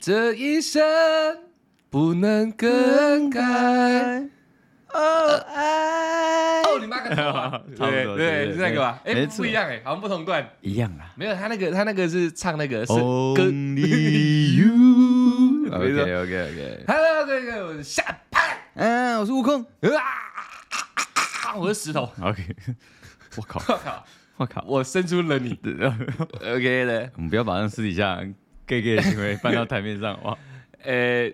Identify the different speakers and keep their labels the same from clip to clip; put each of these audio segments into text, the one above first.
Speaker 1: 这一生不能更改。
Speaker 2: 哦，爱
Speaker 1: 哦，你妈个头啊
Speaker 3: 差不多对
Speaker 1: 对，
Speaker 3: 对
Speaker 1: 是那个吧？
Speaker 3: 对
Speaker 1: 哎，
Speaker 3: 没
Speaker 1: 不一样哎，好像不同段。
Speaker 3: 一样啦。
Speaker 1: 没有，他那个他那个是唱那个是歌。
Speaker 3: Only you。
Speaker 1: 没错
Speaker 3: OK OK OK。
Speaker 1: Hello，这个我是下班
Speaker 3: 嗯，我是悟空。
Speaker 1: 啊，我是石头。
Speaker 3: OK。我靠！
Speaker 1: 我靠，
Speaker 3: 我靠！
Speaker 1: 我生出了你。OK 的，
Speaker 3: 我们不要把那私底下 gay gay 的行为搬到台面上哇！
Speaker 1: 呃，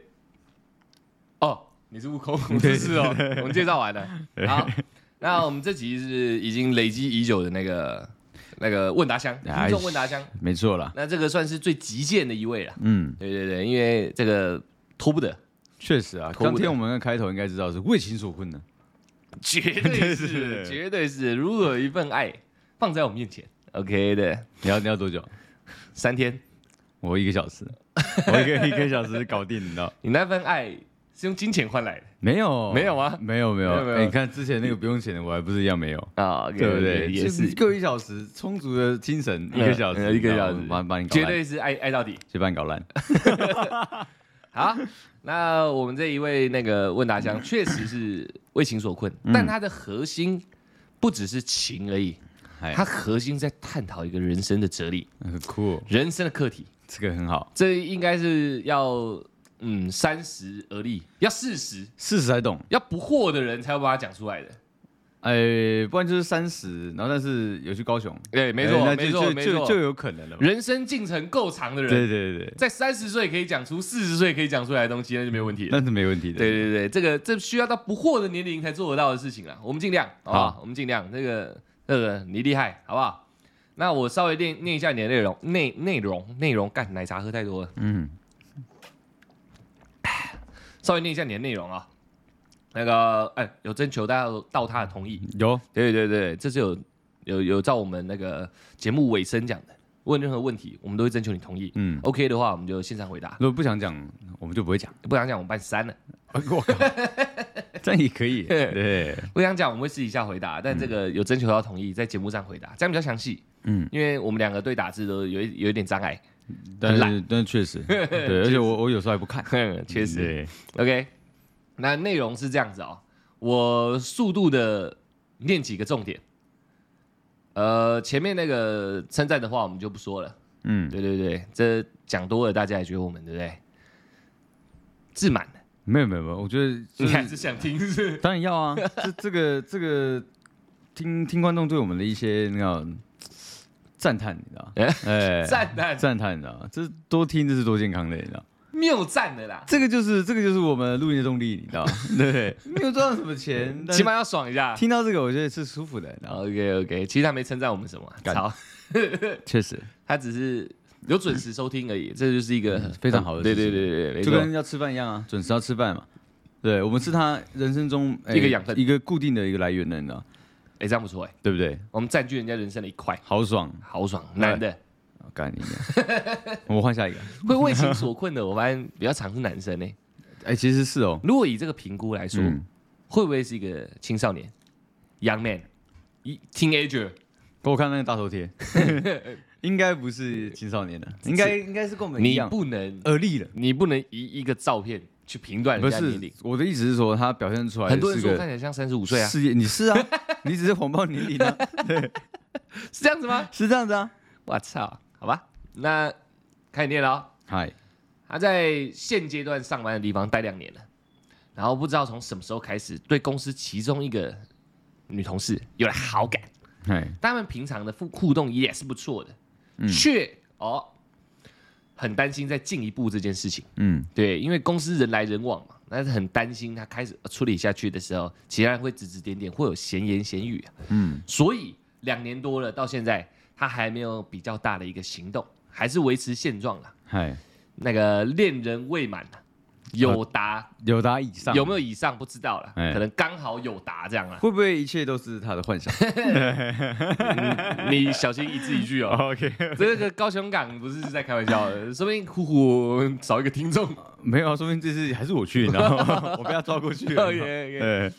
Speaker 1: 哦，你是 悟空，我是是哦。我们介绍完了，好，那我们这集是已经累积已久的那个那个问答箱，听
Speaker 3: 哎
Speaker 1: 众问答箱。
Speaker 3: 没错啦，
Speaker 1: 那这个算是最极限的一位了。
Speaker 3: 嗯，
Speaker 1: 对对对，因为这个拖不得，
Speaker 3: 确实啊，
Speaker 1: 头
Speaker 3: 当
Speaker 1: 的
Speaker 3: 天我们的开头应该知道是为情所困的，
Speaker 1: 绝对是，
Speaker 3: 是
Speaker 1: 绝对是。如果有一份爱放在我面前，OK 的，
Speaker 3: 你要你要多久？
Speaker 1: 三天，
Speaker 3: 我一个小时，我一个一个小时搞定，你知道？
Speaker 1: 你那份爱是用金钱换来的
Speaker 3: 没有，
Speaker 1: 没有吗
Speaker 3: 没有没有
Speaker 1: 没有没有
Speaker 3: 哎你看之前那个不用钱的，我还不是一样没有，
Speaker 1: 啊，
Speaker 3: 对不对？
Speaker 1: 也是
Speaker 3: 各一小时，充足的精神，一个小时，
Speaker 1: 嗯一个小时
Speaker 3: 你知道吗把把你搞
Speaker 1: 绝
Speaker 3: 烂，
Speaker 1: 对是爱爱到底。
Speaker 3: 就把你搞烂。
Speaker 1: 好，那我们这一位那个问答箱确实是为情所困，但它的核心不只是情而已，
Speaker 3: 哎
Speaker 1: 它核心在探讨一个人生的哲理、
Speaker 3: 很酷，
Speaker 1: 人生的课题。
Speaker 3: 这个很好，
Speaker 1: 这应该是要嗯三十而立，要四十，
Speaker 3: 四十才懂，
Speaker 1: 要不惑的人才会把它讲出来的。
Speaker 3: 哎，不然就是三十，然后但是有去高雄，
Speaker 1: 对，没错，
Speaker 3: 哎那就
Speaker 1: 没错，
Speaker 3: 就
Speaker 1: 没
Speaker 3: 就就
Speaker 1: 错。
Speaker 3: 有可能了嘛。
Speaker 1: 人生进程够长的
Speaker 3: 对
Speaker 1: 人，
Speaker 3: 对对，
Speaker 1: 在三十岁可以讲出四十岁可以讲出来的东西，那就没有问题了。
Speaker 3: 那是没问题的。
Speaker 1: 对对对，这个这需要到不惑的年龄才做得到的事情啦。我们尽量，好不好
Speaker 3: 好？
Speaker 1: 我们尽量。这个这个你厉害，好不好？那我稍微念念一下你的内容，内内容内容，干奶茶喝太多了。
Speaker 3: 嗯，
Speaker 1: 稍微念一下你的内容啊。那个，哎，有征求大家到他的同意。
Speaker 3: 有
Speaker 1: 对对对，这是有有有照我们那个节目尾声讲的，问任何问题，我们都会征求你同意。
Speaker 3: 嗯，
Speaker 1: OK 的话，我们就现场回答；
Speaker 3: 如果不想讲，我们就不会讲。
Speaker 1: 不想讲，我们办删了；
Speaker 3: 哎 我靠，这样也可以。对，
Speaker 1: 不想讲，我们会私底下回答。但这个有征求到同意，在节目上回答，这样比较详细。
Speaker 3: 嗯，
Speaker 1: 因为我们两个对打字都有一有一点障碍，
Speaker 3: 但
Speaker 1: 很
Speaker 3: 是但是确实， 对，而且我我有时候还不看，
Speaker 1: 确实。
Speaker 3: 对，
Speaker 1: OK，那内容是这样子哦，我速度的念几个重点。呃，前面那个称赞的话我们就不说了，
Speaker 3: 嗯，
Speaker 1: 对对对，这讲多了大家也觉得我们对不对？自满，
Speaker 3: 没有没有没有，我觉得就
Speaker 1: 你还
Speaker 3: 是
Speaker 1: 是想听是 不是？
Speaker 3: 当然要啊，这这个这个听听观众对我们的一些那种赞叹，你知道吗？ 哎，
Speaker 1: 赞啊叹，
Speaker 3: 赞叹，你知道吗？这多听这是多健康的，你知道吗。
Speaker 1: 谬赞的啦，
Speaker 3: 这个就是这个就是我们录音的动力，你知 道吗？对，没有赚到什么钱，但
Speaker 1: 起
Speaker 3: 是
Speaker 1: 码要爽一下。
Speaker 3: 听到这个我觉得是舒服的，然后
Speaker 1: OK OK，其实他没称赞我们什么，啊
Speaker 3: 干
Speaker 1: 好，
Speaker 3: 确实
Speaker 1: 他只是有准时收听而已，这就是一个
Speaker 3: 非常好的
Speaker 1: 对
Speaker 3: 事
Speaker 1: 对
Speaker 3: 情
Speaker 1: 对对对，没
Speaker 3: 就
Speaker 1: 错
Speaker 3: 跟，要吃饭一样啊，准时要吃饭嘛。对，我们是他人生中、哎
Speaker 1: 一个养分
Speaker 3: 一个固定的一个来源了，你知道吗，
Speaker 1: 哎，这样不错哎，
Speaker 3: 对不对？
Speaker 1: 我们占据人家人生的一块，
Speaker 3: 豪爽，
Speaker 1: 豪爽，男的。
Speaker 3: 我干你 娘！我们换下一个。
Speaker 1: 会为情所困的，我发现比较常是男生呢、
Speaker 3: 哎、其实是哦，
Speaker 1: 如果以这个评估来说，
Speaker 3: 嗯，
Speaker 1: 会不会是一个青少年，young man，一 teenager？
Speaker 3: 给我看那个大头贴， 应该不是青少年的，应该应该是跟我们一
Speaker 1: 你
Speaker 3: 样
Speaker 1: 不能，
Speaker 3: 而立了。
Speaker 1: 你不能以一个照片去评断
Speaker 3: 不
Speaker 1: 人家年
Speaker 3: 是
Speaker 1: 龄。
Speaker 3: 我的意思是说，他表现出来
Speaker 1: 很多人
Speaker 3: 是
Speaker 1: 说我
Speaker 3: 个
Speaker 1: 看起来像三十五岁啊，
Speaker 3: 事业，你是啊， 你只是谎报年龄啊，
Speaker 1: 是这样子吗？
Speaker 3: 是这样子啊。
Speaker 1: 我操，好吧，那开始念了、哦。
Speaker 3: 嗨，
Speaker 1: 他在现阶段上班的地方待两年了，然后不知道从什么时候开始，对公司其中一个女同事有了好感。
Speaker 3: 嗨，
Speaker 1: 他们平常的互互动也是不错的，却哦很担心再进一步这件事情。
Speaker 3: 嗯，
Speaker 1: 对，因为公司人来人往嘛，但是很担心他开始处理下去的时候，其他人会指指点点，会有闲言闲语、嗯，所以两年多了，到现在他还没有比较大的一个行动，还是维持现状啦。
Speaker 3: 嗨，
Speaker 1: 那个恋人未满啊有达、
Speaker 3: 有达以上
Speaker 1: 有没有以上不知道了，
Speaker 3: 啊哎
Speaker 1: 可能刚好有达这样啊 啦。
Speaker 3: 会不会一切都是他的幻想
Speaker 1: 你小心一字一句哦。
Speaker 3: ？OK，
Speaker 1: 这个高雄港不是在开玩笑的，说不定呼呼少一个听众。
Speaker 3: 没有啊，说明这次还是我去，然后 我被他抓过去了。
Speaker 1: OK，OK
Speaker 3: 对，哦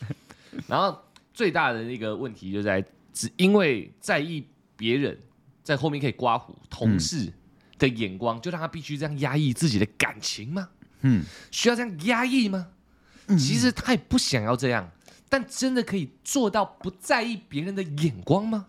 Speaker 1: 然后最大的一个问题就在只因为在意别人，在后面可以刮胡同事、的眼光，就让他必须这样压抑自己的感情吗？
Speaker 3: 嗯，
Speaker 1: 需要这样压抑吗？其实他也不想要这样，但真的可以做到不在意别人的眼光吗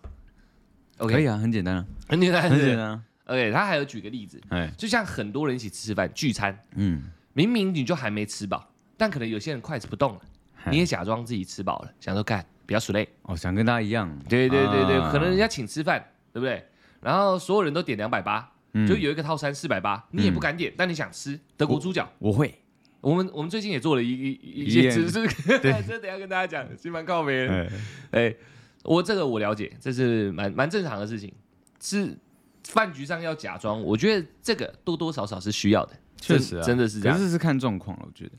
Speaker 1: ？OK，
Speaker 3: 可以啊，很简单啊，
Speaker 1: 很简单，
Speaker 3: 很简。单啊，
Speaker 1: OK，他还有举个例子，
Speaker 3: 哎，
Speaker 1: 就像很多人一起吃饭聚餐，
Speaker 3: 嗯，
Speaker 1: 明明你就还没吃饱，但可能有些人筷子不动了，
Speaker 3: 嗨
Speaker 1: 你也假装自己吃饱了，想说干比较熟累。
Speaker 3: 哦，想跟大家一样，
Speaker 1: 对对对对，
Speaker 3: 啊
Speaker 1: 可能人家请吃饭，对不对？然后所有人都点两百八，
Speaker 3: 嗯
Speaker 1: 就有一个套餐四百八，你也不敢点，但你想吃德国猪脚。
Speaker 3: 我会，
Speaker 1: 我们我们最近也做了一一一一
Speaker 3: 一
Speaker 1: 些
Speaker 3: 样
Speaker 1: 知识， 这等一下跟大家讲，其实蛮靠北的。
Speaker 3: 哎，
Speaker 1: 哎，我这个我了解，这是蛮蛮正常的事情，是饭局上要假装，我觉得这个多多少少是需要的，
Speaker 3: 确实啊，
Speaker 1: 真真的是这样
Speaker 3: 可。是是看状况了，我觉得，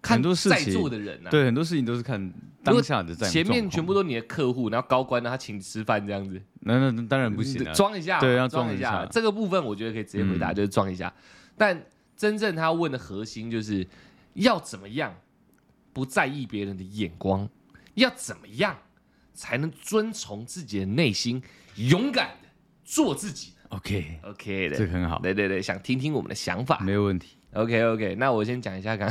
Speaker 1: 看
Speaker 3: 很多事
Speaker 1: 在
Speaker 3: 情
Speaker 1: 座的人啊，
Speaker 3: 对，很多事情都是看当下的在
Speaker 1: 前面全部都你的客户，然后高官呢啊他请你吃饭这样子，
Speaker 3: 那那那当然不行啊，
Speaker 1: 装一下，
Speaker 3: 对要
Speaker 1: 装
Speaker 3: 装一
Speaker 1: 下
Speaker 3: 下。嗯
Speaker 1: 这个部分我觉得可以直接回答，就是装一下。但真正他问的核心就是要怎么样不在意别人的眼光，要怎么样才能遵从自己的内心，勇敢的做自己。
Speaker 3: OK，
Speaker 1: OK
Speaker 3: 这
Speaker 1: 的
Speaker 3: 个。很好，
Speaker 1: 对对对，想听听我们的想法。
Speaker 3: 没有问 题。
Speaker 1: OK OK，那我先讲一下刚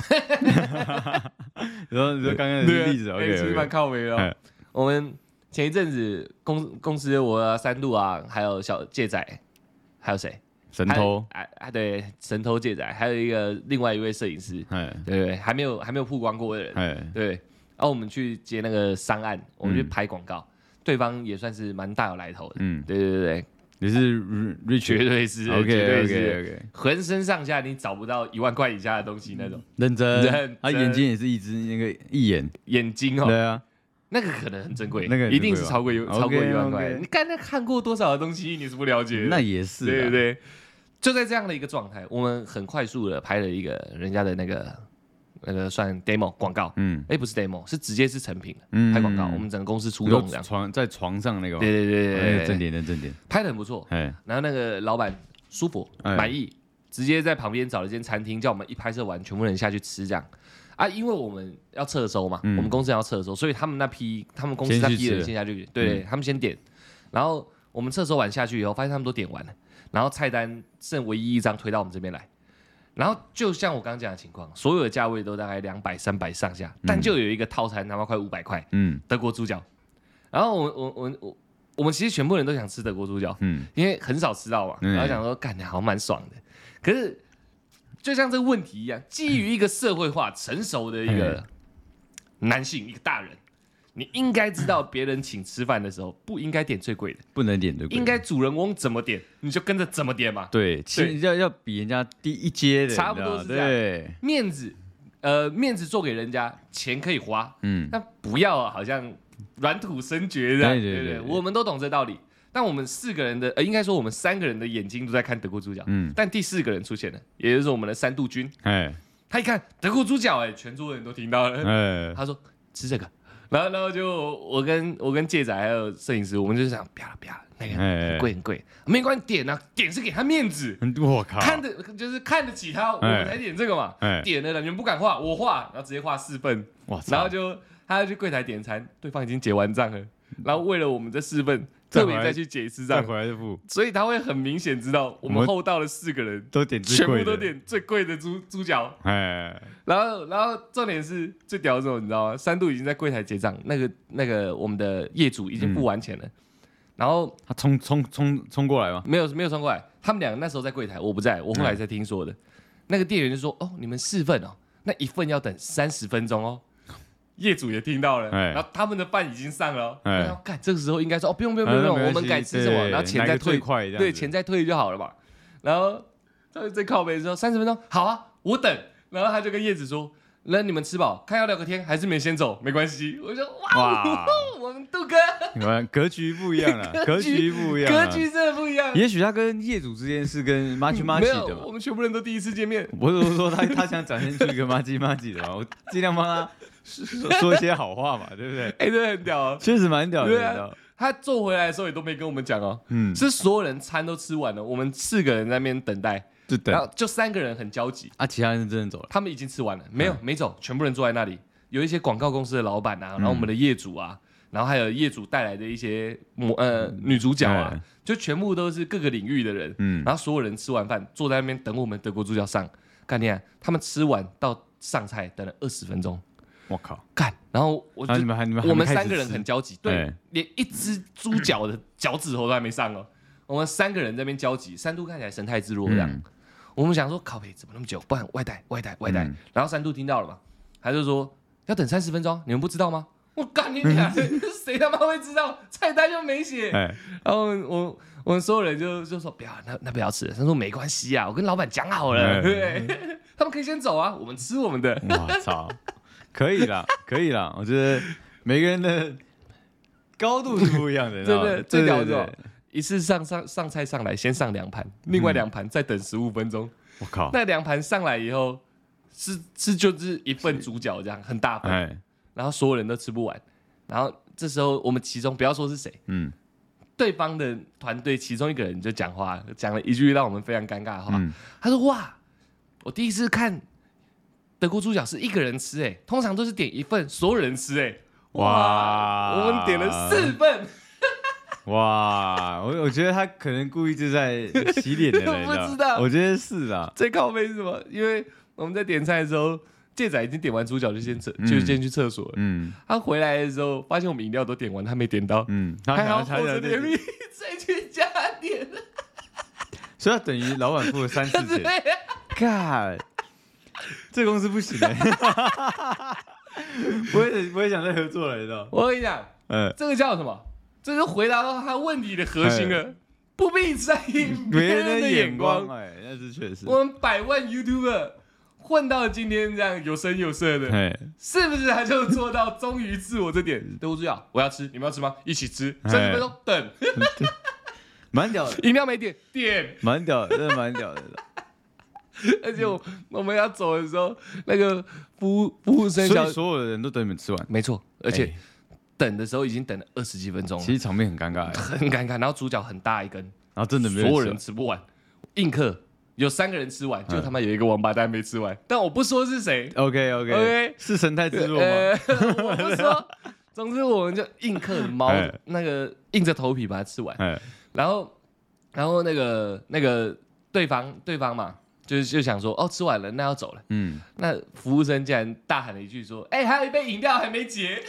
Speaker 3: 然后你说刚刚的例子
Speaker 1: 哎其实蛮
Speaker 3: ，OK，
Speaker 1: 靠北的哦
Speaker 3: 哎。
Speaker 1: 我们前一阵子公公司我啊三度啊，还有小介仔，还有谁？
Speaker 3: 神偷，
Speaker 1: 还，哎哎，对，神偷借仔，还有一个另外一位摄影师，
Speaker 3: 哎
Speaker 1: 对对，还没有还没有曝光过的人，
Speaker 3: 哎，
Speaker 1: 对。然后我们去接那个商案，我们去拍广告，对方也算是蛮大有来头的，
Speaker 3: 嗯，
Speaker 1: 对对对对，
Speaker 3: 你 是 Ri-
Speaker 1: 绝
Speaker 3: Richard，
Speaker 1: 对是
Speaker 3: OK
Speaker 1: 绝对
Speaker 3: OK
Speaker 1: 是
Speaker 3: OK，
Speaker 1: 浑身上下你找不到一万块以下的东西那种，
Speaker 3: 认
Speaker 1: 认
Speaker 3: 真，他
Speaker 1: 真
Speaker 3: 眼睛也是一只那个一眼，
Speaker 1: 眼睛 哦，
Speaker 3: 对啊，
Speaker 1: 那个可能很珍贵，
Speaker 3: 那个很
Speaker 1: 一
Speaker 3: 珍
Speaker 1: 定
Speaker 3: 贵
Speaker 1: 是
Speaker 3: 吧
Speaker 1: 超过一
Speaker 3: OK，
Speaker 1: 超过一万块的，
Speaker 3: OK
Speaker 1: 你刚才看过多少的东西，你是不了解的，
Speaker 3: 那也是啊，
Speaker 1: 对对对，就在这样的一个状态，我们很快速的拍了一个人家的那个那个算 demo 广告，
Speaker 3: 嗯
Speaker 1: 哎，不是 demo，是直接是成品
Speaker 3: 嗯
Speaker 1: 拍广告，我们整个公司出
Speaker 3: 你说
Speaker 1: 动这样，
Speaker 3: 床在床上那个吗，
Speaker 1: 对对对对
Speaker 3: 哎
Speaker 1: 对
Speaker 3: 正点的正点，
Speaker 1: 拍的很不错，
Speaker 3: 哎，
Speaker 1: 然后那个老板舒服
Speaker 3: 哎
Speaker 1: 满意，直接在旁边找了间餐厅，叫我们一拍摄完，全部人下去吃这样。啊，因为我们要撤收嘛，
Speaker 3: 嗯
Speaker 1: 我们公司要撤收，所以他们那批他们公司
Speaker 3: 先
Speaker 1: 那
Speaker 3: 去
Speaker 1: 批人
Speaker 3: 吃嗯
Speaker 1: 先下去，对他们先点，然后我们撤收完下去以后，发现他们都点完了，然后菜单剩唯一一张推到我们这边来，然后就像我刚刚讲的情况，所有的价位都大概两百三百上下，但就有一个套餐他妈快五百块
Speaker 3: 嗯
Speaker 1: 德国猪脚，然后我我我我我们其实全部人都想吃德国猪脚，
Speaker 3: 嗯，
Speaker 1: 因为很少吃到嘛，
Speaker 3: 嗯
Speaker 1: 然后想说干的好像蛮爽的，可是就像这个问题一样，基于一个社会化成熟的一个男性一个大人，你应该知道别人请吃饭的时候不应该点最贵的，
Speaker 3: 不能点对不对，
Speaker 1: 应该主人翁怎么点你就跟着怎么点嘛，
Speaker 3: 对，其实要要比人家低一阶的，
Speaker 1: 差不多
Speaker 3: 你
Speaker 1: 是
Speaker 3: 知道
Speaker 1: 这样
Speaker 3: 对，
Speaker 1: 面子呃面子做给人家，钱可以花，
Speaker 3: 嗯，
Speaker 1: 但不要好像软土生绝这样，
Speaker 3: 对
Speaker 1: 对
Speaker 3: 对
Speaker 1: 对
Speaker 3: 对对
Speaker 1: 我们都懂这道理。但我们四个人的，呃，应该说我们三个人的眼睛都在看德国猪脚，
Speaker 3: 嗯
Speaker 1: 但第四个人出现了，也就是我们的三度军，
Speaker 3: 哎
Speaker 1: 他一看德国猪脚，哎，全桌人都听到了，
Speaker 3: 哎，
Speaker 1: 他说吃这个，然后然后就我跟我跟介仔还有摄影师，我们就想啪啦啪啦，那个
Speaker 3: 哎哎
Speaker 1: 很贵很贵，没关系点啊，点是给他面子，
Speaker 3: 很我靠，
Speaker 1: 看得就是看得起他，我
Speaker 3: 哎
Speaker 1: 们才点这个嘛，
Speaker 3: 哎
Speaker 1: 点了人家不敢画，我画，然后直接画四份，
Speaker 3: 哇塞，
Speaker 1: 然后就他要去柜台点餐，对方已经结完账
Speaker 3: 嗯
Speaker 1: 了，然后为了我们这四份，
Speaker 3: 再
Speaker 1: 特
Speaker 3: 回
Speaker 1: 别
Speaker 3: 来
Speaker 1: 再去结一次
Speaker 3: 再
Speaker 1: 账，
Speaker 3: 回来就付，
Speaker 1: 所以他会很明显知道我
Speaker 3: 我
Speaker 1: 们
Speaker 3: 们
Speaker 1: 后到了四个人
Speaker 3: 都点最
Speaker 1: 全
Speaker 3: 贵
Speaker 1: 部
Speaker 3: 的，
Speaker 1: 都，点最贵的猪猪脚，
Speaker 3: 哎，
Speaker 1: 然后然后重点是最屌的时候，你知道吗？三度已经在柜台结账，那个那个我们的业主已经
Speaker 3: 嗯
Speaker 1: 付完钱了，然后
Speaker 3: 他冲冲冲冲过来吗？
Speaker 1: 没有没有冲过来，他们两个那时候在柜台，我不在，我后来才听说的，那个店员就说：“哦，你们四份哦，那一份要等三十分钟哦。” 业主也听到了，
Speaker 3: 哎
Speaker 1: 然后他们的饭已经上了、哦，
Speaker 3: 哎
Speaker 1: 然后干这个时候应该说哦，不用不用不用不用，
Speaker 3: 啊那没
Speaker 1: 我
Speaker 3: 关
Speaker 1: 们
Speaker 3: 系
Speaker 1: 改吃什么，
Speaker 3: 对
Speaker 1: 然后钱
Speaker 3: 哪
Speaker 1: 再
Speaker 3: 个最
Speaker 1: 退，
Speaker 3: 快这样，
Speaker 1: 对，钱，再退就好了嘛。然后他在靠背说三十分钟，好啊，我等。然后他就跟叶子说，那你们吃饱，看要聊个天，还是你们先走，没关系。我就说哇
Speaker 3: 哇，
Speaker 1: 我们杜哥
Speaker 3: 你看格局不一样了，
Speaker 1: 格
Speaker 3: 格
Speaker 1: 局
Speaker 3: 局不一样，啊
Speaker 1: 格局。真的不一样，
Speaker 3: 也许他跟业主之间是跟马吉马吉
Speaker 1: 嗯没
Speaker 3: 的
Speaker 1: 有，我
Speaker 3: 嘛，
Speaker 1: 们全部人都第一次见面，
Speaker 3: 我是说他他想展现出一个马吉马吉的嘛，我尽量帮他说说一些好话嘛，对不对？
Speaker 1: 哎，真的很屌哦。
Speaker 3: 确实蛮屌的，你
Speaker 1: 对
Speaker 3: 知
Speaker 1: 啊
Speaker 3: 道
Speaker 1: 他坐回来的时候也都没跟我们讲哦，
Speaker 3: 嗯，
Speaker 1: 是所有人餐都吃完了，我们四个人在那边等待，
Speaker 3: 就等
Speaker 1: 然后就三个人很焦急，
Speaker 3: 啊，其他人真的走了，
Speaker 1: 他们已
Speaker 3: 嗯嗯
Speaker 1: 经吃完了，没有没走，全部人坐在那里，有一些广告公司的老板啊，然后我们的业主啊，然后还有业主带来的一些模呃女主角啊，就全部都是各个领域的人。
Speaker 3: 哎嗯
Speaker 1: 然后所有人吃完饭坐在那边等我们德国猪脚上，干你啊！他们吃完到上菜等了二十分钟，
Speaker 3: 我靠，
Speaker 1: 干，然后我就、
Speaker 3: 啊你们还你们还没
Speaker 1: 我们
Speaker 3: 开始
Speaker 1: 三个人
Speaker 3: 吃
Speaker 1: 很焦急，对
Speaker 3: 哎，
Speaker 1: 连一只猪脚的脚趾头都还没上哦，我们三个人在那边焦急，三度看起来神态自若这样，
Speaker 3: 嗯
Speaker 1: 我们想说靠北怎么那么久，不然外带外带外带，
Speaker 3: 嗯
Speaker 1: 然后三度听到了嘛，他就说要等三十分钟，你们不知道吗？我干你娘！ 谁他妈会知道？菜单又没写。
Speaker 3: 嗯哎，
Speaker 1: 然后我我们所有人就就说不要，那那不要吃了。他说没关系啊，我跟老板讲好了，
Speaker 3: 嗯
Speaker 1: 对不 对？他们可以先走啊，我们吃我们的。
Speaker 3: 我操，可以啦，可以啦，我觉得每个人的高度是不一样的，你知
Speaker 1: 真
Speaker 3: 道吗
Speaker 1: 的最屌的哦，一次上上上菜上来，先上两盘，另外两盘再等十五分钟。
Speaker 3: 我靠，
Speaker 1: 那两盘上来以后，是是就是一份猪脚这样，很大份，
Speaker 3: 哎，
Speaker 1: 然后所有人都吃不完。然后这时候我们其中不要说是谁，
Speaker 3: 嗯
Speaker 1: 对方的团队其中一个人就讲话，讲了一句让我们非常尴尬的话，
Speaker 3: 嗯，
Speaker 1: 他说：“哇，我第一次看德国猪脚是一个人吃、欸，哎，通常都是点一份，所有人吃、欸，哎，
Speaker 3: 哇
Speaker 1: 我们点了四份，
Speaker 3: 哇，我我觉得他可能故意就在洗脸的人，
Speaker 1: 不
Speaker 3: 你
Speaker 1: 知
Speaker 3: 吗
Speaker 1: 道
Speaker 3: 我觉得是啦，
Speaker 1: 最靠背是什么？因为我们在点菜的时候，介仔已经点完猪脚就先厕，
Speaker 3: 嗯
Speaker 1: 就先去厕所了。
Speaker 3: 嗯
Speaker 1: 他回来的时候，发现我们饮料都点完，他没点到，
Speaker 3: 嗯，他
Speaker 1: 还好
Speaker 3: 他
Speaker 1: 厚着脸皮再去加点。
Speaker 3: 所以他等于老板付了三四
Speaker 1: 对啊
Speaker 3: 千，God，这个公司不行的， 不会不会想再合作了，你知道吗？
Speaker 1: 我跟你讲，
Speaker 3: 嗯，
Speaker 1: 这个叫什么？这就回答到他问题的核心了，不必在意
Speaker 3: 哎
Speaker 1: 别
Speaker 3: 别人
Speaker 1: 人的
Speaker 3: 的
Speaker 1: 眼
Speaker 3: 眼
Speaker 1: 光
Speaker 3: 光，。哎，那是确实，
Speaker 1: 我们百万 YouTuber 混到今天这样有声有色的，
Speaker 3: 哎，
Speaker 1: 是不是他就做到忠于自我这点？德国猪脚，我要吃，你们要吃吗？一起吃，三十分钟等，
Speaker 3: 蛮屌的，
Speaker 1: 饮料没点点，
Speaker 3: 蛮屌的，真的蛮屌的，
Speaker 1: 而且我我们要走的时候，那个服务服务生
Speaker 3: 所
Speaker 1: 小
Speaker 3: 以，所有的人都等你们吃完，
Speaker 1: 没错，而且
Speaker 3: 哎
Speaker 1: 等的时候已经等了二十几分钟了
Speaker 3: 其，实场面很尴尬，哎
Speaker 1: 很尴尬。然后主角很大一根，
Speaker 3: 然后真的没
Speaker 1: 所有
Speaker 3: 吃
Speaker 1: 人
Speaker 3: 完
Speaker 1: 吃不完，硬客有三个人吃
Speaker 3: 嗯
Speaker 1: 完，就他妈有一个王八蛋没吃完，但我不说是谁，
Speaker 3: ，OK OK
Speaker 1: OK
Speaker 3: 是神态自若吗？
Speaker 1: 呃， 我不说。总之，我们就硬刻猫
Speaker 3: 哎
Speaker 1: 那个硬着头皮把它吃完，
Speaker 3: 哎，
Speaker 1: 然后，然后那个那个对方对方嘛，就是就想说哦，吃完了，那要走了。
Speaker 3: 嗯，
Speaker 1: 那服务生竟然大喊了一句说：“哎、还有一杯饮料还没结。”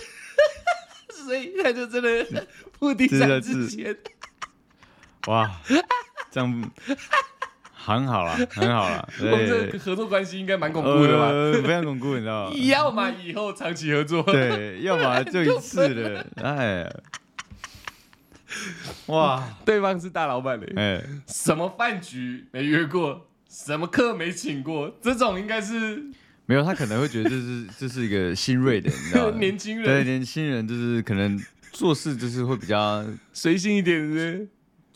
Speaker 1: 所以他就真的铺地上之前，
Speaker 3: 哇，这样很好啦，很好啦，
Speaker 1: 我们这
Speaker 3: 对
Speaker 1: 个，合作关系应该蛮恐怖的吧？
Speaker 3: 呃非常巩固，你知道吗？
Speaker 1: 要么以后长期合作，
Speaker 3: 对，要么就一次的，哎，哇，
Speaker 1: 对方是大老板嘞。
Speaker 3: 哎，
Speaker 1: 什么饭局没约过，什么课没请过，这种应该是
Speaker 3: 没有，他可能会觉得这是 这是一个新锐的，你知道吗？
Speaker 1: 年轻
Speaker 3: 对
Speaker 1: 人
Speaker 3: 年轻人就是可能做事就是会比较
Speaker 1: 随性一点的。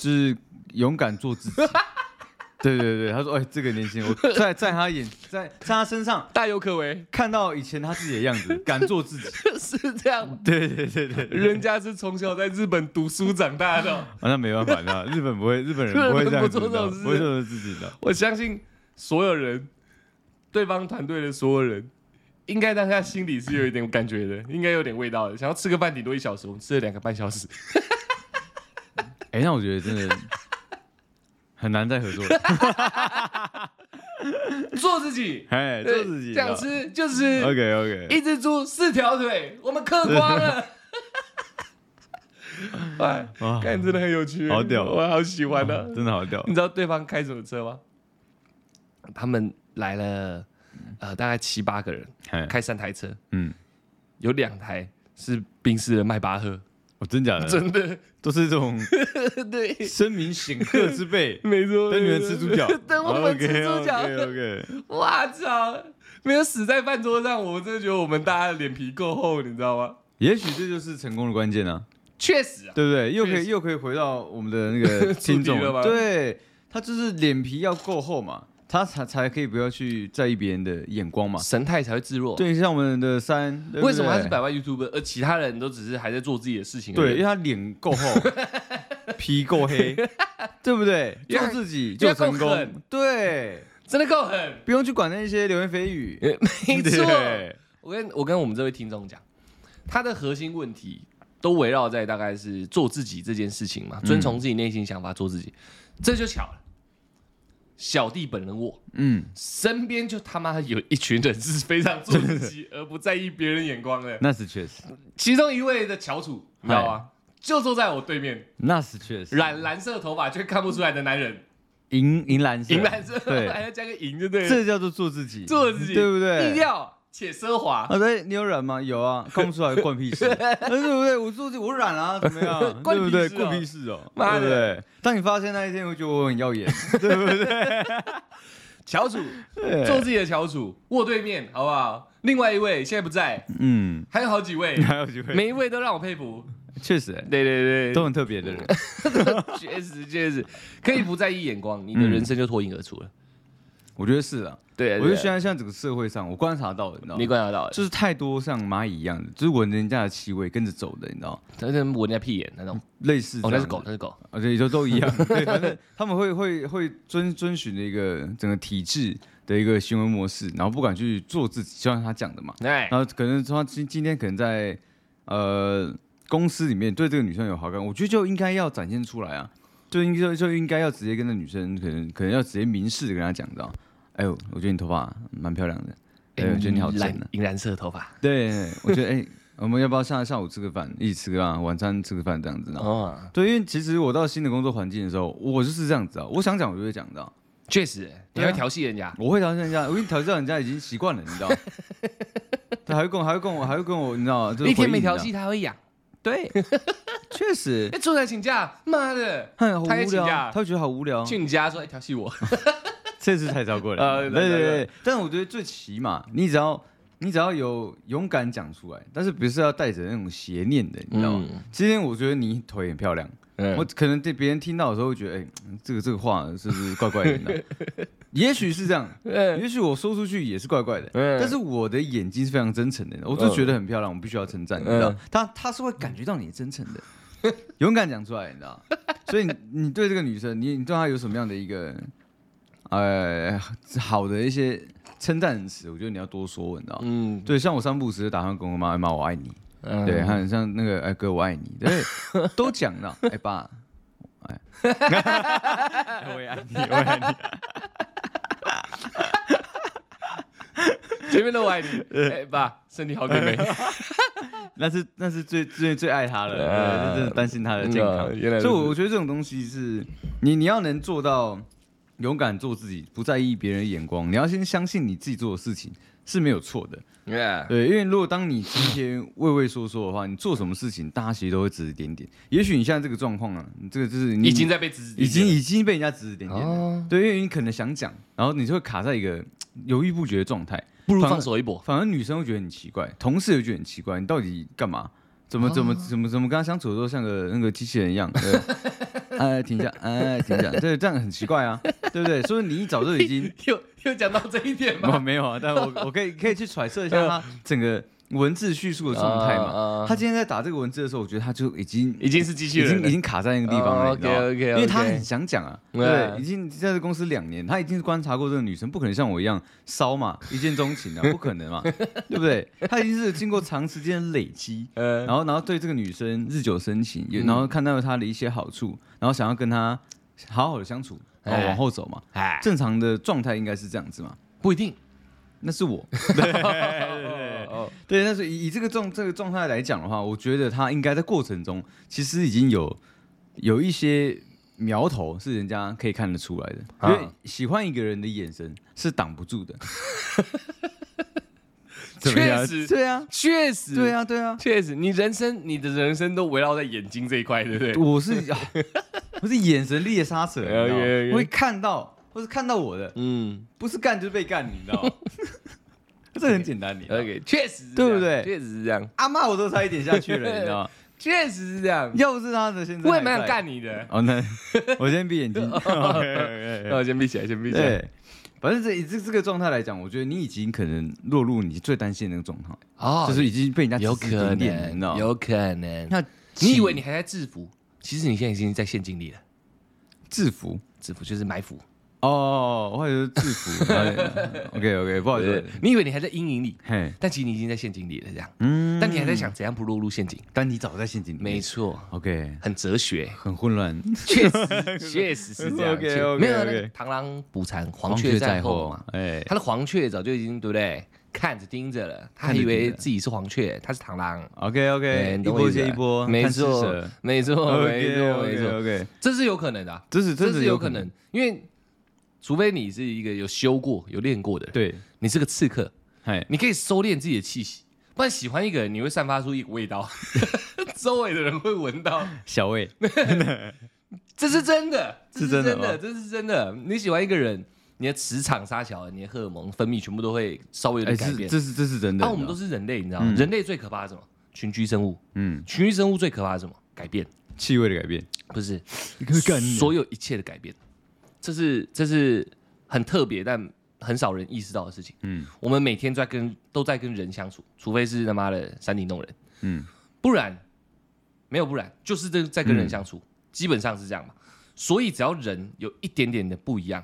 Speaker 3: 就是勇敢做自己。 对对对，他说：“哎，这个年轻人，我在在他眼在在他身上
Speaker 1: 大有可为，
Speaker 3: 看到以前他自己的样子， 敢做自己。
Speaker 1: 是这样吗”
Speaker 3: 对对对对，对
Speaker 1: 人家是从小在日本读书长大的哦、
Speaker 3: 啊，那没办法，那日本不会，日本人
Speaker 1: 日本
Speaker 3: 不会这样
Speaker 1: 不
Speaker 3: 子
Speaker 1: 做
Speaker 3: 的，
Speaker 1: 这种事
Speaker 3: 不会做自己的。
Speaker 1: 我相信所有人，对方团队的所有人，应该当下心里是有一点感觉的，应该有点味道的。想要吃个饭顶多一小时，我们吃了两个半小时，
Speaker 3: 哎、那我觉得真的很难再合作 了。
Speaker 1: 做自己，
Speaker 3: 哎， 做自己
Speaker 1: 对这样吃就是。
Speaker 3: OK OK，
Speaker 1: 一只猪四条腿，我们嗑 光了。哎，
Speaker 3: 哇，
Speaker 1: 看真的很有趣，
Speaker 3: 好屌
Speaker 1: 我好喜欢的、
Speaker 3: 真的好屌
Speaker 1: 你知道对方开什么车吗？他们来了，呃，大概七八个人，
Speaker 3: 哎，
Speaker 1: 开三台车，
Speaker 3: 嗯，
Speaker 1: 有两台是宾士的迈巴赫，
Speaker 3: 我哦真假的，
Speaker 1: 真的，
Speaker 3: 都是这种
Speaker 1: 对，，
Speaker 3: 声名显赫之辈
Speaker 1: 没错。，
Speaker 3: 等你们吃猪脚哦
Speaker 1: 等我们吃猪脚，
Speaker 3: OK OK，
Speaker 1: 哇操！没有死在饭桌上，我真的觉得我们大家的脸皮够厚，你知道吗？
Speaker 3: 也许这就是成功的关键啊，
Speaker 1: 确实啊，
Speaker 3: 对不对？又可
Speaker 1: 确
Speaker 3: 以
Speaker 1: 实
Speaker 3: 又可以回到我们的那 个
Speaker 1: 触
Speaker 3: 听
Speaker 1: 底
Speaker 3: 众啊
Speaker 1: 了吗，
Speaker 3: 对他就是脸皮要够厚嘛，他才才可以不要去在意别人的眼光嘛。
Speaker 1: 神态才会自若。
Speaker 3: 对，像我们的三，对不
Speaker 1: 为什么他
Speaker 3: 对
Speaker 1: 是百万 YouTube，而其他人都只是还在做自己的事情而
Speaker 3: 对，
Speaker 1: 已？
Speaker 3: 因为他脸 够厚，皮够黑，对不对？
Speaker 1: 因为
Speaker 3: 做
Speaker 1: 他
Speaker 3: 自己
Speaker 1: 因
Speaker 3: 就
Speaker 1: 为他够
Speaker 3: 成功
Speaker 1: 狠，
Speaker 3: 对，
Speaker 1: 真的够狠，
Speaker 3: 不用去管那些流言蜚 语。
Speaker 1: 没错。
Speaker 3: 对
Speaker 1: 我跟我跟我们这位听众讲，他的核心问题都围绕在大概是做自己这件事情嘛，
Speaker 3: 嗯
Speaker 1: 遵从自己内心想法，做自己，这就巧了。小弟本人我
Speaker 3: 嗯，
Speaker 1: 身边就他妈有一群人是非常做自己 而不在意别人眼光的，
Speaker 3: 那是确实，
Speaker 1: 其中一位的翘楚，你知道
Speaker 3: 哎
Speaker 1: 吗？就坐在我对面，
Speaker 3: 那是确实，
Speaker 1: 染蓝色头发却看不出来的男人，
Speaker 3: 银银蓝色，
Speaker 1: 银蓝色，还
Speaker 3: 对，
Speaker 1: 要加个银，对不对了？
Speaker 3: 这叫做做自己，
Speaker 1: 做自己，
Speaker 3: 对不对？
Speaker 1: 低调且奢华，
Speaker 3: 啊，对，你有染吗？有啊，看不出来，关 屁事，啊对不对？我做自己，我染啊，怎么样？
Speaker 1: 关
Speaker 3: 对不
Speaker 1: 屁
Speaker 3: 对？
Speaker 1: 事
Speaker 3: 关
Speaker 1: 哦
Speaker 3: 屁事哦，
Speaker 1: 妈
Speaker 3: 对不
Speaker 1: 的
Speaker 3: 对？当你发现那一天，我觉得我很耀 眼，
Speaker 1: 乔楚
Speaker 3: 对
Speaker 1: 做自己的乔楚，卧对面好不好？另外一位现在不在，
Speaker 3: 嗯，，
Speaker 1: 还有好几位
Speaker 3: 还有机会，
Speaker 1: 每一位都让我佩服。
Speaker 3: 确实欸
Speaker 1: 对对
Speaker 3: 都很特别的人，
Speaker 1: 对， 确实确实可以不在意眼光，你的
Speaker 3: 嗯
Speaker 1: 人生就脱颖而出了。
Speaker 3: 我觉得是啊，
Speaker 1: 对，
Speaker 3: 我就
Speaker 1: 喜
Speaker 3: 现在像整个社会上，我观察到的，你知道
Speaker 1: 你
Speaker 3: 吗？
Speaker 1: 观察到了，
Speaker 3: 就是太多像蚂蚁一样的，就是闻人家的气味跟着走的，你知道吗？
Speaker 1: 他是闻人家屁眼那种，
Speaker 3: 类似这
Speaker 1: 哦，那
Speaker 3: 样
Speaker 1: 是
Speaker 3: 子
Speaker 1: 狗，那是狗，
Speaker 3: 而且也都都一样，啊 对，反正他们会会会遵遵循的一个整个体制的一个行为模式，然后不敢去做自己，就像他讲的嘛，
Speaker 1: 哎
Speaker 3: 然，后可能说他今今天可能在呃公司里面对这个女生有好感，我觉得就应该要展现出来啊，就应该就应该要直接跟那女生，可能可能要直接明示的跟她讲到，哎呦，我觉得你头发蛮漂亮的，哎呦，我觉得你好正
Speaker 1: 蓝
Speaker 3: 啊，
Speaker 1: 银蓝色头发，
Speaker 3: 对，我觉得哎，我们要不要下下午吃个饭，一起吃个饭，晚餐吃个饭这样子呢？
Speaker 1: 哦，
Speaker 3: 对，因为其实我到新的工作环境的时候，我就是这样子啊，我想讲我就会讲到，
Speaker 1: 确实，你
Speaker 3: 对啊
Speaker 1: 会调戏人家，
Speaker 3: 我会调教人家，我跟你调教人家已经习惯了，你知道吗？他还会跟我，还会跟我，还会跟我，你知道吗？就是
Speaker 1: 一天
Speaker 3: 回忆啊你知
Speaker 1: 没
Speaker 3: 道
Speaker 1: 调
Speaker 3: 吗
Speaker 1: 戏他会痒，
Speaker 3: 对，确实
Speaker 1: 哎，，出来请假，妈的，
Speaker 3: 哎，好
Speaker 1: 他也
Speaker 3: 无
Speaker 1: 请
Speaker 3: 聊
Speaker 1: 假
Speaker 3: 啊，他会觉得好无聊。
Speaker 1: 去你家说哎调戏我，
Speaker 3: 这次太超过
Speaker 1: 呃
Speaker 3: 了，
Speaker 1: 对
Speaker 3: 对
Speaker 1: 对
Speaker 3: 对
Speaker 1: 对
Speaker 3: 对。但我觉得最起码，你只要你只要有勇敢讲出来，但是不是要带着那种邪念的，你知道吗？
Speaker 1: 嗯
Speaker 3: 今天我觉得你腿很漂亮，
Speaker 1: 嗯
Speaker 3: 我可能对别人听到的时候会觉得，哎，这个这个话是不是怪怪的呢？ 也许是这样，
Speaker 1: 嗯
Speaker 3: 也许我说出去也是怪怪的，
Speaker 1: 嗯
Speaker 3: 但是我的眼睛是非常真诚的，我就觉得很漂亮，我必须要称赞，你知道
Speaker 1: 嗯，
Speaker 3: 他他是会感觉到你真诚的，勇敢讲出来，你知道，所以你你对这个女生，你你对她有什么样的一个呃好的一些称赞词，我觉得你要多说，你知道。
Speaker 1: 嗯，
Speaker 3: 对，像我三不五时就打算跟我妈妈我爱你，
Speaker 1: 嗯
Speaker 3: 对，还有像那个哎哥我爱你，对，都讲了，哎爸，哎， 我也爱你，我也爱你，
Speaker 1: 前面都我爱你，
Speaker 3: 呃
Speaker 1: 哎爸，身体好点没？
Speaker 3: 那是那是最最最爱他了，
Speaker 1: 对
Speaker 3: 对
Speaker 1: 啊
Speaker 3: 那真的担心他的健康
Speaker 1: 嗯啊原来。如此
Speaker 3: 所以，我我觉得这种东西是你你要能做到勇敢做自己，不在意别人眼光，你要先相信你自己做的事情是没有错的。
Speaker 1: Yeah
Speaker 3: 对，因为如果当你今天畏畏缩缩的话，你做什么事情，大家其实都会指指点点。也许你现在这个状况啊，你这个就是你
Speaker 1: 已经在被指指
Speaker 3: 已经
Speaker 1: 点
Speaker 3: 已经被人家指指点点了。
Speaker 1: 哦
Speaker 3: 对，因为你可能想讲，然后你就会卡在一个犹豫不决的状态。
Speaker 1: 不如
Speaker 3: 反而
Speaker 1: 放手一搏。
Speaker 3: 反而女生会觉得很奇怪，同事也觉得很奇怪，你到底干嘛？怎
Speaker 1: 哦
Speaker 3: 么怎么怎么怎么跟他相处的时候像个那个机器人一样？对， 哎，停下，哎，停下，对，这样很奇怪啊，对不对？所以你一早就已 经
Speaker 1: 又又讲到这一点
Speaker 3: 没有
Speaker 1: 吗？
Speaker 3: 没有啊，但我我可以可以去揣测一下他
Speaker 1: 嗯
Speaker 3: 整个文字叙述的状态
Speaker 1: 啊啊
Speaker 3: 嘛。他今天在打这个文字的时候，我觉得他就已经
Speaker 1: 已经是机器
Speaker 3: 已
Speaker 1: 人
Speaker 3: 经
Speaker 1: 了
Speaker 3: 已，经卡在那个地方了
Speaker 1: 哦
Speaker 3: 你知道吗
Speaker 1: OK，OK，OK
Speaker 3: 因为他很想讲啊，
Speaker 1: 嗯
Speaker 3: 对，已经在这公司两年，他已经观察过这个女生，不可能像我一样骚嘛，一见钟情啊，不可能嘛，对不对？他已经是经过长时间的累积，
Speaker 1: 呃
Speaker 3: 然，后然后对这个女生日久生情，也然后看到她的一些好处，然后想要跟她好好的相处，然后
Speaker 1: 哎
Speaker 3: 往后走嘛，
Speaker 1: 哎，
Speaker 3: 正常的状态应该是这样子嘛，
Speaker 1: 不一定。
Speaker 3: 那是我，
Speaker 1: 哦
Speaker 3: 对，但是以以这个状这个状态来讲的话，我觉得他应该在过程中其实已经有有一些苗头是人家可以看得出来的，
Speaker 1: 啊
Speaker 3: 因为喜欢一个人的眼神是挡不 住的。怎么样
Speaker 1: 确实
Speaker 3: 对啊，
Speaker 1: 确实，
Speaker 3: 对，啊，对啊，
Speaker 1: 确实，你人生你的人生都围绕在眼睛这一块，对不对？
Speaker 3: 我是、啊、 我是眼神猎杀者，你知道吗
Speaker 1: OK，OK
Speaker 3: 我会看到或是看到我的，
Speaker 1: 嗯
Speaker 3: 不是干就是被干，你知道吗？ 这很简单，你知道吗
Speaker 1: ，OK，确实是这样，
Speaker 3: 对不对
Speaker 1: 确实是这样，
Speaker 3: 阿妈我都差一点下去了，你知道 吗？
Speaker 1: 确实是这样。
Speaker 3: 要不是他的现在，
Speaker 1: 我也蛮想干。你的。
Speaker 3: 哦，那我先闭眼睛。
Speaker 1: 那我先闭起来，先闭起来。
Speaker 3: 对，反正这以这这个状态来讲，我觉得你已经可能落入你最担心的那个状态，
Speaker 1: 哦
Speaker 3: 就是已经被人家
Speaker 1: 有
Speaker 3: 指指
Speaker 1: 可
Speaker 3: 点点了你知道
Speaker 1: 能，
Speaker 3: 吗
Speaker 1: 有可能。
Speaker 3: 那
Speaker 1: 你以为你还在制服，其实你现在已经在陷阱里了。
Speaker 3: 制服
Speaker 1: 制服就是埋伏，
Speaker 3: 哦，我还以为是制 服。OK OK，不好意
Speaker 1: 对
Speaker 3: 思
Speaker 1: 不，对你以为你还在阴影里，
Speaker 3: 嘿，
Speaker 1: 但其实你已经在陷阱里了，这样。
Speaker 3: 嗯
Speaker 1: 但你还在想怎样不落入陷阱？
Speaker 3: 但你早在陷阱里面，
Speaker 1: 没错，
Speaker 3: OK，
Speaker 1: 很哲学，
Speaker 3: 很混 乱。
Speaker 1: 确实 确实是这样。
Speaker 3: OK，
Speaker 1: 确实
Speaker 3: OK，
Speaker 1: 没有啊
Speaker 3: OK
Speaker 1: 那个螳螂捕蝉，黄雀在后嘛。
Speaker 3: 哎，
Speaker 1: 他的黄雀早就已经对不对？看着盯着了，他还
Speaker 3: 看着盯
Speaker 1: 以
Speaker 3: 着
Speaker 1: 为自己是黄雀，他是螳螂。
Speaker 3: OK
Speaker 1: 对
Speaker 3: OK，
Speaker 1: 哎你
Speaker 3: 一
Speaker 1: 懂我
Speaker 3: 波
Speaker 1: 意思吧
Speaker 3: 接一波，
Speaker 1: 没
Speaker 3: 贪吃
Speaker 1: 错
Speaker 3: 蛇，
Speaker 1: 没错，没错，没
Speaker 3: OK
Speaker 1: 错，
Speaker 3: OK，
Speaker 1: 这是有可能的啊，
Speaker 3: 这是
Speaker 1: 这
Speaker 3: 这
Speaker 1: 是
Speaker 3: 是
Speaker 1: 有
Speaker 3: 有
Speaker 1: 可
Speaker 3: 可
Speaker 1: 能
Speaker 3: 能，，
Speaker 1: 因为除非你是一个有修过、有练过的人，
Speaker 3: 对，
Speaker 1: 你是个刺客，
Speaker 3: 哎，
Speaker 1: 你可以收敛自己的气息，不然喜欢一个人，你会散发出一股味道， 周围的人会闻到，
Speaker 3: 小魏，
Speaker 1: 这是真的，这
Speaker 3: 是
Speaker 1: 是
Speaker 3: 真的
Speaker 1: 真
Speaker 3: 吗
Speaker 1: 的，这是真的。你喜欢一个人，你的磁场杀小，你的荷尔蒙分泌全部都会稍微有
Speaker 3: 哎，
Speaker 1: 点改
Speaker 3: 这是
Speaker 1: 变。
Speaker 3: 这是这是真的。嗯
Speaker 1: 啊，我们都
Speaker 3: 是
Speaker 1: 是人类，你知道吗？人类最可怕的是什么？群居生物，
Speaker 3: 嗯，
Speaker 1: 群居生物最可怕的是什么？改变，
Speaker 3: 气味的改变，
Speaker 1: 不是
Speaker 3: 你可以干你啊
Speaker 1: 所有一切的改变，这是这是很特别，但很少人意识到的事情。
Speaker 3: 嗯
Speaker 1: 我们每天在跟都在跟人相处，除非是他妈的山顶洞人，
Speaker 3: 嗯，
Speaker 1: 不然没有不然，就是这在跟人相
Speaker 3: 嗯
Speaker 1: 处，基本上是这样嘛。所以只要人有一点点的不一样，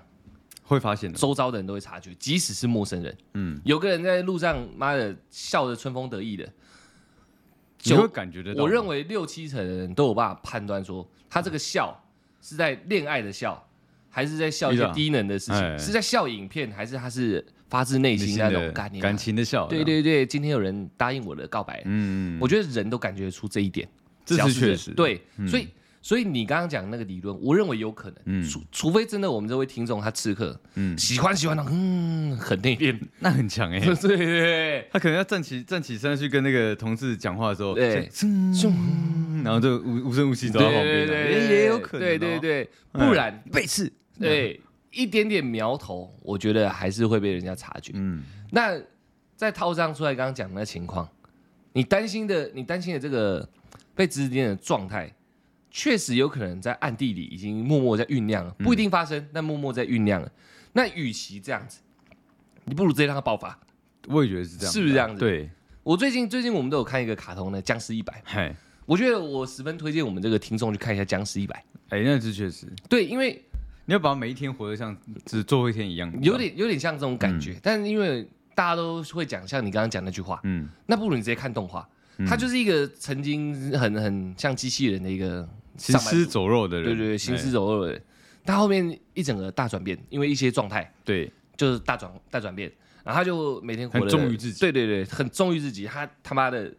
Speaker 3: 会发现的。
Speaker 1: 周遭的人都会察觉，即使是陌生人。
Speaker 3: 嗯，
Speaker 1: 有个人在路上，妈的笑得春风得意的，
Speaker 3: 你会感觉得到吗。
Speaker 1: 我认为六七成的人都有办法判断说，他这个笑是在恋爱的笑，还是在笑一
Speaker 3: 遇
Speaker 1: 些
Speaker 3: 到
Speaker 1: 低能的事情，
Speaker 3: 哎
Speaker 1: 是在笑影片，还是他是发自内
Speaker 3: 内
Speaker 1: 心
Speaker 3: 心
Speaker 1: 那
Speaker 3: 的
Speaker 1: 种感啊
Speaker 3: 感？情的笑，
Speaker 1: 对，对对，今天有人答应我的告白，
Speaker 3: 嗯，
Speaker 1: 我觉得人都感觉出这一点，
Speaker 3: 这
Speaker 1: 只要
Speaker 3: 是
Speaker 1: 是人
Speaker 3: 确实，嗯
Speaker 1: 对，所以。所以你刚刚讲那个理论，我认为有可能，除除非真的我们这位听众他刺客，
Speaker 3: 嗯
Speaker 1: 喜欢喜欢到嗯很内 敛，
Speaker 3: 那很强哎。
Speaker 1: 对 对对，
Speaker 3: 他可能要站起站起身去跟那个同事讲话的时候，
Speaker 1: 对
Speaker 3: 这样，嗯然后就无无声无息走到旁边了，啊
Speaker 1: 对对对
Speaker 3: 也也有可能哦，嗯
Speaker 1: 对对对，
Speaker 3: 哎
Speaker 1: 不然
Speaker 3: 背刺，
Speaker 1: 对，一点点苗头，我觉得还是会被人家察觉。
Speaker 3: 嗯，
Speaker 1: 那再套上出来刚刚讲的那情况，你担心的，你担心的这个被指指点点的状态，确实有可能在暗地里已经默默在酝酿
Speaker 3: 嗯
Speaker 1: 了，不一定发生，但默默在酝酿了。那与其这样子，你不如直接让它爆发。
Speaker 3: 我也觉得是这样，啊
Speaker 1: 是不是这样子
Speaker 3: 对，
Speaker 1: 我最近最近我们都有看一个卡通的《僵尸一百》，
Speaker 3: 嗨，
Speaker 1: 我觉得我十分推荐我们这个听众去看一下《僵尸一百
Speaker 3: 哎，那是确实，》。
Speaker 1: 对，因为
Speaker 3: 你要把每一天活得像只最后一天一样，
Speaker 1: 有，点有点像这种
Speaker 3: 嗯
Speaker 1: 感觉，但是因为大家都会讲像你刚刚讲那句话，
Speaker 3: 嗯，
Speaker 1: 那不如你直接看动画。
Speaker 3: 嗯
Speaker 1: 它就是一个曾经很很像机器人的一个
Speaker 3: 行
Speaker 1: 上班族，
Speaker 3: 尸走肉的人，
Speaker 1: 对对对，行尸
Speaker 3: 哎
Speaker 1: 走肉的人。他后面一整个大转变，因为一些状态
Speaker 3: 对，
Speaker 1: 就是大转大转变，然后他就每天活得
Speaker 3: 很忠于自己
Speaker 1: 对对对，很忠于自己。他他妈的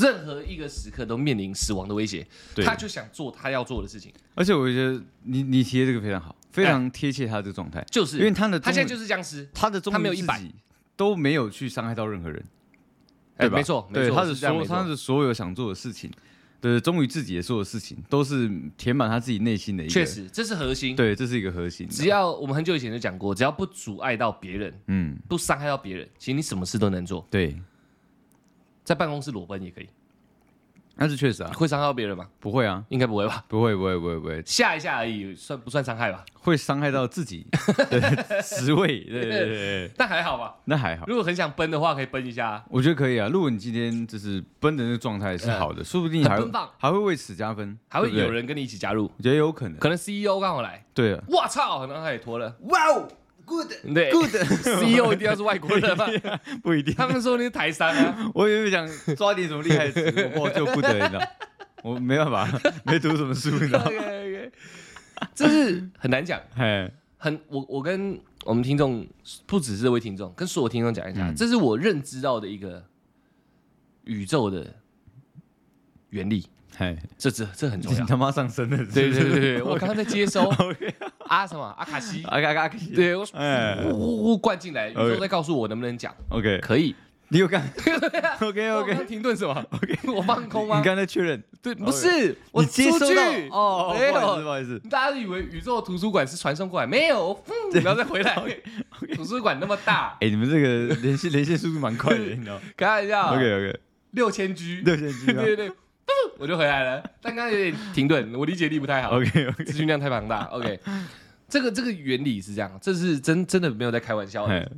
Speaker 1: 任何一个时刻都面临死亡的威胁，
Speaker 3: 对
Speaker 1: 他就想做他要做的事情，
Speaker 3: 而且我觉得你你提的这个非常好，非常贴切他这个状态，
Speaker 1: 哎就是
Speaker 3: 因为他的
Speaker 1: 他现在
Speaker 3: 忠于
Speaker 1: 就是僵尸，
Speaker 3: 他的忠
Speaker 1: 他没有
Speaker 3: 于自
Speaker 1: 100
Speaker 3: 己都没有去伤害到任何人。
Speaker 1: 哎
Speaker 3: 对吧
Speaker 1: 没错没
Speaker 3: 对
Speaker 1: 错
Speaker 3: 他的
Speaker 1: 是这样
Speaker 3: 所
Speaker 1: 没错
Speaker 3: 他的所有想做的事情，对，忠于自己的所有事情，都是填满他自己内心的一个。
Speaker 1: 确，实这是核心。
Speaker 3: 对，这是一个核心。啊
Speaker 1: 只，要我们很久以前就讲过，只要不阻碍到别人，
Speaker 3: 嗯，
Speaker 1: 不伤害到别人，其实你什么事都能做，
Speaker 3: 对，
Speaker 1: 在办公室裸奔也可以。
Speaker 3: 那是确实啊，
Speaker 1: 会伤害到别人吗？
Speaker 3: 不会啊，
Speaker 1: 应该不会吧，
Speaker 3: 不会，不会，不会，不会，
Speaker 1: 吓一下而已，算不算伤害吧？
Speaker 3: 会伤害到自己的 职位。对对对对，
Speaker 1: 但还好吧。
Speaker 3: 那还好。
Speaker 1: 如果很想奔的话，可以奔一下啊。
Speaker 3: 我觉得可以啊，如果你今天就是奔的那个状态是好的，说不定
Speaker 1: 呃很
Speaker 3: 还
Speaker 1: 奔放
Speaker 3: 还会为此加分，
Speaker 1: 还会
Speaker 3: 对不对
Speaker 1: 有，人跟你一起加入，
Speaker 3: 我觉得有可能，
Speaker 1: 可能 CEO 刚好来，
Speaker 3: 对啊，
Speaker 1: 我操，然后他也脱了。
Speaker 2: 哇哦，good，
Speaker 1: 对 ，CEO 一定要是外国人吧？
Speaker 3: 不一定。
Speaker 1: 他们说你是台商 啊，
Speaker 3: 我以为想抓点什么厉害的词，我就不得，你知道，我没办法， 没读什么书，你知 道。
Speaker 1: OK，OK 这是很难讲。
Speaker 3: 嘿，
Speaker 1: 很，我我跟我们听众，不只是这位听众，跟所有听众讲一
Speaker 3: 嗯
Speaker 1: 下，这是我认知到的一个宇宙的原理，
Speaker 3: 嘿，
Speaker 1: 这这这很重
Speaker 3: 你
Speaker 1: 要。
Speaker 3: 他妈上身了，
Speaker 1: 对对对 对，我刚刚在接收啊什么阿卡西，
Speaker 3: 啊啊啊！
Speaker 1: 对我
Speaker 3: 哎
Speaker 1: 呼呼灌进来，宇宙
Speaker 3: OK
Speaker 1: 在告诉我能不能讲，
Speaker 3: ，OK，
Speaker 1: 可 以。
Speaker 3: 你有看？OK
Speaker 1: 我 刚
Speaker 3: OK，
Speaker 1: 停顿什么？OK，我 放空吗
Speaker 3: 你？刚才确认，
Speaker 1: 对，不是，我
Speaker 3: 你接收
Speaker 1: 出去
Speaker 3: 到哦，
Speaker 1: 没
Speaker 3: 哦不好意思，不
Speaker 1: 有。
Speaker 3: 好意思，
Speaker 1: 大家以为宇宙图书馆是传送过来，没 有，嗯然后再回来。图书馆那么大，
Speaker 3: 哎，你们这个连线连线速度蛮快的，你 知道
Speaker 1: 开玩笑。
Speaker 3: ？OK OK，
Speaker 1: 六千 G，
Speaker 3: 六千 G 啊吗
Speaker 1: 对对对， 我就回来了。但刚刚有点停顿，我理解力不太好。
Speaker 3: OK OK，
Speaker 1: 资讯量太庞大。OK，这个这个原理是这样，这是真真的没有在开玩笑的。
Speaker 3: 嘿，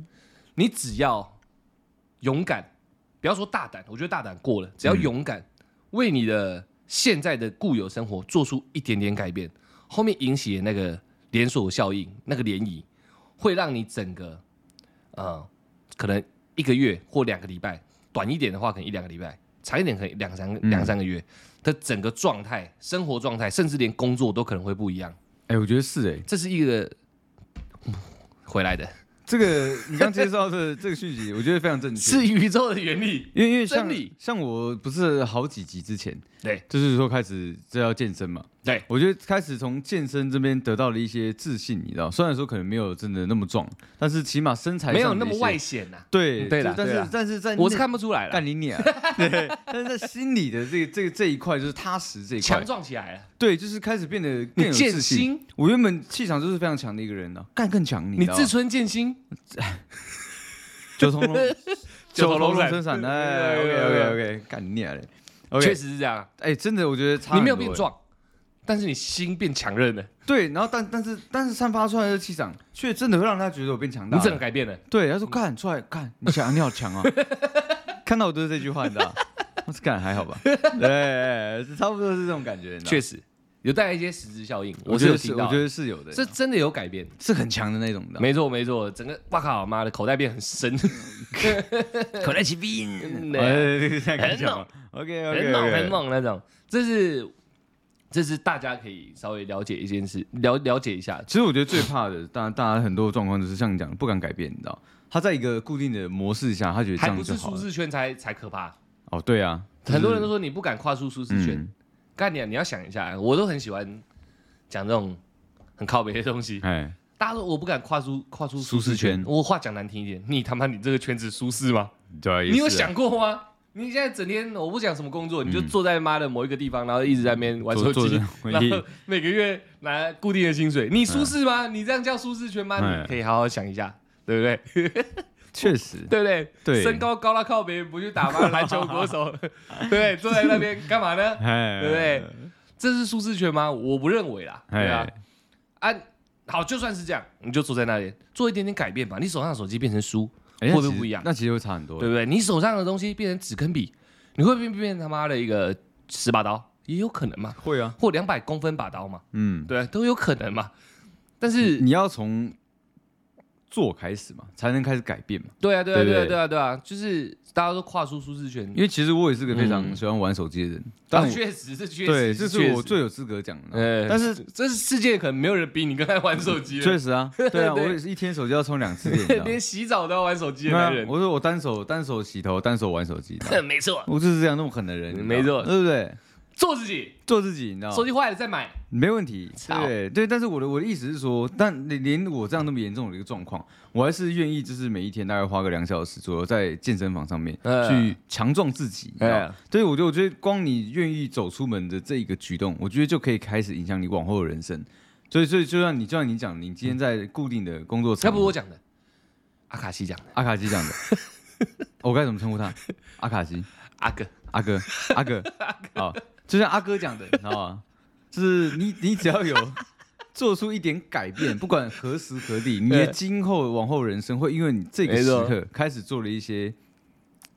Speaker 1: 你只要勇敢，不要说大胆，我觉得大胆过了，只要勇敢，为你的现在的固有生活做出一点点改变，后面引起的那个连锁效应，那个涟漪会让你整个呃，可能一个月或两个礼拜，短一点的话可能一两个礼拜，长一点可能两三两三个月呃的整个状态、生活状态，甚至连工作都可能会不一样。
Speaker 3: 哎、我觉得是哎、
Speaker 1: 这是一个 嗯回来的，
Speaker 3: 这个你刚介绍的这个 讯息，我觉得非常正确，
Speaker 1: 是宇宙的原理。
Speaker 3: 因为因为像
Speaker 1: 真理
Speaker 3: 像我不是好几集之前，
Speaker 1: 对
Speaker 3: 就是说开始这要健身嘛，
Speaker 1: 对，
Speaker 3: 我觉得开始从健身这边得到了一些自信，你知道，虽然说可能没有真的那么壮，但是起码身材上
Speaker 1: 没有
Speaker 3: 的
Speaker 1: 那
Speaker 3: 一
Speaker 1: 么
Speaker 3: 些
Speaker 1: 外显呐、
Speaker 3: 对
Speaker 1: 嗯对啦
Speaker 3: 但
Speaker 1: 对
Speaker 3: 是
Speaker 1: 啦
Speaker 3: 但是在
Speaker 1: 我是
Speaker 3: 内
Speaker 1: 看不出来了
Speaker 3: 干，你 脸，对，但是在心里的这个这个这一块就是踏实这一块
Speaker 1: 强，壮起来了，
Speaker 3: 对，就是开始变得更有
Speaker 1: 你
Speaker 3: 自
Speaker 1: 健
Speaker 3: 信。
Speaker 1: 心，
Speaker 3: 我原本气场就是非常强的一个人呢、干更强，你
Speaker 1: 你
Speaker 3: 知道
Speaker 1: 自
Speaker 3: 吗
Speaker 1: 尊健心，
Speaker 3: 九重龙 九
Speaker 1: 九重
Speaker 3: 重龙
Speaker 1: 龙
Speaker 3: 生闪，哎
Speaker 1: 对对
Speaker 3: ，OK
Speaker 1: 对
Speaker 3: OK
Speaker 1: 对
Speaker 3: OK，干你娘嘞
Speaker 1: 确
Speaker 3: ，OK，
Speaker 1: 实是这样啊。
Speaker 3: 哎，真的，我觉得差
Speaker 1: 你没有
Speaker 3: 很多
Speaker 1: 变
Speaker 3: 哎，
Speaker 1: 壮，但是你心变强韧了，
Speaker 3: 对，然后但但是但是散发出来的气场，却真的会让他觉得我变强大了，
Speaker 1: 你整个改变了。
Speaker 3: 对，他说干出来干，你强，你好强啊！ 看到我都是这句话，你知道？我是干还好吧？对，是差不多是这种感觉。你知道
Speaker 1: 确实有带来一些实质效应，
Speaker 3: 我
Speaker 1: 我
Speaker 3: 觉
Speaker 1: 是有
Speaker 3: 得
Speaker 1: 听
Speaker 3: 是，
Speaker 1: 到
Speaker 3: 我
Speaker 1: 的，
Speaker 3: 觉得是有的，
Speaker 1: 这真的有改变。
Speaker 3: 是很强的那种的。
Speaker 1: 没错没错，整个哇靠妈的口袋变很深，
Speaker 3: 口袋起冰
Speaker 1: 嗯哎
Speaker 3: 哎，这样感觉
Speaker 1: 很猛。
Speaker 3: OK OK，
Speaker 1: 很猛很。猛那种。这是这是大家可以稍微了解一件事，了了解一下。
Speaker 3: 其实我觉得最怕的，大大家很多状况就是像你讲的，不敢改变，你知道？他在一个固定的模式下，他觉得这
Speaker 1: 还
Speaker 3: 样
Speaker 1: 不
Speaker 3: 就是好
Speaker 1: 舒
Speaker 3: 了。
Speaker 1: 适圈才才可怕，
Speaker 3: 哦，对啊，
Speaker 1: 很多人都说你不敢跨出舒适圈。
Speaker 3: 嗯，
Speaker 1: 干你、啊，你要想一下，我都很喜欢讲这种很靠北的东西。
Speaker 3: 哎，
Speaker 1: 大家说我不敢跨出跨出
Speaker 3: 舒适圈
Speaker 1: 我话讲难听一点，你他妈你这个圈子舒适吗？
Speaker 3: 对啊，也
Speaker 1: 你有
Speaker 3: 是啊
Speaker 1: 想过吗？你现在整天我不讲什么工作，你就坐在妈的某一个地方，然后一直在那边玩手
Speaker 3: 坐嗯坐
Speaker 1: 机
Speaker 3: 着，
Speaker 1: 然后每个月拿固定的薪水，你舒适吗？你这样叫舒适圈吗？
Speaker 3: 嗯
Speaker 1: 你可以好好想一下，对不对？
Speaker 3: 确实，
Speaker 1: 对不对？
Speaker 3: 对
Speaker 1: 身高高到靠别人不去打吗？篮球国手， 对不对？坐在那边干嘛呢？
Speaker 3: 哎，
Speaker 1: 对不对？这是舒适圈吗？我不认为啦，对啊
Speaker 3: 哎，，
Speaker 1: 啊，好，就算是这样，你就坐在那里做一点点改变吧。你手上的手机变成书，
Speaker 3: 哎那
Speaker 1: 会不会
Speaker 3: 其实
Speaker 1: 不一样
Speaker 3: 那其实会差很多。
Speaker 1: 对不对？你手上的东西变成纸跟笔，你会变变他妈的一个十把刀，也有可能嘛，
Speaker 3: 会啊，
Speaker 1: 或两百公分把刀嘛，
Speaker 3: 嗯，
Speaker 1: 对，啊都有可能嘛。但是，
Speaker 3: 你要从做开始嘛，才能开始改变嘛。
Speaker 1: 对啊，对啊，
Speaker 3: 对
Speaker 1: 对啊，
Speaker 3: 对
Speaker 1: 对啊，对啊，就是大家都跨出舒适圈
Speaker 3: 因，为其实我也是个非常
Speaker 1: 嗯
Speaker 3: 喜欢玩手机的人，但
Speaker 1: 啊，
Speaker 3: 我
Speaker 1: 确实，这确实，
Speaker 3: 对，这是
Speaker 1: 确
Speaker 3: 我
Speaker 1: 实，
Speaker 3: 最有资格讲的。啊
Speaker 1: 呃，
Speaker 3: 但
Speaker 1: 但
Speaker 3: 是
Speaker 1: 是 这是世界可能没有人比你更爱玩手机了，
Speaker 3: 确实啊， 对啊，我
Speaker 1: 对
Speaker 3: 也是一天手机要充两次电， 你知道吗
Speaker 1: 连洗澡都要玩手机
Speaker 3: 对
Speaker 1: 的
Speaker 3: 啊
Speaker 1: 男人，
Speaker 3: 我说我单手单手洗头，单手玩手机，你知道吗
Speaker 1: 没错，
Speaker 3: 我就是这样那么狠的人，你知道吗
Speaker 1: 没错
Speaker 3: 对不对？
Speaker 1: 做自己，
Speaker 3: 做自己，你知道吗
Speaker 1: 手机坏了再买，
Speaker 3: 没问题，
Speaker 1: 操
Speaker 3: 对对，但是我的我的意思是说，但连连我这样那么严重的一个状况，我还是愿意就是每一天大概花个两小时左右在健身房上面、
Speaker 1: 嗯
Speaker 3: 去强壮自己。你知道吗
Speaker 1: 嗯
Speaker 3: 对，我觉得我觉得光你愿意走出门的这一个举动，我觉得就可以开始影响你往后的人生。所以所以就像你就像你讲，你今天在固定的工作
Speaker 1: 要
Speaker 3: 场合，
Speaker 1: 不我讲的，阿卡西讲的，
Speaker 3: 阿卡西讲 的，我该怎么称呼他？阿卡西。
Speaker 1: 阿哥，
Speaker 3: 阿哥，阿 哥，好，就像阿哥讲的，你知道吗？ 就是你，你只要有做出一点改变，不管何时何地，你的
Speaker 1: 对
Speaker 3: 今后往后人生会因为你这个
Speaker 1: 没
Speaker 3: 时
Speaker 1: 错
Speaker 3: 刻开始做了一些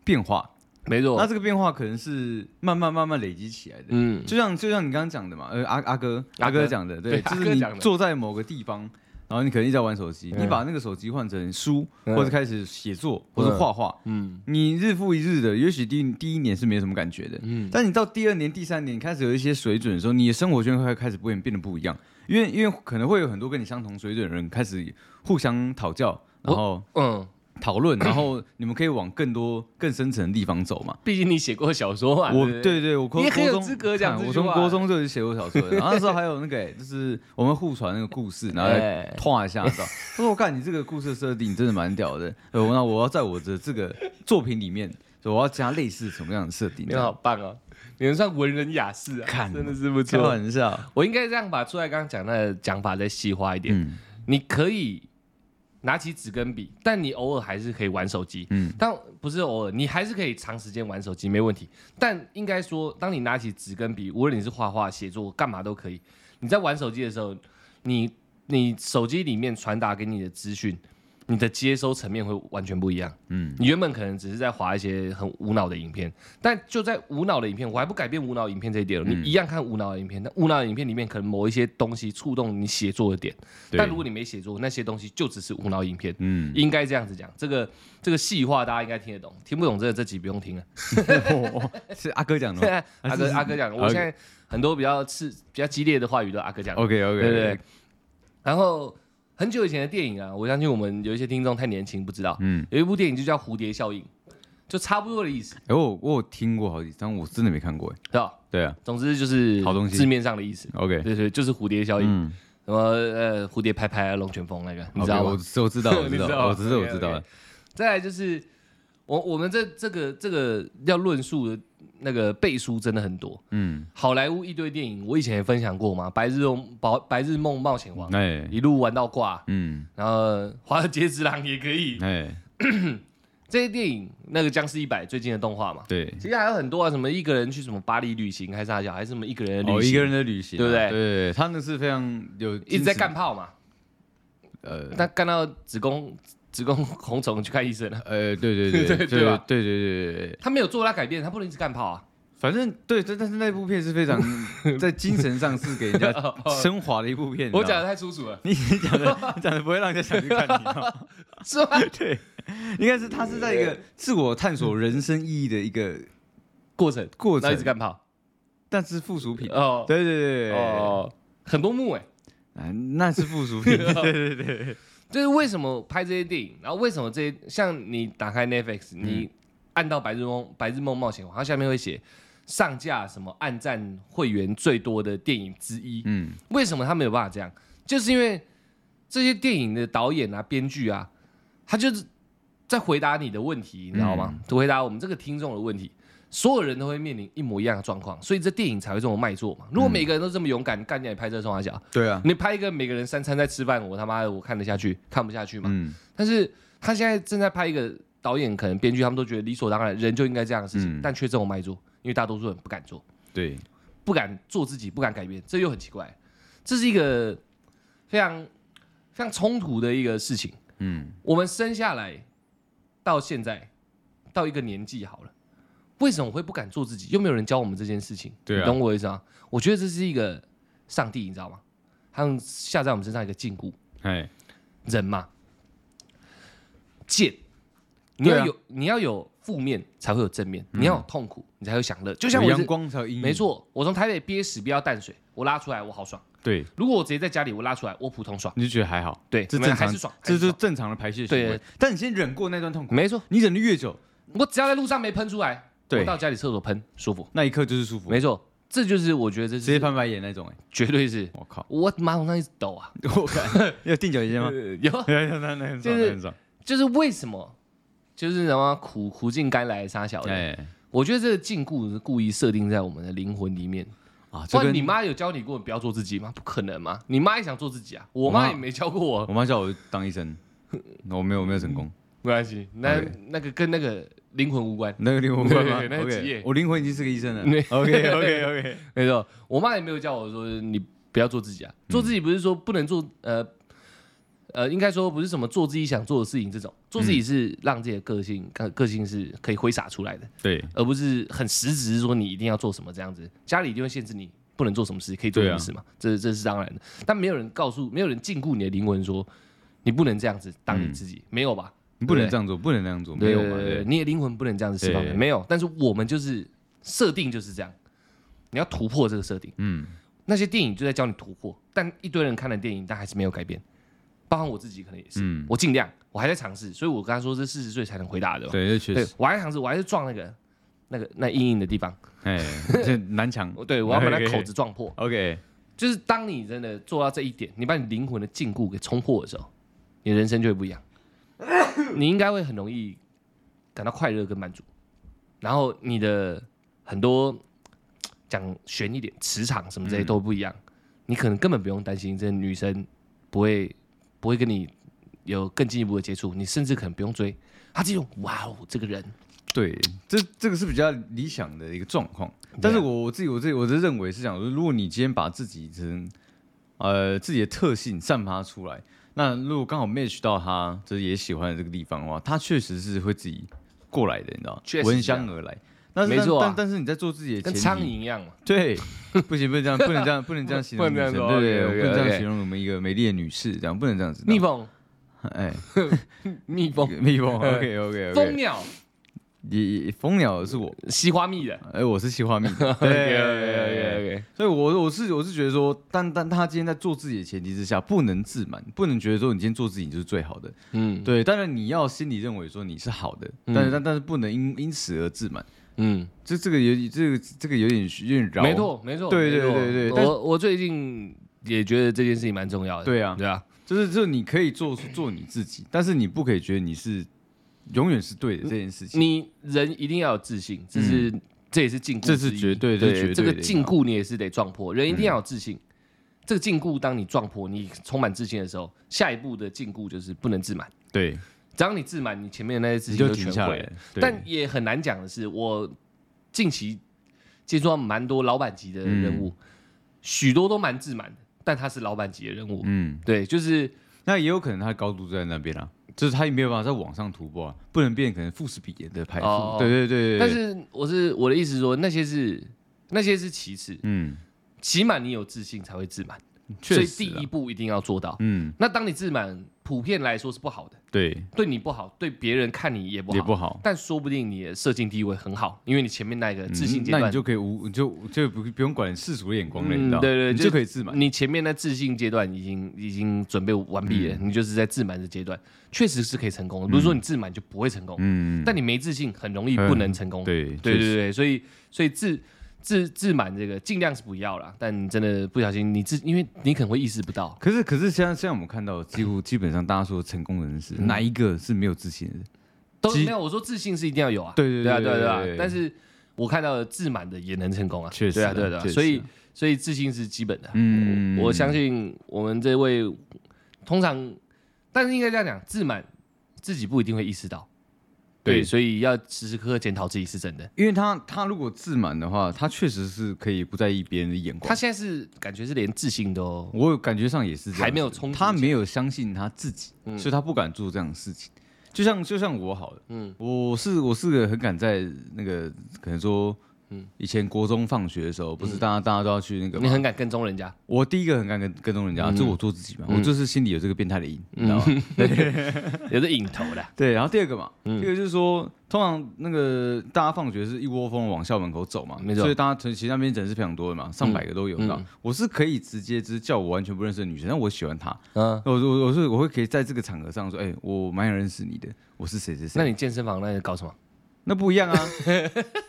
Speaker 3: 变化。
Speaker 1: 没
Speaker 3: 那
Speaker 1: 错，
Speaker 3: 这个变化可能是慢慢慢慢累积起来的。
Speaker 1: 嗯，
Speaker 3: 就像就像你刚刚讲的嘛，呃，阿阿哥
Speaker 1: 阿
Speaker 3: 阿
Speaker 1: 哥
Speaker 3: 哥讲的，对，
Speaker 1: 对
Speaker 3: 就
Speaker 1: 阿
Speaker 3: 是
Speaker 1: 哥
Speaker 3: 你
Speaker 1: 讲的
Speaker 3: 坐在某个地方，然后你可能一直在玩手机，
Speaker 1: 嗯
Speaker 3: 你把那个手机换成书，
Speaker 1: 嗯
Speaker 3: 或者开始写作，或者
Speaker 1: 嗯
Speaker 3: 画画，
Speaker 1: 嗯
Speaker 3: 你日复一日的，也许第第一年是没什么感觉的，
Speaker 1: 嗯
Speaker 3: 但你到第二年、第三年开始有一些水准的时候，你的生活圈会开始变变得不一样，因为因为可能会有很多跟你相同水准的人开始互相讨教，然后
Speaker 1: 嗯。
Speaker 3: 讨论，然后你们可以往更多更深层的地方走嘛。
Speaker 1: 毕竟你写过小说嘛，
Speaker 3: 我
Speaker 1: 啊对不对
Speaker 3: 对对，我国
Speaker 1: 你也很有
Speaker 3: 国中
Speaker 1: 资格讲
Speaker 3: 看
Speaker 1: 这
Speaker 3: 我
Speaker 1: 句
Speaker 3: 从
Speaker 1: 话啊
Speaker 3: 国中就有写过小说的，然后那时候还有那个、欸，就是我们互传那个故事，然后来
Speaker 1: 哎
Speaker 3: 画一下，知道？他说：“我看你这个故事设定真的蛮屌的，呃，那我要在我的这个作品里面，我要加类似什么样的设定？”
Speaker 1: 你们好棒哦，你们算文人雅士啊，
Speaker 3: 看
Speaker 1: 真的是不
Speaker 3: 开
Speaker 1: 错。
Speaker 3: 玩笑，
Speaker 1: 我应该这样把出来刚刚讲的讲法再细化一点。
Speaker 3: 嗯
Speaker 1: 你可以拿起纸跟笔，但你偶尔还是可以玩手机。
Speaker 3: 嗯
Speaker 1: 但不是偶尔，你还是可以长时间玩手机，没问题。但应该说，当你拿起纸跟笔，无论你是画画、写作、干嘛都可以，你在玩手机的时候，你你手机里面传达给你的资讯，你的接收层面会完全不一样。嗯
Speaker 3: 嗯，
Speaker 1: 你原本可能只是在划一些很无脑的影片，但就在无脑的影片，我还不改变无脑影片这一点哦，
Speaker 3: 嗯
Speaker 1: 你一样看无脑的影片。但无脑的影片里面可能某一些东西触动你写作的点，
Speaker 3: 对
Speaker 1: 但如果你没写作，那些东西就只是无脑影片。
Speaker 3: 嗯，
Speaker 1: 应该这样子讲，这个这个细话大家应该听得懂，听不懂这个这集不用听了。
Speaker 3: 嗯 是阿哥讲的吗。
Speaker 1: 对 阿哥阿哥讲，我现在很多比较刺比较激烈的话语都阿哥讲的。
Speaker 3: OK OK，
Speaker 1: 对对对。然后很久以前的电影啊，我相信我们有一些听众太年轻不知道，
Speaker 3: 嗯，
Speaker 1: 有一部电影就叫《蝴蝶效应》，就差不多的意思，
Speaker 3: 哎，我我有听过好几，但我真的没看过哎。
Speaker 1: 对吧？
Speaker 3: 对啊
Speaker 1: 总之就是
Speaker 3: 好东西
Speaker 1: 字面上的意思。
Speaker 3: ，OK，
Speaker 1: 对对，就是蝴蝶效应，
Speaker 3: 嗯，
Speaker 1: 什么呃蝴蝶拍拍啊，龙卷风那个，你
Speaker 3: OK，
Speaker 1: 知道
Speaker 3: 我
Speaker 1: 吗？
Speaker 3: 知我知道，我
Speaker 1: 你
Speaker 3: 知
Speaker 1: 知
Speaker 3: 道，
Speaker 1: 道
Speaker 3: 我知道，我
Speaker 1: OK，OK
Speaker 3: 知道了。
Speaker 1: 再来就是我我们这这个这个要论述的那个背书真的很多，
Speaker 3: 嗯，
Speaker 1: 好莱坞一堆电影，我以前也分享过嘛，《白日梦》《白白日梦冒险王》
Speaker 3: 哎，
Speaker 1: 一路玩到挂，
Speaker 3: 嗯，
Speaker 1: 然后《华尔街之狼》也可以，
Speaker 3: 哎，
Speaker 1: 这些电影那个《僵尸一百》最近的动画嘛，
Speaker 3: 对，
Speaker 1: 其实还有很多啊，什么一个人去什么巴黎旅行，还是啥小，还是什么一个人的旅行，
Speaker 3: 哦，一个人的旅行啊，
Speaker 1: 对不对
Speaker 3: 对，他那是非常有
Speaker 1: 一直在干，炮嘛，
Speaker 3: 呃
Speaker 1: 他干到子宫子宫红肿去看医生了。
Speaker 3: 呃，对对对对
Speaker 1: 对对
Speaker 3: 对
Speaker 1: 吧
Speaker 3: 对对对对，
Speaker 1: 他没有做他改变，他不能一直干炮啊。
Speaker 3: 反正对，但但是那部片是非常在精神上是给人家升华的一部片。
Speaker 1: 我讲
Speaker 3: 讲
Speaker 1: 的太粗俗了，
Speaker 3: 你你讲的你讲的不会让人家想去看你哦，
Speaker 1: 是吗？
Speaker 3: 对，应该是他是在一个自我探索人生意义的一个
Speaker 1: 过程，
Speaker 3: 过
Speaker 1: 然后一
Speaker 3: 程，
Speaker 1: 直干炮。
Speaker 3: 但是附属品。
Speaker 1: 哦，
Speaker 3: 对对对对，哦，
Speaker 1: 哦，很多幕哎，
Speaker 3: 啊那是附属品。对对对，
Speaker 1: 就是为什么拍这些电影，然后为什么这些像你打开 Netflix，你按到白日梦《白日梦冒险王》，它下面会写上架什么按赞会员最多的电影之一。
Speaker 3: 嗯，
Speaker 1: 为什么他没有办法这样？就是因为这些电影的导演啊、编剧啊，他就是在回答你的问题，你知道吗？
Speaker 3: 嗯
Speaker 1: 回答我们这个听众的问题，所有人都会面临一模一样的状况，所以这电影才会这么卖座嘛。如果每个人都这么勇敢，干掉你拍这双华小，
Speaker 3: 对啊，
Speaker 1: 你拍一个每个人三餐在吃饭，我他妈的我看得下去，看不下去嘛。
Speaker 3: 嗯
Speaker 1: 但是他现在正在拍一个导演，可能编剧他们都觉得理所当然，人就应该这样的事情，
Speaker 3: 嗯
Speaker 1: 但却这么卖座，因为大多数人不敢做。
Speaker 3: 对，
Speaker 1: 不敢做自己，不敢改变，这又很奇怪。这是一个非常非常冲突的一个事情。
Speaker 3: 嗯
Speaker 1: 我们生下来到现在到一个年纪好了，为什么会不敢做自己？又没有人教我们这件事情，
Speaker 3: 对啊
Speaker 1: 你懂我意思吗？我觉得这是一个上帝，你知道吗？他们下在我们身上一个禁锢，
Speaker 3: 哎，
Speaker 1: 人嘛，贱。你
Speaker 3: 对
Speaker 1: 要
Speaker 3: 啊
Speaker 1: 有、你要有负面，才会有正面；你要有痛苦，你才会享乐。就
Speaker 3: 就
Speaker 1: 像我
Speaker 3: 阳
Speaker 1: 是
Speaker 3: 光才有阴影，
Speaker 1: 没，错，我从台北憋屎憋到淡水，我拉出来我好爽。
Speaker 3: 对，
Speaker 1: 如果我直接在家里我拉出来，我普通爽。
Speaker 3: 你就觉得还好，
Speaker 1: 对，
Speaker 3: 这
Speaker 1: 没有
Speaker 3: 正
Speaker 1: 还
Speaker 3: 常，
Speaker 1: 是爽，
Speaker 3: 这
Speaker 1: 还是
Speaker 3: 是
Speaker 1: 爽
Speaker 3: 正常的排泄行为
Speaker 1: 对。
Speaker 3: 但你先忍过那段痛苦，
Speaker 1: 没错。
Speaker 3: 你忍的越久，
Speaker 1: 我只要在路上没喷出来，我
Speaker 3: 对，
Speaker 1: 到家里厕所喷舒服。
Speaker 3: 那一刻就是舒服，
Speaker 1: 没错，这就是我觉得这
Speaker 3: 直接
Speaker 1: 是
Speaker 3: 翻白眼那种。哎，
Speaker 1: 绝对是
Speaker 3: 我 靠，
Speaker 1: 我马桶上一直抖啊，
Speaker 3: 我看要定脚一下吗？
Speaker 1: 有
Speaker 3: 那那那很
Speaker 1: 就
Speaker 3: 爽，
Speaker 1: 是
Speaker 3: 那很爽。
Speaker 1: 就是为什么？就是什么苦苦尽甘来杀小人，
Speaker 3: 哎
Speaker 1: 我觉得这个禁锢是故意设定在我们的灵魂里面。
Speaker 3: 啊，
Speaker 1: 不
Speaker 3: 这
Speaker 1: 然
Speaker 3: 跟
Speaker 1: 你妈有教你过不要做自己吗？不可能嘛！你妈也想做自己啊，我
Speaker 3: 我妈
Speaker 1: 妈也没教过我。啊
Speaker 3: 我妈叫我当医 生，我没有我没有成功，
Speaker 1: 没关系，那
Speaker 3: OK
Speaker 1: 那个跟那个灵魂无关。
Speaker 3: 那个灵魂关吗
Speaker 1: 对对那是职业
Speaker 3: ？OK，我灵魂已经是个医生了。
Speaker 1: 对
Speaker 3: OK OK OK，
Speaker 1: 没错，我妈也没有叫我说你不要做自己啊，做自己不是说不能做，呃呃，应该说不是什么做自己想做的事情这种，做自己是让自己的个性个个性是可以挥洒出来的，
Speaker 3: 对
Speaker 1: 而不是很实质说你一定要做什么这样子，家里一定会限制你不能做什么事，可以做什么事嘛，这这是当然的，但没有人告诉，没有人禁锢你的灵魂说你不能这样子当你自己，没有吧？
Speaker 3: 你不
Speaker 1: 对
Speaker 3: 能这样做，不能那样做，没
Speaker 1: 对
Speaker 3: 有嘛？
Speaker 1: 对
Speaker 3: 对，
Speaker 1: 你的灵魂不能这样子释放的，
Speaker 3: 对
Speaker 1: 没有。但是我们就是设定就是这样，你要突破这个设定。
Speaker 3: 嗯，
Speaker 1: 那些电影就在教你突破，但一堆人看了电影，但还是没有改变，包含我自己可能也是，
Speaker 3: 嗯
Speaker 1: 我尽量，我还在尝试，所以我跟他说这四十岁才能回答的嘛，
Speaker 3: 对，这确
Speaker 1: 对
Speaker 3: 实，，
Speaker 1: 我还在尝试，我还是撞那个那个那硬硬的地方，
Speaker 3: 哎， 这难强。
Speaker 1: 我对 我要把那
Speaker 3: OK
Speaker 1: 口子撞破，
Speaker 3: OK，
Speaker 1: 就是当你真的做到这一点，你把你灵魂的禁锢给冲破的时候，你的人生就会不一样。你应该会很容易感到快乐跟满足，然后你的很多讲悬一点，磁场什么这些都不一样。你可能根本不用担心这女生不会不会跟你有更进一步的接触，你甚至可能不用追。她这种哇哦，这个人
Speaker 3: 对，这这个是比较理想
Speaker 1: 啊
Speaker 3: 的一个状况。但是我我自己我自己我是认为是想说，如果你今天把自己成呃自己的特性散发出来。那如果刚好 match 到他，就是也喜欢的这个地方的话，他确实是会自己过来的，你知道吗
Speaker 1: 确实？
Speaker 3: 闻香而来。但是
Speaker 1: 没错啊
Speaker 3: 但但但是你在做自己的
Speaker 1: 跟
Speaker 3: 前
Speaker 1: 苍蝇
Speaker 3: 提，
Speaker 1: 一样嘛。
Speaker 3: 对，不行，不能这样，不能这样，不能这样形容
Speaker 1: 不
Speaker 3: 女
Speaker 1: 能
Speaker 3: 生，
Speaker 1: 这
Speaker 3: 对
Speaker 1: 样
Speaker 3: 对
Speaker 1: 说
Speaker 3: 对，
Speaker 1: OK，OK，
Speaker 3: 不能这
Speaker 1: OK
Speaker 3: 样形容我们一个美丽的女士，这样不能这样子。
Speaker 1: 蜜蜂，
Speaker 3: 哎，
Speaker 1: 蜜蜂，
Speaker 3: 蜜蜂，OK OK
Speaker 1: 蜂
Speaker 3: OK，
Speaker 1: 鸟，
Speaker 3: 也也蜂鸟是我，
Speaker 1: 西花蜜的。
Speaker 3: 哎，我是喜欢蜜 蜂，对
Speaker 1: OK，OK，OK，OK
Speaker 3: 所以我我是我是觉得说，但但他今天在做自己的前提之下，不能自满，不能觉得说你今天做自己就是最好的。
Speaker 1: 嗯
Speaker 3: 对，当然你要心里认为说你是好的，
Speaker 1: 嗯
Speaker 3: 但是但但是不能因因此而自满。
Speaker 1: 嗯，
Speaker 3: 这这个有这个这个有点有点绕，
Speaker 1: 没，错没错，
Speaker 3: 对
Speaker 1: 没
Speaker 3: 对
Speaker 1: 错
Speaker 3: 对对但是
Speaker 1: 我我最近也觉得这件事情蛮重要的。
Speaker 3: 对啊
Speaker 1: 对啊，
Speaker 3: 就是就是你可以做做你自己，但是你不可以觉得你是永远是对的这件事情。
Speaker 1: 你人一定要有自信，这是这也是禁锢之
Speaker 3: 嗯这
Speaker 1: 一，
Speaker 3: 是绝对
Speaker 1: 对
Speaker 3: 这是绝对的嗯
Speaker 1: 这个禁锢你也是得撞破，人一定要有自信。这个禁锢，当你撞破，你充满自信的时候，下一步的禁锢就是不能自满。
Speaker 3: 对，
Speaker 1: 只要你自满，你前面的那些自
Speaker 3: 你
Speaker 1: 信
Speaker 3: 就
Speaker 1: 就
Speaker 3: 停
Speaker 1: 全
Speaker 3: 下
Speaker 1: 毁
Speaker 3: 来
Speaker 1: 了。
Speaker 3: 了。
Speaker 1: 但也很难讲的是，我近期接触到蛮多老板级的人物，
Speaker 3: 嗯
Speaker 1: 许多都蛮自满的，但他是老板级的人物。
Speaker 3: 嗯，
Speaker 1: 对，就是
Speaker 3: 那也有可能他的高度就在那边啦、就是他也没有办法在往上突破、啊，不能变可能富士比耶的排富。
Speaker 1: 哦
Speaker 3: 对对对对对
Speaker 1: 但是我是我的意思是说，那些是那些是其次，
Speaker 3: 嗯，
Speaker 1: 起码你有自信才会自满，所
Speaker 3: 确
Speaker 1: 以
Speaker 3: 实
Speaker 1: 第
Speaker 3: 啊，
Speaker 1: 一步一定要做到。
Speaker 3: 嗯，
Speaker 1: 那当你自满，普遍来说是不好的，
Speaker 3: 对，
Speaker 1: 对你不好，对别人看你也不好。
Speaker 3: 也不好。
Speaker 1: 但说不定你的设计地位很好，因为你前面那个自信阶
Speaker 3: 嗯那
Speaker 1: 段
Speaker 3: 你，就可以无你就就不不用管世俗的眼光了，
Speaker 1: 嗯
Speaker 3: 你知道？
Speaker 1: 对对
Speaker 3: 你
Speaker 1: 就
Speaker 3: 就可以自满。
Speaker 1: 你前面那自信阶段已经已经准备完
Speaker 3: 嗯
Speaker 1: 毕了，你就是在自满的阶段，确实是可以成功的。不是说你自满就不会成功，
Speaker 3: 嗯，
Speaker 1: 但你没自信很容易不能成功。
Speaker 3: 对
Speaker 1: 嗯对
Speaker 3: 确
Speaker 1: 对
Speaker 3: 实
Speaker 1: 对，所以所以自自自满这个尽量是不要啦，但真的不小心你自，因为你可能会意识不到。
Speaker 3: 可是可是像像我们看到，几乎基本上大家说成功的人士，
Speaker 1: 嗯
Speaker 3: 哪一个是没有自信的人？
Speaker 1: 都
Speaker 3: 其
Speaker 1: 没有，我说自信是一定要有啊，
Speaker 3: 对对
Speaker 1: 对啊
Speaker 3: 对
Speaker 1: 对啊
Speaker 3: 对
Speaker 1: 对啊
Speaker 3: 对对，
Speaker 1: 但是我看到的自满的也能成功啊，
Speaker 3: 确实
Speaker 1: 对啊
Speaker 3: 啊
Speaker 1: 对啊对啊
Speaker 3: 确实啊
Speaker 1: 所以所以自信是基本的，啊
Speaker 3: 嗯
Speaker 1: 我我相信我们这位通常，但是应该这样讲，自满自己不一定会意识到，
Speaker 3: 对
Speaker 1: 对，所以要时时刻刻检讨自己是真的。
Speaker 3: 因为他他如果自满的话，他确实是可以不在意别人的眼光
Speaker 1: 他。现在是感觉是连自信都
Speaker 3: 我感觉上也是这样子
Speaker 1: 还没有冲突
Speaker 3: 他没有相信他自己，
Speaker 1: 嗯
Speaker 3: 所以他不敢做这样的事情。就像就像我好了，嗯，我是我是个很敢在那个可能说，嗯，以前国中放学的时候，不是大家、大家都要去那个
Speaker 1: 嗯你
Speaker 3: 吗？
Speaker 1: 很嗯敢跟踪人家，
Speaker 3: 我第一个很敢跟跟踪人家，就我做自己嘛，我就是心里有这个变态的瘾，你知道吗？
Speaker 1: 嗯有是引头的，
Speaker 3: 对，然后第二个嘛，
Speaker 1: 嗯
Speaker 3: 第二个就是说，通常那个大家放学是一窝蜂往校门口走嘛，
Speaker 1: 没错嗯
Speaker 3: 所以大家其实那边人是非常多的嘛，上百个都有，你知道我是可以直接就是叫我完全不认识的女生，但我喜欢她，
Speaker 1: 嗯，
Speaker 3: 我我我是我会可以在这个场合上说，哎、我蛮想认识你的，我是谁谁谁。
Speaker 1: 那你健身房那搞什么？
Speaker 3: 那不一样 啊，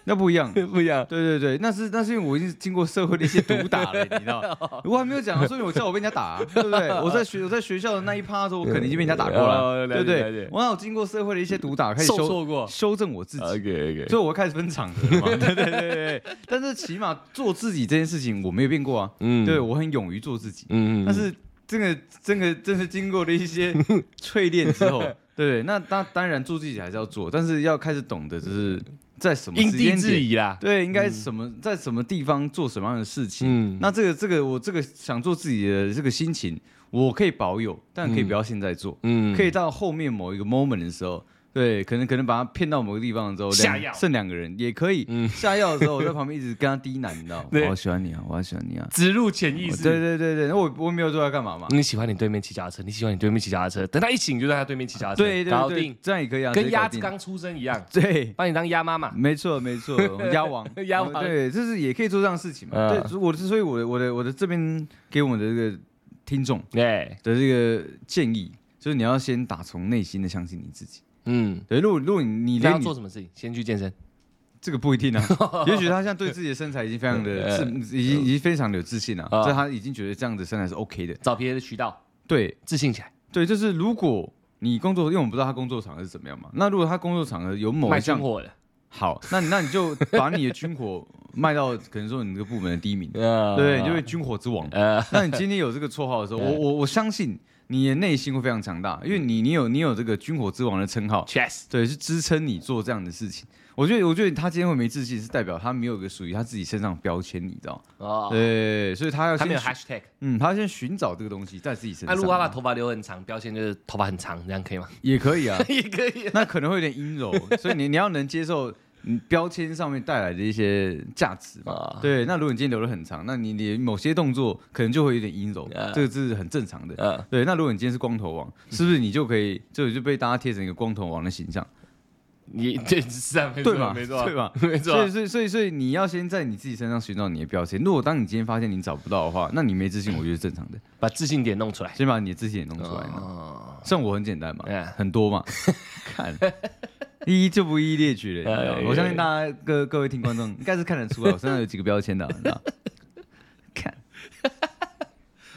Speaker 3: 那 不一样。
Speaker 1: 不一 样，
Speaker 3: 对对对，那是那是因为我已经经过社会的一些毒打了，你知道？ 我还没有讲啊，说明我叫我被人家打啊、对不对？我在学我在学校的那一趴的时候，我肯定已经被人家打过了，
Speaker 1: 哦了
Speaker 3: 对
Speaker 1: 解
Speaker 3: 不
Speaker 1: 了
Speaker 3: 对
Speaker 1: 解？
Speaker 3: 我哪有经过社会的一些毒打，开始
Speaker 1: 受
Speaker 3: 修
Speaker 1: 挫过
Speaker 3: 修正我自己，
Speaker 1: OK OK，
Speaker 3: 所以我会开始分场合嘛。 对对对对，但是起码做自己这件事情我没有变过啊，
Speaker 1: 嗯
Speaker 3: 对我很勇于做自己，
Speaker 1: 嗯
Speaker 3: 但是这个这个真是经过了一些 淬炼之后， 对，那当当然做自己还是要做，但是要开始懂得就是在什么
Speaker 1: 因
Speaker 3: 时
Speaker 1: 地
Speaker 3: 间
Speaker 1: 制
Speaker 3: 点，
Speaker 1: 宜啦，
Speaker 3: 对，应该什么、在什么地方做什么样的事情。
Speaker 1: 嗯，
Speaker 3: 那这个这个我这个想做自己的这个心情，我可以保有，但可以不要现在做，
Speaker 1: 嗯
Speaker 3: 可以到后面某一个 moment 的时候。对，可能可能把他骗到某个地方之后，
Speaker 1: 下
Speaker 3: 两
Speaker 1: 药
Speaker 3: 剩两个人也可以。下药的时候，我在旁边一直跟他低喃，你知道吗，我
Speaker 1: 嗯 对
Speaker 3: 好喜欢你啊，我好喜欢你啊。
Speaker 1: 植入潜意
Speaker 3: 我
Speaker 1: 识。
Speaker 3: 对对对对，那我我没有做他干嘛嘛？
Speaker 1: 哦你喜欢你对面骑脚踏车，你喜欢你对面骑脚踏车，等他一醒就在他对面骑脚踏车，
Speaker 3: 啊对对
Speaker 1: 搞
Speaker 3: 对
Speaker 1: 定，，
Speaker 3: 这样也可以啊，直
Speaker 1: 跟
Speaker 3: 接搞
Speaker 1: 鸭子
Speaker 3: 定
Speaker 1: 刚出生一样，
Speaker 3: 对。
Speaker 1: 把你当鸭妈妈。
Speaker 3: 没错，没错， 鸭王，
Speaker 1: 鸭王
Speaker 3: 对，就是也可以做这样的事情嘛。
Speaker 1: 嗯
Speaker 3: 对，我所以我的我的我的这边给我们的这个听众
Speaker 1: 对，
Speaker 3: 的这个建议，就是你要先打从内心的相信你自己。
Speaker 1: 嗯，
Speaker 3: 对，如果如果你
Speaker 1: 你那要
Speaker 3: 连你
Speaker 1: 做什么事情？先去健身。
Speaker 3: 这个不一定 啊，也许他现在对自己的身材已经非常的自，已经已经非常的有自信了，
Speaker 1: 啊
Speaker 3: 所以他已经觉得这样的身材是 OK 的。
Speaker 1: 找别的渠道，
Speaker 3: 对，
Speaker 1: 自信起来，
Speaker 3: 对，就是如果你工作，因为我们不知道他工作场合是怎么样嘛，那如果他工作场合有某
Speaker 1: 卖
Speaker 3: 一项
Speaker 1: 军火的。
Speaker 3: 好，那你那你就把你的军火卖到可能说你这个部门的第一 名，
Speaker 1: 呃
Speaker 3: 对，你就会军火之王。
Speaker 1: 呃，
Speaker 3: 那你今天有这个绰号的时候，我
Speaker 1: 对
Speaker 3: 我我相信你的内心会非常强大，因为你你有你有这个军火之王的称号，
Speaker 1: 确实，
Speaker 3: 对，是支撑你做这样的事情。我觉得，我觉得他今天会没自信，是代表他没有一个属于他自己身上的标签，你知道？
Speaker 1: 哦，
Speaker 3: 对，所以他要
Speaker 1: 他
Speaker 3: 先
Speaker 1: 没有
Speaker 3: 寻
Speaker 1: hashtag。
Speaker 3: 嗯，他要先寻找这个东西在自己身
Speaker 1: 那啊如果他把
Speaker 3: 上，
Speaker 1: 头发留很长，标签就是头发很长，这 样可以吗？
Speaker 3: 也可以啊。
Speaker 1: 也可以 啊。
Speaker 3: 那可能会有点阴柔，所以你你要能接受你标签上面带来的一些价值吧。
Speaker 1: 啊
Speaker 3: 对，那如果你今天留得很长，那你你某些动作可能就会有点阴柔，
Speaker 1: 啊嗯
Speaker 3: 这个是很正常的。
Speaker 1: 呃，
Speaker 3: 对，那如果你今天是光头王，是不是你就可以就就被大家贴成一个光头王的形象，
Speaker 1: 你 这是啊，没错
Speaker 3: 对吧？
Speaker 1: 没错，
Speaker 3: 对吧？
Speaker 1: 没错
Speaker 3: 所以，所以，所以，所以你要先在你自己身上寻找你的标签。如果当你今天发现你找不到的话，那你没 自信，我觉得是正常的。
Speaker 1: 把自信点弄出来。
Speaker 3: 先把你的自信也弄出来嘛。
Speaker 1: 哦，
Speaker 3: 像我很简单嘛
Speaker 1: 嗯，
Speaker 3: 很多 嘛，看一一就不一一列举了，你知道吗
Speaker 1: 哎
Speaker 3: 我相信大家各各位听观众应该是看得出 来，我身上有几个标签的，你知道？看，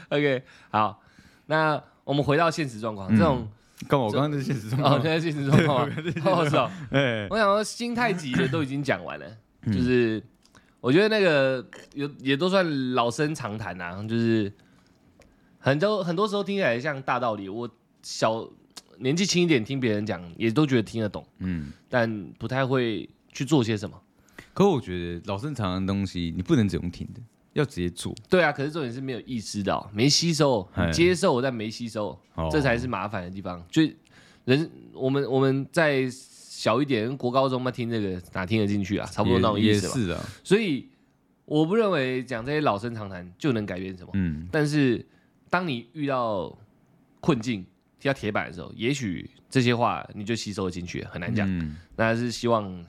Speaker 1: OK，好，那我们回到现实状况，这种
Speaker 3: 干嘛？我刚刚在现实中，
Speaker 1: 哦，现在现实状 况啊，哦是哦，
Speaker 3: 哎，
Speaker 1: 我想说心太急的都已经讲完了，
Speaker 3: 嗯
Speaker 1: 就是我觉得那个有也都算老生常谈啊，就是很多很多时候听起来像大道理，我小年纪轻一点听别人讲也都觉得听得懂，
Speaker 3: 嗯。
Speaker 1: 但不太会去做些什么。
Speaker 3: 可我觉得老生常谈的东西，你不能只用听的，要直接做。
Speaker 1: 对啊，可是重点是没有意识到，没吸收
Speaker 3: 哎，
Speaker 1: 接受但没吸收，
Speaker 3: 哦
Speaker 1: 这才是麻烦的地方。就人我们我们在小一点国高中嘛听这个哪听得进去啊？差不多那种
Speaker 3: 也
Speaker 1: 意思吧。
Speaker 3: 也是啊的，
Speaker 1: 所以我不认为讲这些老生常谈就能改变什么。
Speaker 3: 嗯，
Speaker 1: 但是当你遇到困境、踢到铁板的时候，也许这些话你就吸收了进去，很难讲。
Speaker 3: 嗯
Speaker 1: 那是希望，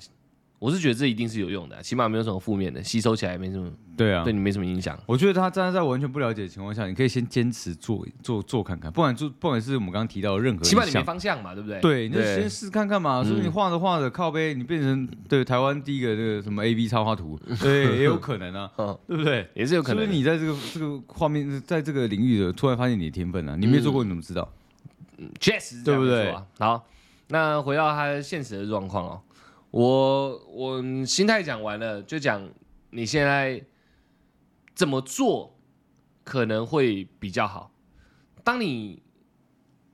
Speaker 1: 我是觉得这一定是有用的，起码没有什么负面的，吸收起来没什么，
Speaker 3: 对啊
Speaker 1: 对，你没什么影响。
Speaker 3: 我觉得他站在完全不了解的情况下，你可以先坚持做做做看看，不管就不管是我们刚刚提到的任何一
Speaker 1: 起码你没
Speaker 3: 项
Speaker 1: 方向嘛，对哎不对？
Speaker 3: 对，你就先试看看嘛，
Speaker 1: 嗯
Speaker 3: 说不定画着画着靠背，你变成对台湾第一个这个什么 A B 插画 图，对，也有可能啊，
Speaker 1: 嗯，
Speaker 3: 对不对？
Speaker 1: 也是有
Speaker 3: 可
Speaker 1: 可
Speaker 3: 能
Speaker 1: 能的。
Speaker 3: 你在这个这个画面，在这个领域的突然发现你的天分啊，你没
Speaker 1: 嗯
Speaker 3: 做过你怎么知道？
Speaker 1: 确实是这样
Speaker 3: 对不
Speaker 1: 没
Speaker 3: 对
Speaker 1: 错啊？好，那回到他现实的状况哦，我我心态讲完了，就讲你现在怎么做可能会比较好。当你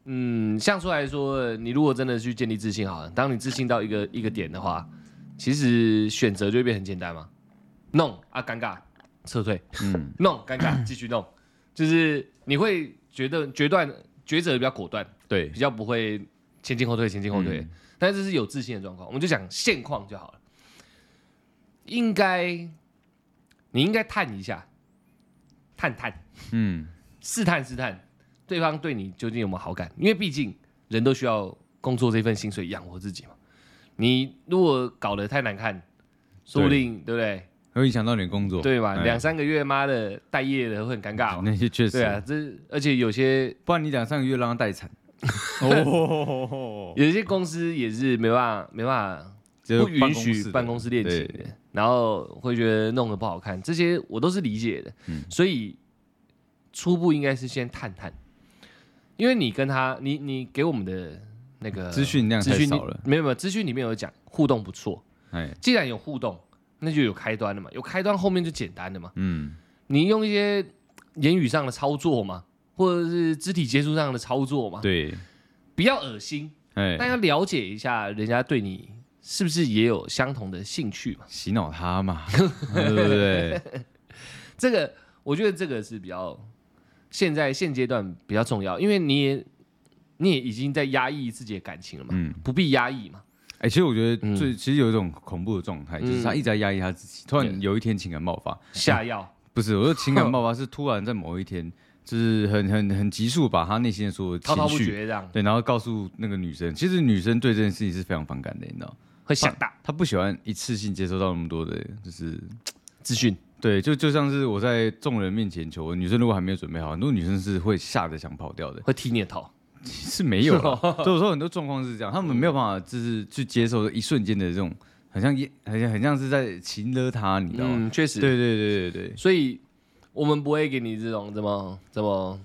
Speaker 1: 嗯，像出来说，你如果真的去建立自信，好了，当你自信到一个一个点的话，其实选择就会变很简单嘛。弄啊，尴尬，撤退。
Speaker 3: 嗯，
Speaker 1: 弄，尴尬，继续弄，就是你会觉得决断抉择比较果断，
Speaker 3: 对
Speaker 1: 比，较不会前进后退，前进后退。
Speaker 3: 嗯
Speaker 1: 但这是有自信的状况，我们就讲现况就好了。应该，你应该探一下，探探，
Speaker 3: 嗯，
Speaker 1: 试探试探，对方对你究竟有没有好感？因为毕竟人都需要工作这份薪水养活自己嘛。你如果搞得太难看，说不定对不对？
Speaker 3: 会影响到你的工作，
Speaker 1: 对嘛？
Speaker 3: 哎哦
Speaker 1: 两三个月妈的待业的会很尴尬嘛。
Speaker 3: 那些确
Speaker 1: 对啊
Speaker 3: 实，，
Speaker 1: 这而且有些
Speaker 3: 不然你两三个月让他待 产，哦，
Speaker 1: 有一些公司也是没办法没办法
Speaker 3: 就
Speaker 1: 不
Speaker 3: 是办
Speaker 1: 允
Speaker 3: 公室
Speaker 1: 许
Speaker 3: 的
Speaker 1: 办公室恋情
Speaker 3: 对
Speaker 1: 的，然后会觉得弄得不好看，这些我都是理解的。
Speaker 3: 嗯
Speaker 1: 所以初步应该是先探探，因为你跟他，你你给我们的那个
Speaker 3: 资讯量
Speaker 1: 资
Speaker 3: 太
Speaker 1: 讯
Speaker 3: 少了，
Speaker 1: 没有没有资讯里面有讲互动不错，
Speaker 3: 哎，
Speaker 1: 既然有互动，那就有开端了嘛，有开端后面就简单了嘛。
Speaker 3: 嗯，
Speaker 1: 你用一些言语上的操作嘛，或者是肢体接触上的操作嘛，
Speaker 3: 对，
Speaker 1: 比较恶心。但
Speaker 3: 哎，
Speaker 1: 要了解一下人家对你是不是也有相同的兴趣嘛？
Speaker 3: 洗脑他 嘛，对不对？
Speaker 1: 这个我觉得这个是比较现在现阶段比较重要，因为你也你也已经在压抑自己的感情了嘛，
Speaker 3: 嗯
Speaker 1: 不必压抑嘛。
Speaker 3: 哎、其实我觉
Speaker 1: 嗯
Speaker 3: 得最、其实有一种恐怖的状态，就是他一直在压抑他自己，突
Speaker 1: 对
Speaker 3: 然有一天情感爆发，
Speaker 1: 下药，
Speaker 3: 不是我说情感爆发是突然在某一天，就是很很很急速把他内心的所有
Speaker 1: 滔
Speaker 3: 情
Speaker 1: 滔不
Speaker 3: 绪，
Speaker 1: 绝这样
Speaker 3: 对，然后告诉那个女生，其实女生对这件事情是非常反感的，你知道，
Speaker 1: 会想大
Speaker 3: 她不喜欢一次性接收到那么多的，就是
Speaker 1: 资讯，
Speaker 3: 对，就就像是我在众人面前求婚，女生如果还没有准备好，很多女生是会吓得想跑掉的，
Speaker 1: 会踢你的头。
Speaker 3: 是没有 啦，所以我说很多状况是这样，他们没有办法就是去接受一瞬间的这种，很像也很像很像是在情勒他，你知道吗？
Speaker 1: 嗯，确实，
Speaker 3: 对对对对对，
Speaker 1: 所以我们不会给你这种怎么怎么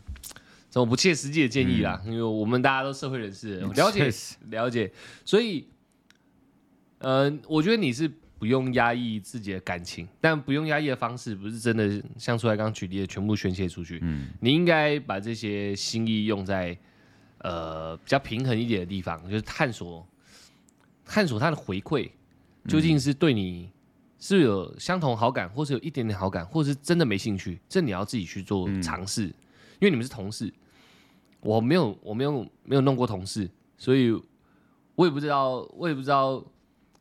Speaker 1: 怎么不切实际的建议啦，因为我们大家都社会人士，了解
Speaker 3: 嗯确实
Speaker 1: 了解，所以，呃，我觉得你是不用压抑自己的感情，但不用压抑的方式不是真的像出来刚刚举例的全部宣泄出去。嗯，你应该把这些心意用在呃比较平衡一点的地方，就是探索探索它的回馈究竟是对你是不是有相同好感，或是有一点点好感，或是真的没兴趣，这你要自己去做尝试，因为你们是同事。我没有，我没有没有弄过同事，所以我也不知道，我也不知道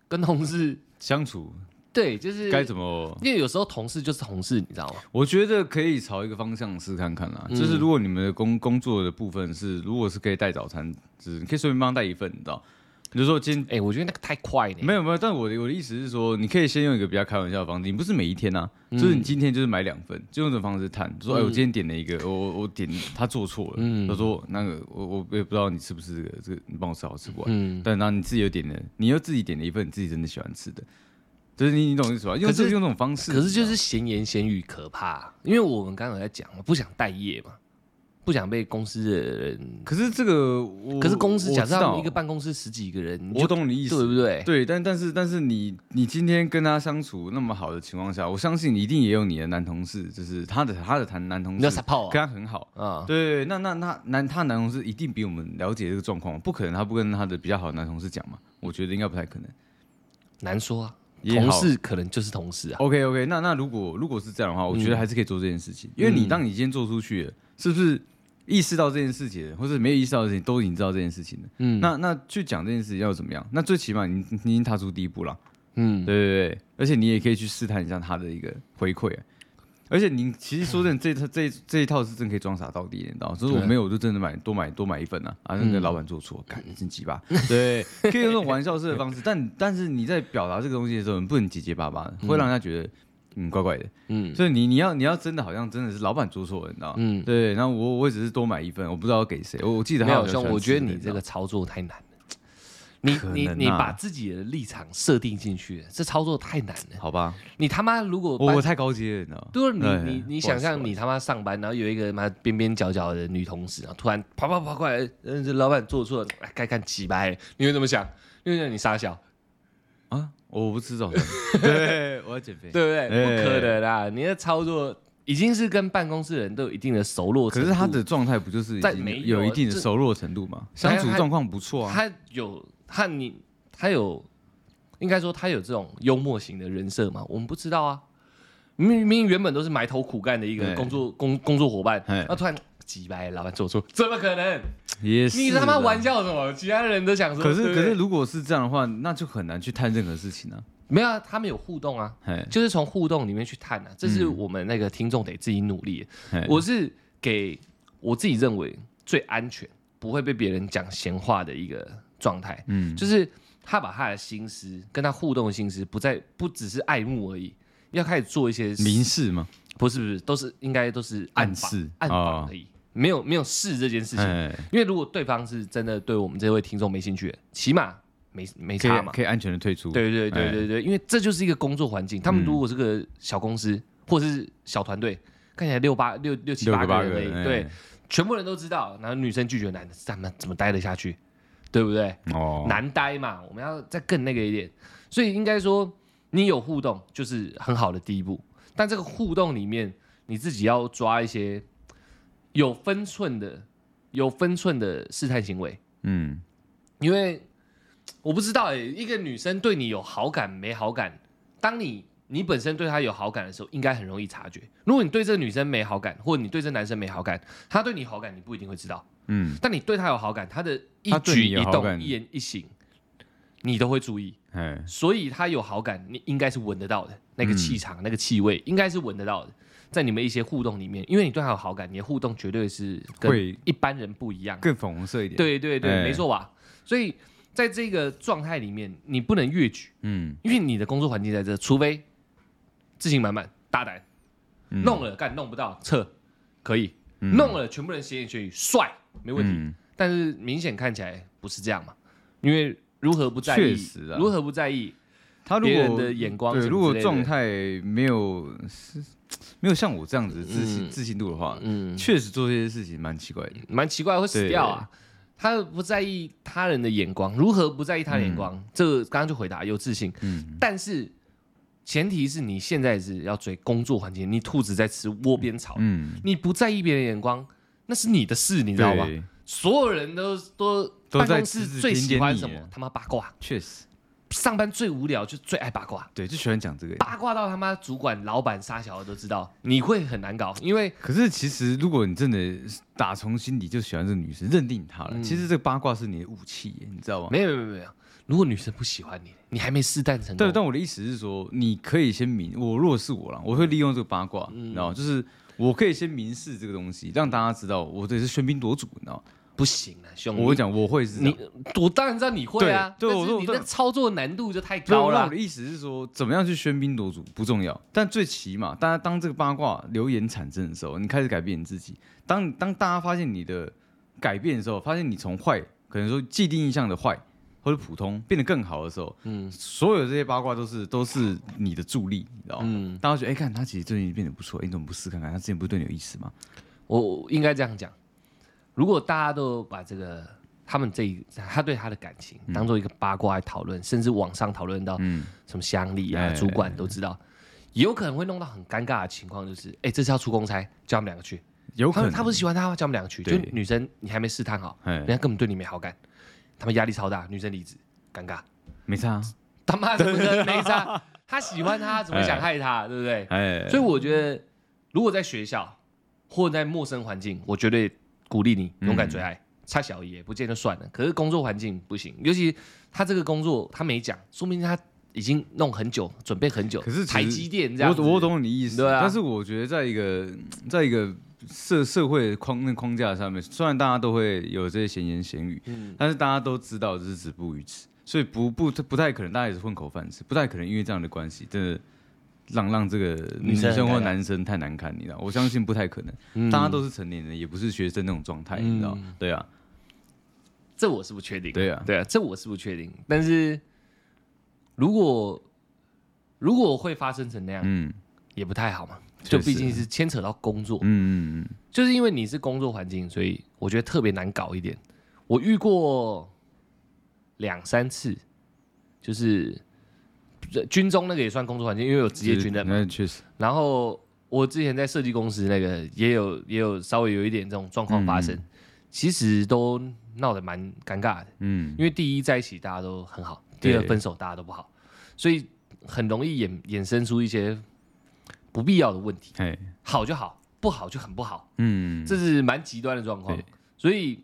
Speaker 1: 跟同事
Speaker 3: 相处
Speaker 1: 对，就是
Speaker 3: 该怎么？
Speaker 1: 因为有时候同事就是同事，你知道吗？
Speaker 3: 我觉得可以朝一个方向试看看
Speaker 1: 嗯
Speaker 3: 啦。就是如果你们的工工作的部分是，如果是可以带早餐，就是你可以顺便帮他带一份，你知道？比如说今天
Speaker 1: 哎、我觉得那个太快了、
Speaker 3: 没有没有，但我的我的意思是说，你可以先用一个比较开玩笑的方式，你不是每一天啊，
Speaker 1: 嗯
Speaker 3: 就是你今天就是买两份，就用这种方式谈，就说哎、我今天点了一个，我我我点他做错了，
Speaker 1: 嗯
Speaker 3: 他说那个我我我也不知道你吃不吃这个，这个你帮我吃好吃不完，
Speaker 1: 嗯，
Speaker 3: 但然后你自己又点了，你又自己点了一份你自己真的喜欢吃的，就是你你懂我意思吧？用
Speaker 1: 可
Speaker 3: 这
Speaker 1: 是
Speaker 3: 用这种方式，
Speaker 1: 可是就是闲言闲语可怕，因为我们刚刚有在讲嘛，不想待业嘛，不想被公司的人。
Speaker 3: 可是这个我，
Speaker 1: 可是公司
Speaker 3: 我
Speaker 1: 假设他
Speaker 3: 知
Speaker 1: 们
Speaker 3: 道
Speaker 1: 一个办公室十几个人，你
Speaker 3: 我
Speaker 1: 就
Speaker 3: 懂你意思，
Speaker 1: 对不对？
Speaker 3: 对，但但是但是你你今天跟他相处那么好的情况下，我相信你一定也有你的男同事，就是他的他的谈男同
Speaker 1: 你要
Speaker 3: 事
Speaker 1: 撒泡
Speaker 3: 跟他很好。
Speaker 1: 啊，
Speaker 3: 对，那那那男他男同事一定比我们了解这个状况，不可能他不跟他的比较好的男同事讲嘛，我觉得应该不太可能。
Speaker 1: 难说啊，
Speaker 3: 也
Speaker 1: 同
Speaker 3: 好
Speaker 1: 事可能就是同事啊，嗯
Speaker 3: OK OK，那那如果如果是这样的话，我觉得还是可以做这件事情，因为你当你今天做出去了，是不是意识到这件事情，或者没有意识到这件事情，都已经知道这件事情了。
Speaker 1: 嗯
Speaker 3: 那那去讲这件事情要怎么样？那最起码你你你已经踏出第一步了，
Speaker 1: 嗯，
Speaker 3: 对对对，而且你也可以去试探一下他的一个回馈、啊而且你其实说真的，这一套这一这一套是真可以装傻到底，你知道吗？就是我
Speaker 1: 对
Speaker 3: 没有，我就真的买多买多买一份啊！啊，那个老板做错，干你真鸡巴。
Speaker 1: 嗯
Speaker 3: 对，可以用这种玩笑式的 方式，但但是你在表达这个东西的时候，你不能结结巴巴的，会让人家觉得嗯怪怪的。
Speaker 1: 嗯
Speaker 3: 所以你你要你要真的好像真的是老板做错了，你知道吗？
Speaker 1: 嗯，
Speaker 3: 对，然后我我也只是多买一份，我不知道要给谁。我我记得
Speaker 1: 没
Speaker 3: 他
Speaker 1: 有
Speaker 3: 好像
Speaker 1: 兄，
Speaker 3: 喜欢
Speaker 1: 我觉得
Speaker 3: 吃的
Speaker 1: 你这个
Speaker 3: 知
Speaker 1: 操作太难了。你
Speaker 3: 可
Speaker 1: 你
Speaker 3: 能
Speaker 1: 你
Speaker 3: 啊
Speaker 1: 把自己的立场设定进去了，这操作太难
Speaker 3: 道
Speaker 1: 了。
Speaker 3: 好 吧，
Speaker 1: 你他妈如果
Speaker 3: 我我
Speaker 1: 搬，
Speaker 3: 太高阶了，你知道吗？
Speaker 1: 对啊，你
Speaker 3: 哎
Speaker 1: 你你
Speaker 3: 不好意
Speaker 1: 想
Speaker 3: 思
Speaker 1: 象你他妈上班，然后有一个妈边边角角的女同事，然后突然跑跑跑过来，嗯，这老板做错了，哎该干几百，你会怎么想？因为你傻小，
Speaker 3: 啊，我不吃早 餐，对，我要减肥。
Speaker 1: 对不对？
Speaker 3: 哎
Speaker 1: 不可能啦！你的操作已经是跟办公室人都有一定的熟络程
Speaker 3: 可
Speaker 1: 度，
Speaker 3: 是他的状态不就是已
Speaker 1: 在
Speaker 3: 经
Speaker 1: 没有
Speaker 3: 有一定的
Speaker 1: 这
Speaker 3: 熟络程度嘛？
Speaker 1: 但
Speaker 3: 相
Speaker 1: 是
Speaker 3: 处
Speaker 1: 他
Speaker 3: 状况不错啊。
Speaker 1: 他有他你他有，应该说他有这种幽默型的人设吗？我们不知道啊。明明明原本都是埋头苦干的一个
Speaker 3: 对
Speaker 1: 工作工工作伙伴，
Speaker 3: 嘿
Speaker 1: 那突然几百老板做错，怎么可能？
Speaker 3: 也是，啊
Speaker 1: 你他妈玩。笑什么？其他人都想说，
Speaker 3: 可是
Speaker 1: 对不
Speaker 3: 可
Speaker 1: 对
Speaker 3: 是，如果是这样的话，那就很难去探任何事情啊。
Speaker 1: 没有啊，他们有互动啊，
Speaker 3: 嘿，
Speaker 1: 就是从互动里面去探啊，这是我们那个听众得自己努力的。
Speaker 3: 嗯嘿
Speaker 1: 我是给我自己认为最安全，不会被别人讲闲话的一个状态。
Speaker 3: 嗯
Speaker 1: 就是他把他的心思跟他互动的心思，不再不只是爱慕而已，要开始做一些
Speaker 3: 明示嘛，
Speaker 1: 不是不是，都是应该都是暗访
Speaker 3: 暗示
Speaker 1: 暗访
Speaker 3: 哦
Speaker 1: 而已，没有没有试这件事情。
Speaker 3: 哎，
Speaker 1: 因为如果对方是真的对我们这位听众没兴趣，起码没没
Speaker 3: 可
Speaker 1: 差
Speaker 3: 以
Speaker 1: 嘛。
Speaker 3: 可以安全的退出。
Speaker 1: 对对对
Speaker 3: 哎
Speaker 1: 对对，因为这就是一个工作环境。他
Speaker 3: 嗯
Speaker 1: 们如果是个小公司或是小团队，看起来六八六六七
Speaker 3: 六
Speaker 1: 八
Speaker 3: 个
Speaker 1: 个
Speaker 3: 八
Speaker 1: 人
Speaker 3: 个
Speaker 1: 而已，
Speaker 3: 人，哎
Speaker 1: 对，全部人都知道，然后女生拒绝男的，他们怎么待得下去？对不对？
Speaker 3: 哎哦，
Speaker 1: 难待嘛，我们要再更那个一点。所以应该说，你有互动就是很好的第一步，但这个互动里面，你自己要抓一些有分寸的、有分寸的试探行为，
Speaker 3: 嗯，
Speaker 1: 因为我不知道哎、一个女生对你有好感没好感，当你你本身对她有好感的时候，应该很容易察觉。如果你对这个女生没好感，或者你对这男生没好感，她对你好感你不一定会知道，
Speaker 3: 嗯，
Speaker 1: 但你对他有好感，他的一
Speaker 3: 他对
Speaker 1: 举
Speaker 3: 你有
Speaker 1: 一
Speaker 3: 好
Speaker 1: 动、
Speaker 3: 感
Speaker 1: 一言一行，你都会注意。
Speaker 3: 哎，
Speaker 1: 所以他有好感，你应该是闻得到的，那个
Speaker 3: 嗯
Speaker 1: 气场、那个气味应该是闻得到的，在你们一些互动里面，因为你对他有好感，你的互动绝对是跟
Speaker 3: 会
Speaker 1: 一般人不一样。啊
Speaker 3: 更粉红色一点。，
Speaker 1: 对对对，
Speaker 3: 哎
Speaker 1: 没错吧？所以在这个状态里面，你不能越举，
Speaker 3: 嗯，
Speaker 1: 因为你的工作环境在这，除非自信满满、大胆，
Speaker 3: 嗯
Speaker 1: 弄了干弄不到撤，可以、
Speaker 3: 嗯
Speaker 1: 弄了，全部人闲言闲语，帅没问题。
Speaker 3: 嗯
Speaker 1: 但是明显看起来不是这样嘛，因为如何不在
Speaker 3: 确
Speaker 1: 意？
Speaker 3: 实啊
Speaker 1: 如何不在意？
Speaker 3: 他如
Speaker 1: 别人
Speaker 3: 果
Speaker 1: 的眼光
Speaker 3: 对，
Speaker 1: 什么
Speaker 3: 如果
Speaker 1: 之类的
Speaker 3: 状态没有是没有像我这样子自信
Speaker 1: 嗯
Speaker 3: 自信度的话，
Speaker 1: 嗯，
Speaker 3: 确实做这些事情蛮奇怪的。
Speaker 1: 蛮奇怪，会死掉啊。他不在意他人的眼光，如何不在意他人眼光？这个刚刚就回答有自信，
Speaker 3: 嗯
Speaker 1: 但是前提是你现在是要追工作环境，你兔子在吃窝边草，
Speaker 3: 嗯，
Speaker 1: 你不在意别人眼光，那是你的事，你
Speaker 3: 你
Speaker 1: 知道吗？所有人都都
Speaker 3: 都
Speaker 1: 办
Speaker 3: 在
Speaker 1: 公
Speaker 3: 指
Speaker 1: 室
Speaker 3: 指
Speaker 1: 最
Speaker 3: 点
Speaker 1: 喜
Speaker 3: 点
Speaker 1: 欢
Speaker 3: 你
Speaker 1: 什么
Speaker 3: 耶？
Speaker 1: 他妈八卦，
Speaker 3: 确实，
Speaker 1: 上班最无聊就最爱八卦，
Speaker 3: 对，就喜欢讲这个。
Speaker 1: 八卦到他妈主管、老板、傻小的都知道，你会很难搞，因为
Speaker 3: 可是其实，如果你真的打从心底就喜欢这个女生，认定她了，
Speaker 1: 嗯
Speaker 3: 其实这个八卦是你的武器耶，你知道吗？
Speaker 1: 没有没有没有，如果女生不喜欢你，你还没试探成
Speaker 3: 对，
Speaker 1: 功，
Speaker 3: 但我的意思是说，你可以先明，我如果是我啦，我会利用这个八卦，你
Speaker 1: 嗯
Speaker 3: 知道吗？就是我可以先明示这个东西，让大家知道我这是喧宾夺主，你知道吗？
Speaker 1: 不行啊，兄弟，
Speaker 3: 我会讲我会是这样
Speaker 1: 你，我当然知道你会啊，
Speaker 3: 对对
Speaker 1: 但是
Speaker 3: 我
Speaker 1: 你
Speaker 3: 我
Speaker 1: 那操作难度就太
Speaker 3: 对
Speaker 1: 高
Speaker 3: 那
Speaker 1: 了
Speaker 3: 我的。意思是说，怎么样去喧宾夺主不重要，但最起码，大家当这个八卦留言产生的时候，你开始改变你自己。当当大家发现你的改变的时候，发现你从坏，可能说既定印象的坏或者普通变得更好的时候，嗯，所有这些八卦都是都是你的助力，你知道吗？
Speaker 1: 嗯，
Speaker 3: 大家觉得，哎、看他其实最近变得不错，哎你怎么不试看看？他之前不是对你有意思吗？
Speaker 1: 我我应该这样讲，如果大家都把这个他们这一他对他的感情当做一个八卦来讨论，甚至网上讨论到
Speaker 3: 嗯，
Speaker 1: 什么乡里啊、
Speaker 3: 哎
Speaker 1: 主管都知道，也有可能会弄到很尴尬的情况，就是哎、这次要出公差，叫他们两个去。
Speaker 3: 有可
Speaker 1: 他
Speaker 3: 能，
Speaker 1: 他不是喜欢他吗？叫他们两个去。就
Speaker 3: 对
Speaker 1: 女生你还没试探好，
Speaker 3: 哎
Speaker 1: 人家根本对你没好感，他们压力超大，女生离职，尴尬。
Speaker 3: 没差啊，
Speaker 1: 他妈怎么可能没 差？他喜欢他，怎么会想害他？对不对？
Speaker 3: 哎、
Speaker 1: 所以我觉得，如果在学校或在陌生环境，我绝对鼓励你勇敢追
Speaker 3: 嗯
Speaker 1: 爱。差小一也不见就算了，可是工作环境不行，尤其他这个工作他没讲，说明他已经弄很久，准备很久。
Speaker 3: 可是其实
Speaker 1: 台积电这样子，
Speaker 3: 我我懂你意思，
Speaker 1: 对啊
Speaker 3: 但是我觉得在一个在一个社社会框那框架上面，虽然大家都会有这些闲言闲语，
Speaker 1: 嗯，
Speaker 3: 但是大家都知道这是止步于此，所以不不不太可能，大家也是混口饭吃，不太可能因为这样的关系，真的让让这个
Speaker 1: 女
Speaker 3: 女
Speaker 1: 生很
Speaker 3: 生或
Speaker 1: 尴尬
Speaker 3: 男生太难堪，你知道？我相信不太可能，
Speaker 1: 嗯
Speaker 3: 大家都是成年人，也不是学生那种状态，你知道
Speaker 1: 嗯？
Speaker 3: 对啊，
Speaker 1: 这我是不确定。
Speaker 3: 对啊，
Speaker 1: 对啊，这我是不确定。但是如果如果会发生成那样，
Speaker 3: 嗯
Speaker 1: 也不太好嘛，就
Speaker 3: 确实
Speaker 1: 毕竟是牵扯到工作，
Speaker 3: 嗯嗯嗯，
Speaker 1: 就是因为你是工作环境，所以我觉得特别难搞一点。我遇过两三次，就是呃军中那个也算工作环境，因为有职业军人嘛。
Speaker 3: 那确实
Speaker 1: 然后我之前在设计公司那个也有也有稍微有一点这种状况发生，其实都闹得蛮尴尬的。
Speaker 3: 嗯
Speaker 1: 因为第一在一起大家都很好，
Speaker 3: 对
Speaker 1: 第二分手大家都不好，所以很容易衍衍生出一些不必要的问题。
Speaker 3: 哎
Speaker 1: 好就好，不好就很不好，
Speaker 3: 嗯
Speaker 1: 这是蛮极端的状况
Speaker 3: 对。
Speaker 1: 所以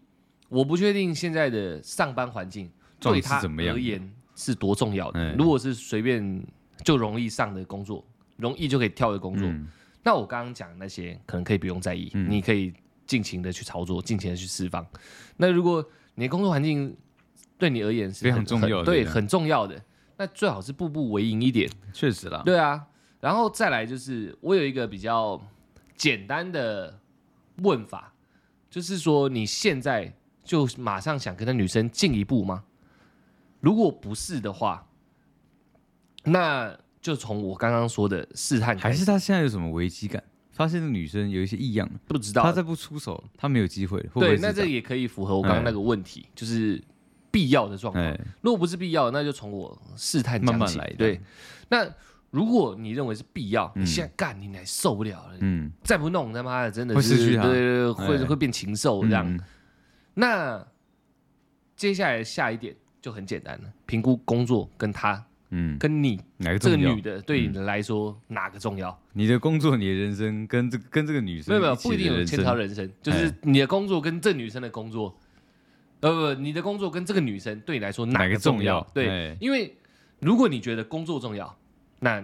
Speaker 1: 我不确定现在的上班环境
Speaker 3: 状
Speaker 1: 对
Speaker 3: 态
Speaker 1: 他
Speaker 3: 怎么样
Speaker 1: 而言是多重要的。
Speaker 3: 哎
Speaker 1: 如果是随便就容易上的工作，容易就可以跳的工作，
Speaker 3: 嗯
Speaker 1: 那我刚刚讲的那些可能可以不用在意，
Speaker 3: 嗯
Speaker 1: 你可以尽情的去操作，尽情的去释放。那如果你的工作环境对你而言是
Speaker 3: 非常
Speaker 1: 很
Speaker 3: 重
Speaker 1: 很
Speaker 3: 要的
Speaker 1: 对，
Speaker 3: 对
Speaker 1: 很重要的，那最好是步步为营一点。
Speaker 3: 确实啦，
Speaker 1: 对啊，然后再来就是我有一个比较简单的问法，就是说你现在就马上想跟那女生进一步吗？如果不是的话，那就从我刚刚说的试探开
Speaker 3: 还是
Speaker 1: 始，
Speaker 3: 他现在有什么危机感？发现这女生有一些异样了，
Speaker 1: 不知道
Speaker 3: 他再不出手，他没有机会了。会不
Speaker 1: 对，
Speaker 3: 会
Speaker 1: 那
Speaker 3: 是
Speaker 1: 这
Speaker 3: 样嗯
Speaker 1: 也可以符合我刚刚那个问题，就是必要的状况。
Speaker 3: 哎，
Speaker 1: 如果不是必要，那就从我试探讲
Speaker 3: 慢
Speaker 1: 起
Speaker 3: 慢来
Speaker 1: 对，那如果你认为是必要，你
Speaker 3: 嗯
Speaker 1: 现在干，你乃受不了了，
Speaker 3: 嗯，
Speaker 1: 再不弄，他妈的真的
Speaker 3: 会
Speaker 1: 是
Speaker 3: 失去它
Speaker 1: 对对对，会、
Speaker 3: 哎
Speaker 1: 会变禽兽这样。
Speaker 3: 嗯
Speaker 1: 那接下来下一点就很简单了，评估工作跟他
Speaker 3: 嗯，
Speaker 1: 跟你
Speaker 3: 哪个
Speaker 1: 这
Speaker 3: 重
Speaker 1: 个
Speaker 3: 要？
Speaker 1: 女的对你来说、哪个重要？
Speaker 3: 你的工作、你的人生跟这跟这个女生
Speaker 1: 没有没有，
Speaker 3: 起
Speaker 1: 不一定
Speaker 3: 的
Speaker 1: 有
Speaker 3: 人
Speaker 1: 牵扯到
Speaker 3: 生，哎
Speaker 1: 人生，就是你的工作跟这女生的工作，呃，不，你的工作跟这个女生对你来说
Speaker 3: 哪
Speaker 1: 个
Speaker 3: 个重
Speaker 1: 要
Speaker 3: 要？？
Speaker 1: 对，
Speaker 3: 哎，
Speaker 1: 因为如果你觉得工作重要，那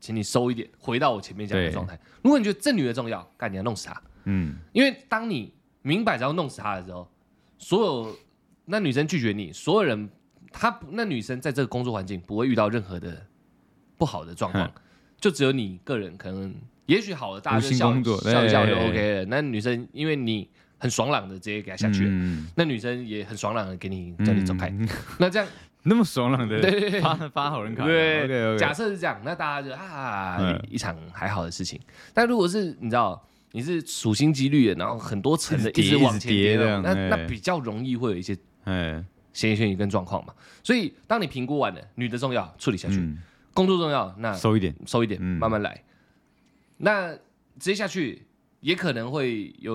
Speaker 1: 请你收一点，回到我前面讲的
Speaker 3: 对
Speaker 1: 状态。如果你觉得这女的重要，干你要弄死她，
Speaker 3: 嗯，
Speaker 1: 因为当你明摆着要弄死她的时候，所有那女生拒绝你，所有人她不那女生在这个工作环境不会遇到任何的不好的状况
Speaker 3: 嗯，
Speaker 1: 就只有你个人可能也许好了，大家就
Speaker 3: 无心
Speaker 1: 笑
Speaker 3: 工作
Speaker 1: 笑一笑就
Speaker 3: 对
Speaker 1: OK 了。那女生因为你很爽朗的直接给她下去了，
Speaker 3: 嗯，
Speaker 1: 那女生也很爽朗的给你
Speaker 3: 嗯
Speaker 1: 叫你走开，
Speaker 3: 嗯
Speaker 1: 那这样
Speaker 3: 那么爽朗的发发好人卡，
Speaker 1: 对
Speaker 3: ，OK
Speaker 1: 假
Speaker 3: OK，
Speaker 1: 设是这样，那大家就啊、
Speaker 3: 嗯
Speaker 1: 一场还好的事情。但如果是你知道你是处心积虑的，然后很多层的
Speaker 3: 一直叠
Speaker 1: 一直往前
Speaker 3: 一
Speaker 1: 叠
Speaker 3: 直叠
Speaker 1: 的，那
Speaker 3: 这样
Speaker 1: 那
Speaker 3: 哎
Speaker 1: 比较容易会有一些
Speaker 3: 哎，
Speaker 1: 闲言闲语跟状况嘛。所以当你评估完了女的重要处理下去，
Speaker 3: 嗯，
Speaker 1: 工作重要，那
Speaker 4: 收一点，
Speaker 1: 收一点，
Speaker 3: 嗯
Speaker 1: 慢慢来。那直接下去也可能会有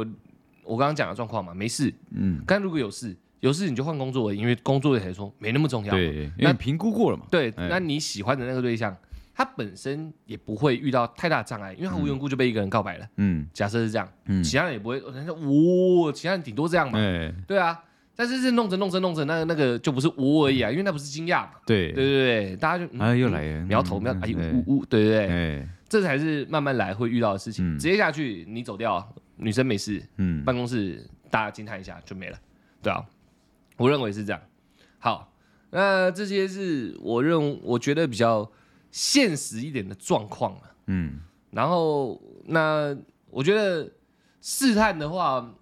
Speaker 1: 我刚刚讲的状况嘛，没事。
Speaker 3: 嗯，
Speaker 1: 但如果有事，有事你就换工作而已，因为工作才说没那么重要。
Speaker 4: 对，
Speaker 3: 因为你评估过了嘛，
Speaker 1: 对，
Speaker 3: 哎
Speaker 1: 那你喜欢的那个对象，他本身也不会遇到太大的障碍，因为他无缘无故就被一个人告白了。
Speaker 3: 嗯
Speaker 1: 假设是这样，
Speaker 3: 嗯，
Speaker 1: 其他人也不会，人家我、哦、其他人顶多这样嘛。
Speaker 4: 哎，
Speaker 1: 对啊，但是是弄着弄着弄着，那那个就不是我而已啊，因为那不是惊讶嘛。
Speaker 4: 对
Speaker 1: 对对对，大家就、嗯、
Speaker 3: 哎又来了，
Speaker 1: 苗头苗，
Speaker 3: 嗯
Speaker 1: 哎
Speaker 4: 对
Speaker 1: 呜呜，对对对，
Speaker 3: 哎，
Speaker 1: 这才是慢慢来会遇到的事情。
Speaker 3: 嗯
Speaker 1: 直接下去，你走掉，女生没事，
Speaker 3: 嗯
Speaker 1: 办公室大家惊叹一下就没了，对啊，我认为是这样。好，那这些是我认我觉得比较现实一点的状况啊。
Speaker 3: 嗯
Speaker 1: 然后那我觉得试探的话，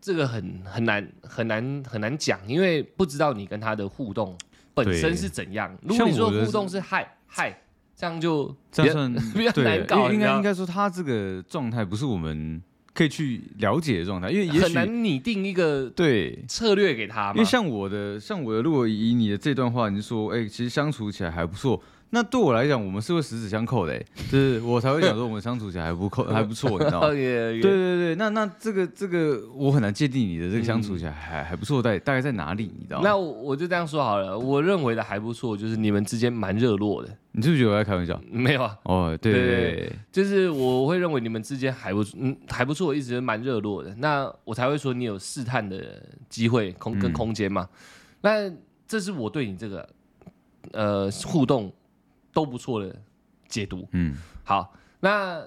Speaker 1: 这个很很难很难很难讲，因为不知道你跟他的互动本身是怎样。如果你
Speaker 4: 像
Speaker 1: 说
Speaker 4: 我的
Speaker 1: 互动是嗨嗨，这样就
Speaker 3: 这样
Speaker 1: 比较
Speaker 3: 算
Speaker 1: 比较
Speaker 3: 对
Speaker 1: 难搞
Speaker 3: 因为应
Speaker 1: 你知道
Speaker 3: 该应该说他这个状态不是我们可以去了解的状态，因为也
Speaker 1: 很
Speaker 3: 许
Speaker 1: 难拟定一个
Speaker 3: 对，
Speaker 1: 策略给他
Speaker 3: 因
Speaker 1: 嘛
Speaker 3: 为。像我的，像我的，如果以你的这段话，你就说，哎、其实相处起来还不错。那对我来讲，我们是会十指相扣的、哎就是我才会想说我们相处起来还 不扣，还不错，你知道吗
Speaker 1: 呃，？也
Speaker 3: 对
Speaker 1: 也
Speaker 3: 对对，那那这个这个我很难界定你的这个相处起来还、还不错在大概在哪里，你知道吗？
Speaker 1: 那我我就这样说好了，我认为的还不错，就是你们之间蛮热络的，
Speaker 3: 你是不是觉得我在开玩笑？
Speaker 1: 没有啊？
Speaker 3: 哦，对对
Speaker 1: 对
Speaker 3: 对
Speaker 1: 对就是我会认为你们之间还不嗯还不错，一直蛮热络的，那我才会说你有试探的机会空跟
Speaker 3: 嗯
Speaker 1: 空间嘛。那这是我对你这个呃互动都不错的解读。
Speaker 3: 嗯
Speaker 1: 好，那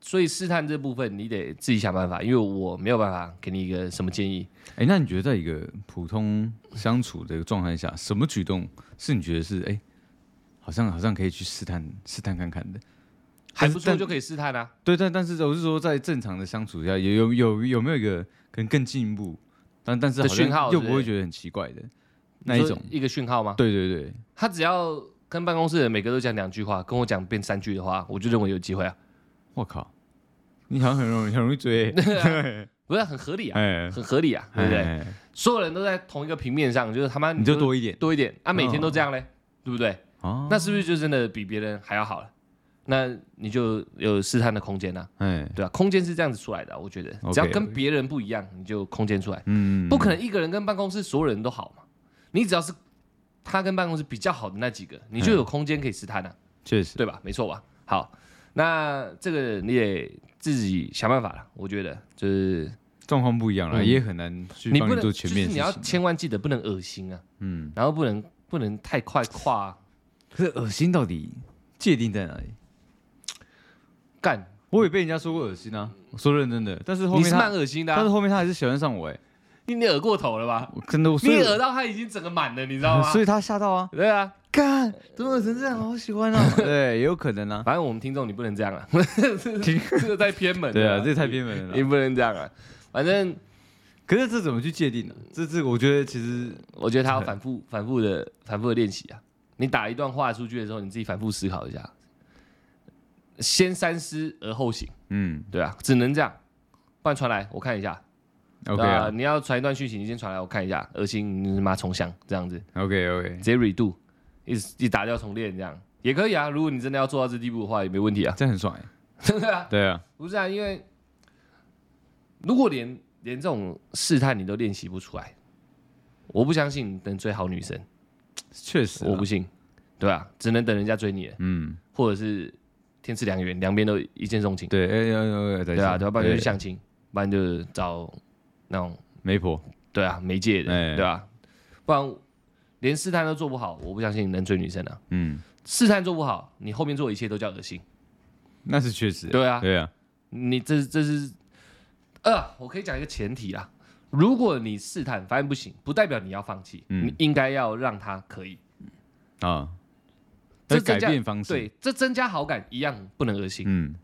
Speaker 1: 所以试探这部分你得自己想办法，因为我没有办法给你一个什么建议。
Speaker 3: 哎、那你觉得在一个普通相处的状态下，什么举动是你觉得是哎、好像好像可以去试探试探看看的？
Speaker 1: 还不错
Speaker 3: 但
Speaker 1: 就可以试探啊，
Speaker 3: 对，但但是我是说，在正常的相处下，有有有有没有一个可能更进一步，但但是好
Speaker 1: 的
Speaker 3: 像
Speaker 1: 讯号
Speaker 3: 又
Speaker 1: 是
Speaker 3: 不
Speaker 1: 不
Speaker 3: 会
Speaker 1: 是
Speaker 3: 觉得很奇怪的那一种
Speaker 1: 你。说一个讯号吗？
Speaker 3: 对对对，
Speaker 1: 他只要跟办公室的人每个都讲两句话，跟我讲变三句的话，我就认为有机会啊，
Speaker 3: 我靠，你好像很容易很容易 追，
Speaker 1: 不是很合理啊，
Speaker 3: 哎，
Speaker 1: 很合理啊，对不对？
Speaker 3: 哎？
Speaker 1: 所有人都在同一个平面上，就是他妈
Speaker 3: 你就多一哦点
Speaker 1: 多一点啊，每天都这样嘞，对不对？
Speaker 3: 啊，
Speaker 1: 那是不是就真的比别人还要好了？那你就有试探的空间啊，
Speaker 3: 哎，
Speaker 1: 对吧、空间是这样子出来的啊、我觉得
Speaker 3: OK，
Speaker 1: 只要跟别人不一样，你就空间出来，
Speaker 3: 嗯，
Speaker 1: 不可能一个人跟办公室所有人都好嘛。你只要是他跟办公室比较好的那几个，你
Speaker 3: 哎
Speaker 1: 就有空间可以试探啊。
Speaker 3: 确实，
Speaker 1: 对吧？没错吧？好，那这个你得自己想办法了。我觉得就是
Speaker 3: 状况不一样了，
Speaker 1: 嗯
Speaker 3: 也很难去
Speaker 1: 你
Speaker 3: 帮
Speaker 1: 不能，
Speaker 3: 做
Speaker 1: 就是
Speaker 3: 全面
Speaker 1: 你
Speaker 3: 的
Speaker 1: 要
Speaker 3: 事情。
Speaker 1: 千万记得不能恶心啊，
Speaker 3: 嗯，
Speaker 1: 然后不能不能太快跨啊
Speaker 3: 可是恶心到底界定在哪里？
Speaker 1: 干，
Speaker 3: 我也被人家说过恶心啊，我说认真的，但是后
Speaker 1: 你
Speaker 3: 面
Speaker 1: 是蛮
Speaker 3: 他，
Speaker 1: 恶心的、
Speaker 3: 但是
Speaker 1: 啊，
Speaker 3: 后面他还是喜欢上我，哎，
Speaker 1: 你你耳过头了吧？
Speaker 3: 我真的，哦所
Speaker 1: 你
Speaker 3: 以
Speaker 1: 耳到他已经整个满了，你知道吗
Speaker 3: 所？以他吓到啊。
Speaker 1: 对啊，
Speaker 3: 干，怎么恶成这样？好喜欢啊！ 对，也有可能啊。
Speaker 1: 反正我们听众你不能这样啊， 这个太偏门了。
Speaker 3: 对啊，这太偏门了
Speaker 1: 你
Speaker 3: 啦。
Speaker 1: 不能这样啊。反正
Speaker 3: 可是这怎么去界定呢？这这，我觉得其实
Speaker 1: 我觉得他 要反复、反复的、反复的练习啊。你打一段话出去的时候，你自己反复思考一下，先三思而后行，
Speaker 3: 嗯
Speaker 1: 对啊，只能这样。不然传来我看一下
Speaker 3: ，OK
Speaker 1: 对
Speaker 3: 啊
Speaker 1: 你要传一段讯息，你先传来我看一下，恶心你他妈重想这样子，
Speaker 3: ，OK OK，
Speaker 1: 直接 redo，一直一打掉重练这样也可以啊。如果你真的要做到这地步的话，也没问题啊，
Speaker 3: 这样很爽哎。
Speaker 1: 真的啊，
Speaker 3: 对啊，
Speaker 1: 不是啊，因为如果连连这种试探你都练习不出来，我不相信你能追好女生。
Speaker 3: 确实啊，
Speaker 1: 我不信，对啊，只能等人家追你了，
Speaker 3: 嗯，
Speaker 1: 或者是天赐良缘，两边都一见钟情，
Speaker 3: 对，哎要要要，对
Speaker 1: 对啊，对啊，不然就去相亲，不然就找那种
Speaker 3: 媒婆，
Speaker 1: 对啊媒介的，
Speaker 3: 哎
Speaker 1: 对啊，不然连试探都做不好，我不相信你能追女生啊。
Speaker 3: 嗯，
Speaker 1: 试探做不好，你后面做的一切都叫恶心，
Speaker 3: 那是确实。
Speaker 1: 对啊，
Speaker 3: 对啊，
Speaker 1: 你这这是呃，我可以讲一个前提啊，如果你试探发现不行，不代表你要放弃，
Speaker 3: 嗯
Speaker 1: 你应该要让他可以，
Speaker 3: 啊，
Speaker 1: 这
Speaker 3: 要改
Speaker 1: 增加
Speaker 3: 变方式。，
Speaker 1: 对，这增加好感一样不能恶心。
Speaker 3: 嗯，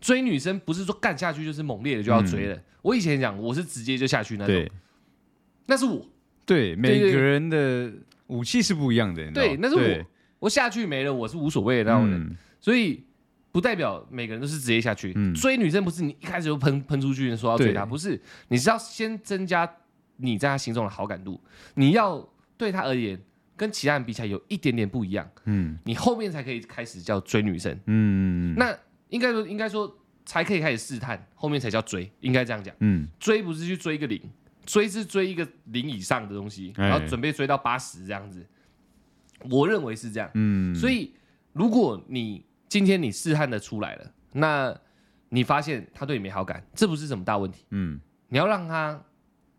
Speaker 1: 追女生不是说干下去就是猛烈的就要追了。我以前讲我是直接就下去那种
Speaker 3: 嗯对，
Speaker 1: 那是我，
Speaker 3: 对，每
Speaker 1: 对
Speaker 3: 个人的武器是不一样的，你知道吗
Speaker 1: 对，那是我，我下去没了，我是无所谓的那种人，
Speaker 3: 嗯
Speaker 1: 所以不代表每个人都是直接下去。
Speaker 3: 嗯
Speaker 1: 追女生不是你一开始就喷喷出去说要追她，
Speaker 3: 对
Speaker 1: 不是，你是要先增加你在她心中的好感度，你要对她而言跟其他人比起来有一点点不一样，
Speaker 3: 嗯
Speaker 1: 你后面才可以开始叫追女生。
Speaker 3: 嗯
Speaker 1: 那应该说，应该说才可以开始试探，后面才叫追，应该这样讲。
Speaker 3: 嗯
Speaker 1: 追不是去追一个零，追是追一个零以上的东西，
Speaker 3: 哎
Speaker 1: 然后准备追到八十这样子。我认为是这样。
Speaker 3: 嗯，
Speaker 1: 所
Speaker 3: 以
Speaker 1: 以，如果你今天你试探的出来了，那你发现他对你没好感，这不是什么大问题。
Speaker 3: 嗯
Speaker 1: 你要让他，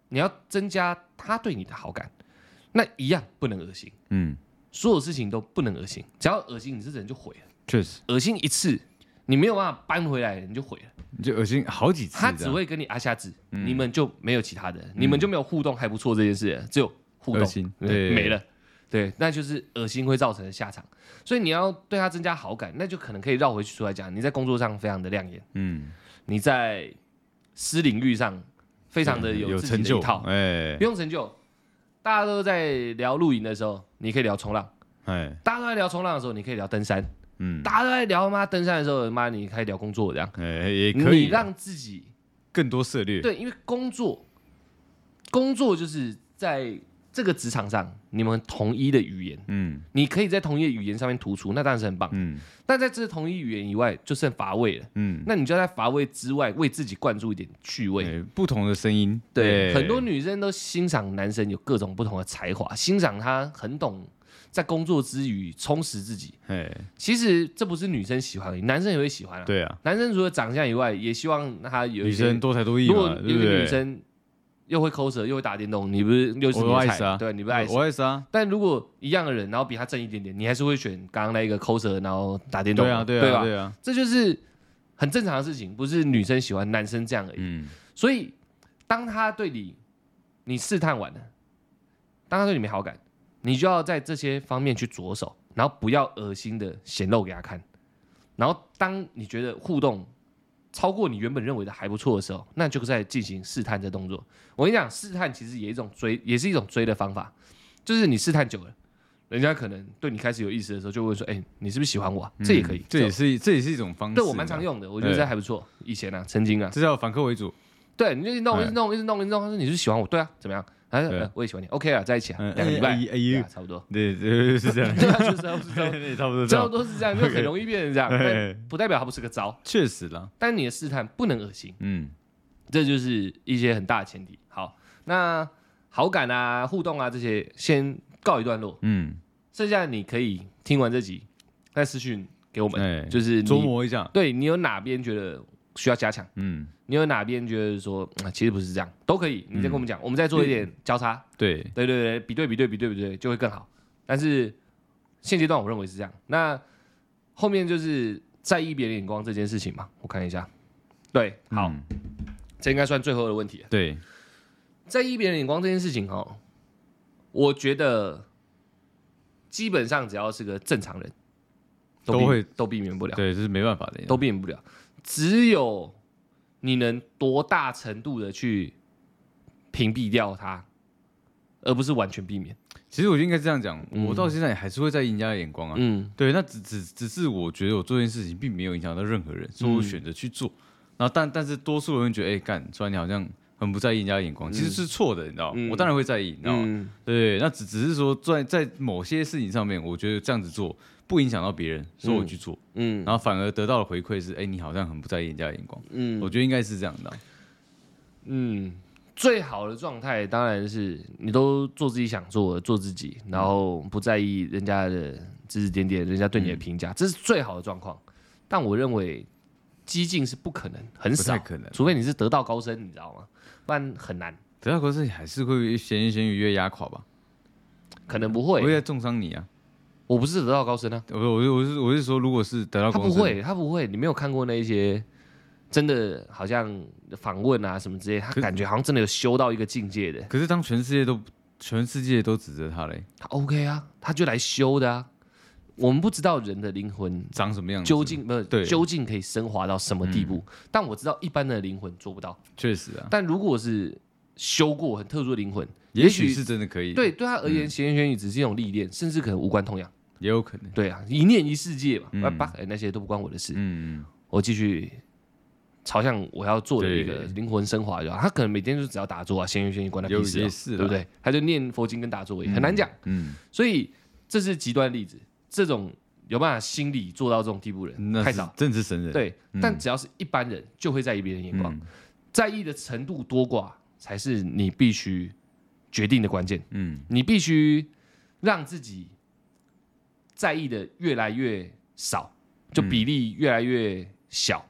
Speaker 1: 你要增加他对你的好感，那一样不能恶心，
Speaker 3: 嗯，
Speaker 1: 所有事情都不能恶心，只要恶心，你这人就毁了。
Speaker 3: 确实，
Speaker 1: 恶心一次，你没有办法扳回来，你就毁了。
Speaker 3: 你就恶心好几次这
Speaker 1: 他
Speaker 3: 样，嗯
Speaker 1: 只会跟你阿下子，你们就没有其他的，你们就没有互动还不错这件事了，只有互
Speaker 3: 恶
Speaker 1: 动
Speaker 3: 心，对
Speaker 1: 对没了。对，那就是恶心会造成的下场，所以你要对他增加好感，那就可能可以绕回去出来讲，你在工作上非常的亮眼，
Speaker 3: 嗯，
Speaker 1: 你在私领域上非常的有
Speaker 3: 有
Speaker 1: 自己的
Speaker 3: 成就
Speaker 1: 一套，
Speaker 3: 哎
Speaker 1: 不用成就。大家都在聊露营的时候，你可以聊冲浪；
Speaker 3: 哎
Speaker 1: 大家都在聊冲浪的时候，你可以聊登山；
Speaker 3: 嗯
Speaker 1: 大家都在聊妈登山的时候，妈你可以聊工作这样。
Speaker 3: 哎也可
Speaker 1: 你
Speaker 3: 以啦
Speaker 1: 让自己
Speaker 3: 更多策略，
Speaker 1: 对，因为工作，工作就是在这个职场上，你们同一的语言，
Speaker 3: 嗯
Speaker 1: 你可以在同一的语言上面突出，那当然是很棒。
Speaker 3: 嗯
Speaker 1: 但在这同一语言以外，就剩乏味了。
Speaker 3: 嗯，
Speaker 1: 那你就要在乏味之外，为自己灌注一点趣味。
Speaker 3: 哎不同的声音，
Speaker 1: 对，
Speaker 3: 哎
Speaker 1: 很多女生都欣赏男生有各种不同的才华，欣赏他很懂在工作之余充实自己。
Speaker 3: 哎
Speaker 1: 其实这不是女生喜欢而已，男生也会喜欢啊。
Speaker 3: 对啊，
Speaker 1: 男生除了长相以外，也希望他有一
Speaker 3: 女
Speaker 1: 些
Speaker 3: 生多才多艺
Speaker 1: 如果
Speaker 3: 嘛，对
Speaker 1: 有
Speaker 3: 不
Speaker 1: 一个女
Speaker 3: 对？
Speaker 1: 生又会抠舌又会打电动，你不是又是你
Speaker 3: 我
Speaker 1: 的
Speaker 3: 爱
Speaker 1: 菜，
Speaker 3: 死啊
Speaker 1: 对，你不爱死
Speaker 3: 我。爱啥？
Speaker 1: 但如果一样的人，然后比他正一点点，你还是会选刚刚那一个抠舌然后打电动，
Speaker 3: 对啊对
Speaker 1: 对
Speaker 3: 啊
Speaker 1: 吧
Speaker 3: 对啊，
Speaker 1: 这就是很正常的事情，不是女生喜欢男生这样而已。
Speaker 3: 嗯
Speaker 1: 所以当他对你，你试探完了，当他对你没好感，你就要在这些方面去着手，然后不要恶心的显露给他看。然后当你觉得互动超过你原本认为的还不错的时候，那就在进行试探这动作。我跟你讲，试探其实也一种追，也是一种追的方法，就是你试探久了。人家可能对你开始有意思的时候，就会说：“哎、你是不是喜欢我啊、这也可以，
Speaker 3: 嗯这也是这也是一种方式，
Speaker 1: 对我蛮常，用的，我觉得这还不错。以前啊，曾经啊，
Speaker 3: 这叫反客为主，
Speaker 1: 对，你就一直弄，
Speaker 3: 哎
Speaker 1: 一直弄，一直弄，一直弄。他说你是喜欢我，对啊，怎么样？他说
Speaker 3: 对
Speaker 1: 呃我也喜欢你，OK 啊，在一起啊
Speaker 3: 嗯，
Speaker 1: 两个礼拜
Speaker 3: 哎哎，哎
Speaker 1: 对
Speaker 3: 呦，
Speaker 1: 啊，差不多
Speaker 3: 对对是这样，
Speaker 1: 对啊，就是这 样，就是这样，
Speaker 3: 对差不多这
Speaker 1: 最后
Speaker 3: 样，
Speaker 1: 都是这样，就很容易变成 这样，
Speaker 3: 哎
Speaker 1: 但不代表它不是个招。
Speaker 3: 确实啦，
Speaker 1: 但你的试探不能恶心，
Speaker 3: 嗯
Speaker 1: 这就是一些很大的前提。好，那好感啊、互动啊这些先告一段落，
Speaker 3: 嗯，
Speaker 1: 剩下你可以听完这集再私讯给我们，
Speaker 3: 哎，
Speaker 1: 就是
Speaker 3: 琢
Speaker 1: 你
Speaker 3: 磨一下，
Speaker 1: 对你有哪边觉得需要加强。
Speaker 3: 嗯，
Speaker 1: 你有哪边觉得说、嗯其实不是这样，都可以，你再跟我
Speaker 3: 嗯
Speaker 1: 们讲，我们再做一点交叉，
Speaker 3: 对，
Speaker 1: 对对对，比对比对比对比对，就会更好。但是现阶段我认为是这样。那后面就是在意别人眼光这件事情嘛，我看一下。对，好，
Speaker 3: 嗯
Speaker 1: 这应该算最后的问题了。
Speaker 3: 对，
Speaker 1: 在意别人眼光这件事情哦，我觉得基本上只要是个正常人，避
Speaker 3: 都会
Speaker 1: 都避免不了，
Speaker 3: 对，这是没办法的，
Speaker 1: 都避免不了。只有你能多大程度的去屏蔽掉它，而不是完全避免。
Speaker 3: 其实我就应该这样讲，
Speaker 1: 嗯
Speaker 3: 我到现在也还是会在意人家的眼光啊。
Speaker 1: 嗯，
Speaker 3: 对，那只只只是我觉得我做这件事情并没有影响到任何人，所以我选择去做。然后但但是多数人会觉得，哎、干，虽然你好像很不在意人家的眼光，其实是错的，你知道吗？
Speaker 1: 嗯
Speaker 3: 我当然会在意，你知道吗？
Speaker 1: 嗯
Speaker 3: 对，那只只是说在在某些事情上面，我觉得这样子做不影响到别人，所以我去做，
Speaker 1: 嗯
Speaker 3: 然后反而得到的回馈是，哎、你好像很不在意人家的眼光。
Speaker 1: 嗯
Speaker 3: 我觉得应该是这样的啊、
Speaker 1: 嗯，最好的状态当然是你都做自己想做的，做自己，然后不在意人家的指指点点，人家对
Speaker 3: 嗯
Speaker 1: 你的评价，这是最好的状况。但我认为激进是不可能，很
Speaker 3: 不太
Speaker 1: 少，
Speaker 3: 可能。
Speaker 1: 除非你是得道高僧，你知道吗？不然很难，
Speaker 3: 得到国是还是会闲言闲语越压垮吧，
Speaker 1: 可能不
Speaker 3: 我会
Speaker 1: 会。
Speaker 3: 在重伤你啊。
Speaker 1: 我不是得道高僧啊，
Speaker 3: 我说我是我是我是说，如果是得到
Speaker 1: 他
Speaker 3: 公
Speaker 1: 不
Speaker 3: 司，
Speaker 1: 会，他不会。你没有看过那一些真的好像访问啊什么之类，他
Speaker 3: 可
Speaker 1: 感觉好像真的有修到一个境界的，
Speaker 3: 可是当全世界都全世界都指责他嘞，
Speaker 1: 他 OK 啊，他就来修的啊。我们不知道人的灵魂
Speaker 3: 长什么样子？
Speaker 1: 究竟不是
Speaker 3: 对
Speaker 1: 究竟可以升华到什么地步？但我知道一般的灵魂做不到，
Speaker 3: 确实啊，
Speaker 1: 但如果是修过很特殊的灵魂，
Speaker 3: 也嗯
Speaker 1: 也
Speaker 3: 许
Speaker 1: 许
Speaker 3: 是真的可以，，
Speaker 1: 对对他而言，闲言闲语只是一种历练，甚至可能无关痛痒。
Speaker 3: 也有可能。
Speaker 1: 对啊，一念一世界嘛，
Speaker 3: 嗯
Speaker 1: 拜拜、哎那些都不关我的事，
Speaker 3: 嗯，
Speaker 1: 我继续朝向我要做的一个
Speaker 3: 对
Speaker 1: 灵魂升华就好。他可能每天就只要打坐啊，闲云闲云关他屁
Speaker 3: 有
Speaker 1: 事、
Speaker 3: 也
Speaker 1: 啊，
Speaker 3: 是啦
Speaker 1: 对不对？他就念佛经跟打坐而已，很难讲。
Speaker 3: 嗯，
Speaker 1: 所以这是极端例子，这种有办法心理做到这种地步的人
Speaker 3: 那
Speaker 1: 太
Speaker 3: 是
Speaker 1: 少。
Speaker 3: 真的是神人，
Speaker 1: 对，但只要是一般人，就会在意别人眼光，
Speaker 3: 嗯
Speaker 1: 在意的程度多寡才是你必须决定的关键。
Speaker 3: 嗯，
Speaker 1: 你必须让自己在意的越来越少，就
Speaker 3: 嗯
Speaker 1: 比例越来越小。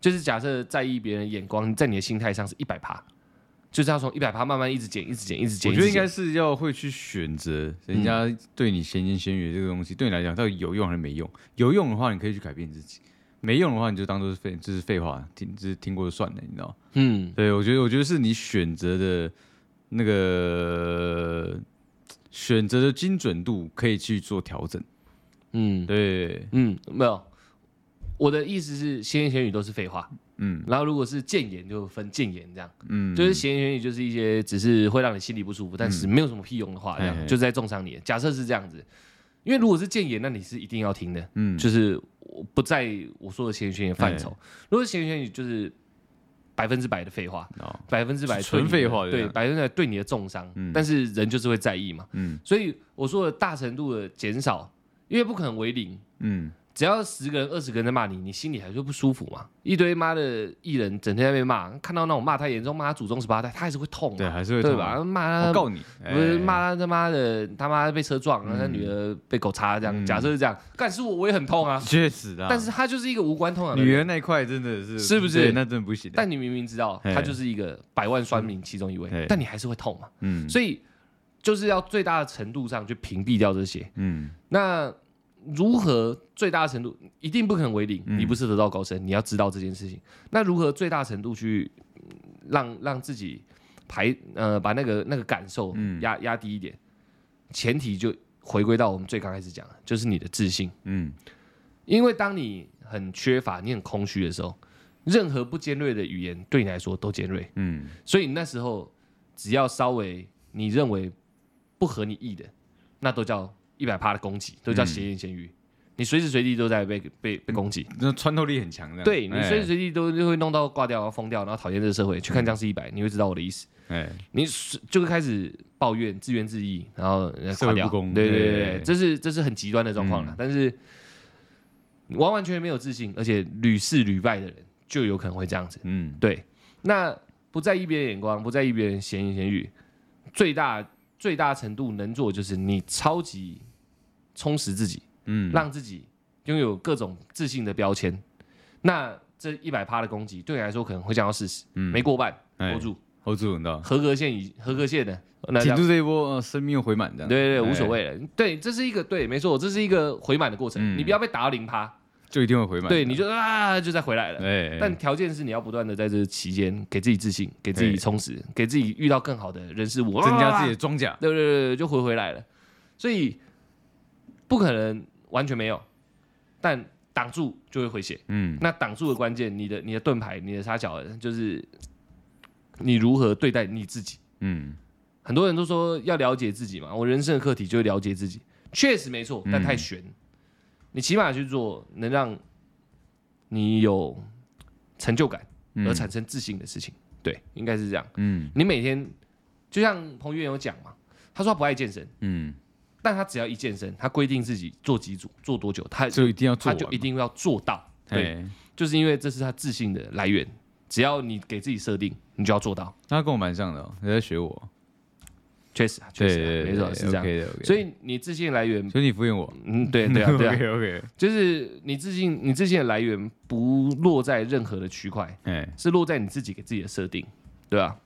Speaker 1: 就是假设在意别人眼光，在你的心态上是一百趴，就是要从一百趴慢慢一直减，一直减，一直减。
Speaker 3: 我觉得
Speaker 1: 一直
Speaker 3: 应
Speaker 1: 减
Speaker 3: 该是要会去选择
Speaker 1: 嗯
Speaker 3: 人家对你闲言闲语这个东西，对你来讲到底有用还是没用？有用的话，你可以去改变自己；没用的话，你就当做是废，就是废话，听就是听过就算了，你知道吗？
Speaker 1: 嗯，
Speaker 3: 对，我觉得，我觉得是你选择的那个选择的精准度可以去做调整。
Speaker 1: 嗯
Speaker 3: 对，
Speaker 1: 嗯，没有。我的意思是，闲言闲语都是废话。嗯
Speaker 3: 嗯，
Speaker 1: 然后如果是谏言，就分谏言这样。
Speaker 3: 嗯，
Speaker 1: 就是闲言闲语，就是一些只是会让你心里不舒服，但是没有什么屁用的话，这样
Speaker 3: 嘿嘿
Speaker 1: 就是在重伤你。假设是这样子，因为如果是谏言，那你是一定要听的，
Speaker 3: 嗯，
Speaker 1: 就是我不在我说的闲言闲语的范畴。如果是闲言闲语，就是百分之百的废话，
Speaker 3: 哦
Speaker 1: 百分之百对
Speaker 3: 纯
Speaker 1: 你的
Speaker 3: 废话这
Speaker 1: 对，
Speaker 3: 样
Speaker 1: 百分之百对你的重伤。但是人就是会在意嘛，
Speaker 3: 嗯
Speaker 1: 所以我说的大程度的减少，因为不可能为零，
Speaker 3: 嗯，
Speaker 1: 只要十个人、二十个人在骂你，你心里还是会不舒服嘛。一堆妈的艺人整天在被骂，看到那种骂他严重、骂他祖宗十八代，他还是会痛嘛，
Speaker 3: 对，还是会
Speaker 1: 对
Speaker 3: 痛
Speaker 1: 吧？
Speaker 3: 啊？
Speaker 1: 骂
Speaker 3: 我
Speaker 1: 他。
Speaker 3: 告你，
Speaker 1: 不是
Speaker 3: 哎
Speaker 1: 骂他他妈的，他妈被车撞，然后他女儿被狗擦，这样、假设是这样，干是我我也很痛啊，
Speaker 3: 确实嗯啊，
Speaker 1: 但是他就是一个无关痛痒的
Speaker 3: 女
Speaker 1: 人，
Speaker 3: 儿那一块真的是
Speaker 1: 是不是
Speaker 3: 对那真的不行的。
Speaker 1: 但你明明知道
Speaker 3: 嘿
Speaker 1: 他就是一个百万酸民其中一位
Speaker 3: 嘿，
Speaker 1: 但你还是会痛嘛，
Speaker 3: 嗯
Speaker 1: 所以就是要最大的程度上去屏蔽掉这些，
Speaker 3: 嗯
Speaker 1: 那如何最大程度一定不可能为零，
Speaker 3: 嗯
Speaker 1: 你不是得道高僧，你要知道这件事情。那如何最大程度去嗯让让自己排呃把那个那个感受
Speaker 3: 嗯
Speaker 1: 压压低一点？前提就回归到我们最刚开始讲的，就是你的自信。
Speaker 3: 嗯
Speaker 1: 因为当你很缺乏、你很空虚的时候，任何不尖锐的语言对你来说都尖锐。
Speaker 3: 嗯
Speaker 1: 所以你那时候只要稍微你认为不合你意的，那都叫一百趴的攻击，都叫闲言闲语。你随时随地都在被被被攻击，
Speaker 3: 那穿透力很强的。
Speaker 1: 对
Speaker 3: 嗯
Speaker 1: 你
Speaker 3: 哎
Speaker 1: 随时随地都就会弄到挂掉，然后疯掉，然后讨厌这个社会。去看僵尸一百，你会知道我的意思。
Speaker 3: 哎，
Speaker 1: 你是就会开始抱怨、自怨自艾，然后呃
Speaker 3: 社
Speaker 1: 垮
Speaker 3: 会
Speaker 1: 掉。
Speaker 3: 不公
Speaker 1: 对对对
Speaker 3: 对嗯
Speaker 1: 对，这是这是很极端的状况了。但是完完全全没有自信，而且屡试屡败的人，就有可能会这样子。
Speaker 3: 嗯
Speaker 1: 对，那不在意别人眼光，不在意别人闲言闲语，最大最大程度能做的就是你超级充实自己，
Speaker 3: 嗯，
Speaker 1: 让自己拥有各种自信的标签。那这一百趴的攻击对你来说可能会降到四十、
Speaker 3: 嗯
Speaker 1: 没过半
Speaker 3: 哎
Speaker 1: hold 住，
Speaker 3: hold 住，你知道，
Speaker 1: 合格线以合格线的那这
Speaker 3: 挺
Speaker 1: 样
Speaker 3: 住这一波，呃生命又回满这
Speaker 1: 对
Speaker 3: 样。
Speaker 1: 对对，
Speaker 3: 哎
Speaker 1: 无所，谓了。对，这是一个对，没错，这是一个回满的过程。
Speaker 3: 嗯
Speaker 1: 你不要被打到零趴，
Speaker 3: 就一定会回满的。
Speaker 1: 对，你就啊就再回来了。
Speaker 3: 哎，哎
Speaker 1: 但条件是你要不断的在这期间给自己自信，给自己
Speaker 3: 嘿
Speaker 1: 充实，给自己遇到更好的人事物，
Speaker 3: 增加自己
Speaker 1: 己，
Speaker 3: 的装甲。
Speaker 1: 对对对对，就回回来了。所以不可能完全没有，但挡住就会回血。
Speaker 3: 嗯
Speaker 1: 那挡住的关键，你的你的盾牌，你的插脚，就是你如何对待你自己。
Speaker 3: 嗯
Speaker 1: 很多人都说要了解自己嘛，我人生的课题就是了解自己，确实没错，
Speaker 3: 嗯
Speaker 1: 但太悬。你起码去做能让你有成就感而产生自信的事情，对，应该是这样。
Speaker 3: 嗯
Speaker 1: 你每天就像彭于晏有讲嘛，他说他不爱健身，
Speaker 3: 嗯，
Speaker 1: 但他只要一健身，他规定自己做几组，做多久，他
Speaker 3: 就一定要做
Speaker 1: 他
Speaker 3: 完嘛。
Speaker 1: 就一定要做到。对，
Speaker 3: 哎。
Speaker 1: 就是因为这是他自信的来源，只要你给自己设定，你就要做到。
Speaker 3: 他跟我蛮像的哦，他在学我。
Speaker 1: 确实啊，确
Speaker 3: 对
Speaker 1: 实啊、
Speaker 3: 对，
Speaker 1: 没错，是这样。
Speaker 3: OK 的，OK 的。
Speaker 1: 所
Speaker 3: 以
Speaker 1: 以你自信的来源
Speaker 3: 所以你敷衍我。
Speaker 1: 嗯，对对啊，对 啊，
Speaker 3: OK OK。
Speaker 1: 就是你自信，你自信的来源不落在任何的区块，
Speaker 3: 哎，
Speaker 1: 是落在你自己给自己的设定，对吧、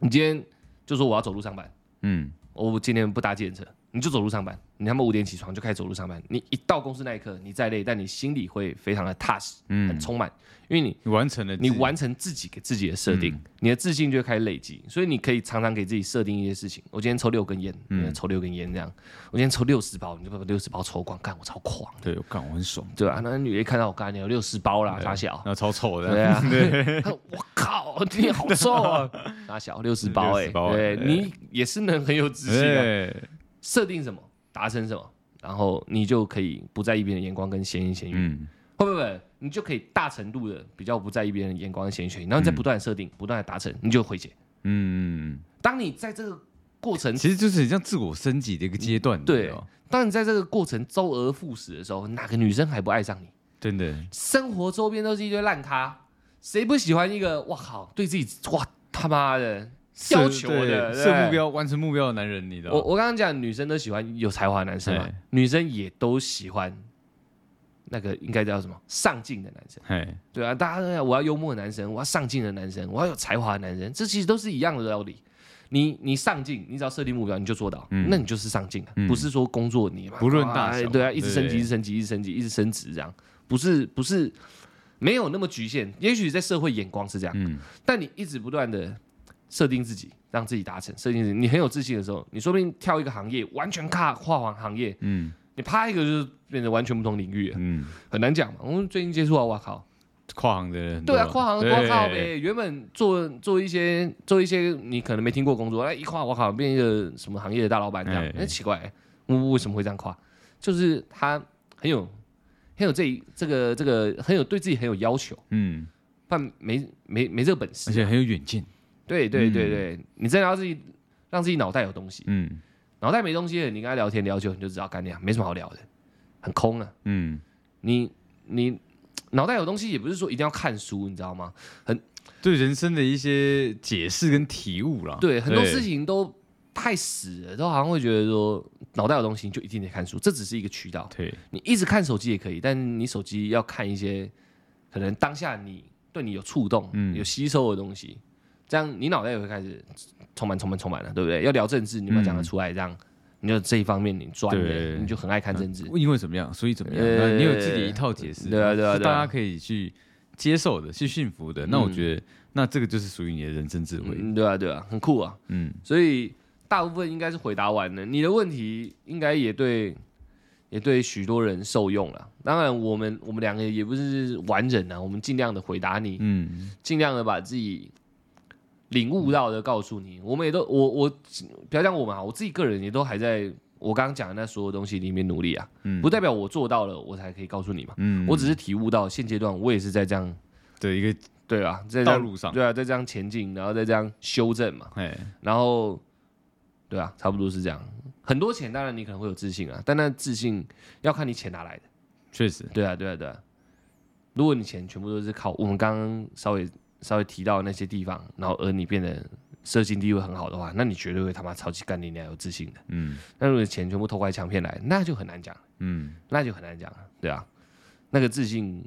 Speaker 1: 你今天就说我要走路上班，
Speaker 3: 嗯
Speaker 1: 我今天不搭计程车，你就走路上班，你他妈五点起床就开始走路上班，你一到公司那一刻，你再累，但你心里会非常的踏实，很
Speaker 3: 嗯，
Speaker 1: 充满，因为你
Speaker 3: 你完成了自己，
Speaker 1: 你完成自己给自己的设定，你的自信就会开始累积，所以你可以常常给自己设定一些事情。我今天抽六根烟，嗯，抽六根烟这样，我今天抽六十包，你就把六十包抽光，干我超狂。
Speaker 3: 对，我干我很爽，
Speaker 1: 对啊，那女的一看到我干你有六十包啦，傻小
Speaker 3: 然。后超丑的，
Speaker 1: 啊哦
Speaker 3: 哎
Speaker 1: 对 啊，她说我靠，你好瘦 啊！傻小六十包哎、
Speaker 3: 60包
Speaker 1: 对
Speaker 3: 欸
Speaker 1: 你也是能很有自信的。
Speaker 3: 哎
Speaker 1: 设定什么，达成什么，然后你就可以不在意别人的眼光跟闲言闲语。
Speaker 3: 嗯，
Speaker 1: 会不会你就可以大程度的比较不在意别人的眼光和嫌选，然后你再不断的设定，不断的达成，你就会解。
Speaker 3: 嗯，
Speaker 1: 当你在这个过程，
Speaker 3: 其实就是很像自我升级的一个阶段，
Speaker 1: 对
Speaker 3: 你知道
Speaker 1: 当你在这个过程周而复始的时候，哪个女生还不爱上你？
Speaker 3: 真的，
Speaker 1: 生活周边都是一堆烂咖，谁不喜欢一个哇靠，对自己哇他妈的要求
Speaker 3: 设
Speaker 1: 的
Speaker 3: 对
Speaker 1: 对
Speaker 3: 设目标、完成目标的男人，你知道
Speaker 1: 我我刚刚讲，女生都喜欢有才华的男生嘛
Speaker 3: 哎，
Speaker 1: 女生也都喜欢那个应该叫什么上进的男生，
Speaker 3: 哎，
Speaker 1: 对啊，大家都要我要幽默的男生，我要上进的男生，我要有才华的男生，这其实都是一样的道理。你你上进，你只要设定目标，你就做到，
Speaker 3: 嗯
Speaker 1: 那你就是上进啊，
Speaker 3: 嗯
Speaker 1: 不是说工作你嘛
Speaker 3: 不论大小
Speaker 1: 啊对啊，一直升级，
Speaker 3: 对
Speaker 1: 一直升级，一直升级，一直升职这样，不是不是没有那么局限，也许在社会眼光是这样，
Speaker 3: 嗯，
Speaker 1: 但你一直不断的设定自己，让自己达成，设定自己，你很有自信的时候，你说不定跳一个行业，完全跨跨行行业，
Speaker 3: 嗯
Speaker 1: 你啪一个就是变成完全不同领域了，
Speaker 3: 嗯，
Speaker 1: 很难讲嘛。我们最近接触到，哇靠，
Speaker 3: 跨行的人很多，
Speaker 1: 对啊，跨行
Speaker 3: 对
Speaker 1: 多靠呗。原本做做一些做一些你可能没听过工作，哎，一跨我靠变一个什么行业的大老板这样
Speaker 3: 哎，
Speaker 1: 那奇怪，我为什么会这样跨？就是他很有很有这一这个这个很有对自己很有要求，
Speaker 3: 嗯，
Speaker 1: 但没没没这个本事
Speaker 3: 而。且很有远见，
Speaker 1: 对对
Speaker 3: 嗯
Speaker 1: 对对，你真的要自己让自己脑袋有东西，
Speaker 3: 嗯
Speaker 1: 脑袋没东西了，你跟他聊天聊久，你就知道干掉，没什么好聊的，很空啊。
Speaker 3: 嗯，
Speaker 1: 你你脑袋有东西，也不是说一定要看书，你知道吗？
Speaker 3: 对人生的一些解释跟体悟啦，
Speaker 1: 对，很多事情都太死了，都好像会觉得说脑袋有东西你就一定得看书，这只是一个渠道。
Speaker 3: 对，
Speaker 1: 你一直看手机也可以，但你手机要看一些可能当下你对你有触动、
Speaker 3: 嗯
Speaker 1: 有吸收的东西，这样你脑袋也会开始充满、充满、充满了，对不对？要聊政治，你们讲得出来，这样、你就这一方面你专业，
Speaker 3: 嗯对
Speaker 1: 你就很爱看政治。
Speaker 3: 因为怎么样，所以怎么样，
Speaker 1: 呃
Speaker 3: 那你有自己一套解释，
Speaker 1: 对啊对啊
Speaker 3: 是
Speaker 1: 对啊
Speaker 3: 大家可以去接受的，去驯服的。那我觉得，那这个就是属于你的人生智慧，
Speaker 1: 嗯，对啊，对啊，很酷啊。
Speaker 3: 嗯
Speaker 1: 所以大部分应该是回答完了，你的问题应该也对，也对许多人受用了。当然，我们我们两个也不是完人啊，我们尽量的回答你，
Speaker 3: 嗯，
Speaker 1: 尽量的把自己领悟到的告诉你。我们也都，我我不要讲我们啊，我自己个人也都还在我刚刚讲的那所有东西里面努力啊，
Speaker 3: 嗯
Speaker 1: 不代表我做到了，我才可以告诉你嘛。
Speaker 3: 嗯，
Speaker 1: 我只是体悟到现阶段我也是在这样，
Speaker 3: 的一个
Speaker 1: 对啊，在这
Speaker 3: 道
Speaker 1: 样
Speaker 3: 路上，
Speaker 1: 对啊，在这样前进，然后再这样修正嘛。
Speaker 3: 哎，
Speaker 1: 然后，对啊，差不多是这样。很多钱，当然你可能会有自信啊，但那自信要看你钱哪来的。
Speaker 3: 确实，
Speaker 1: 对啊，对啊，对啊。如果你钱全部都是靠我们刚刚稍微稍微提到的那些地方，然后而你变得社经地位很好的话，那你绝对会他妈超级干你娘有自信的。
Speaker 3: 嗯
Speaker 1: 那如果你钱全部偷拐抢骗来，那就很难讲，
Speaker 3: 嗯，
Speaker 1: 那就很难讲了，对啊。那个自信，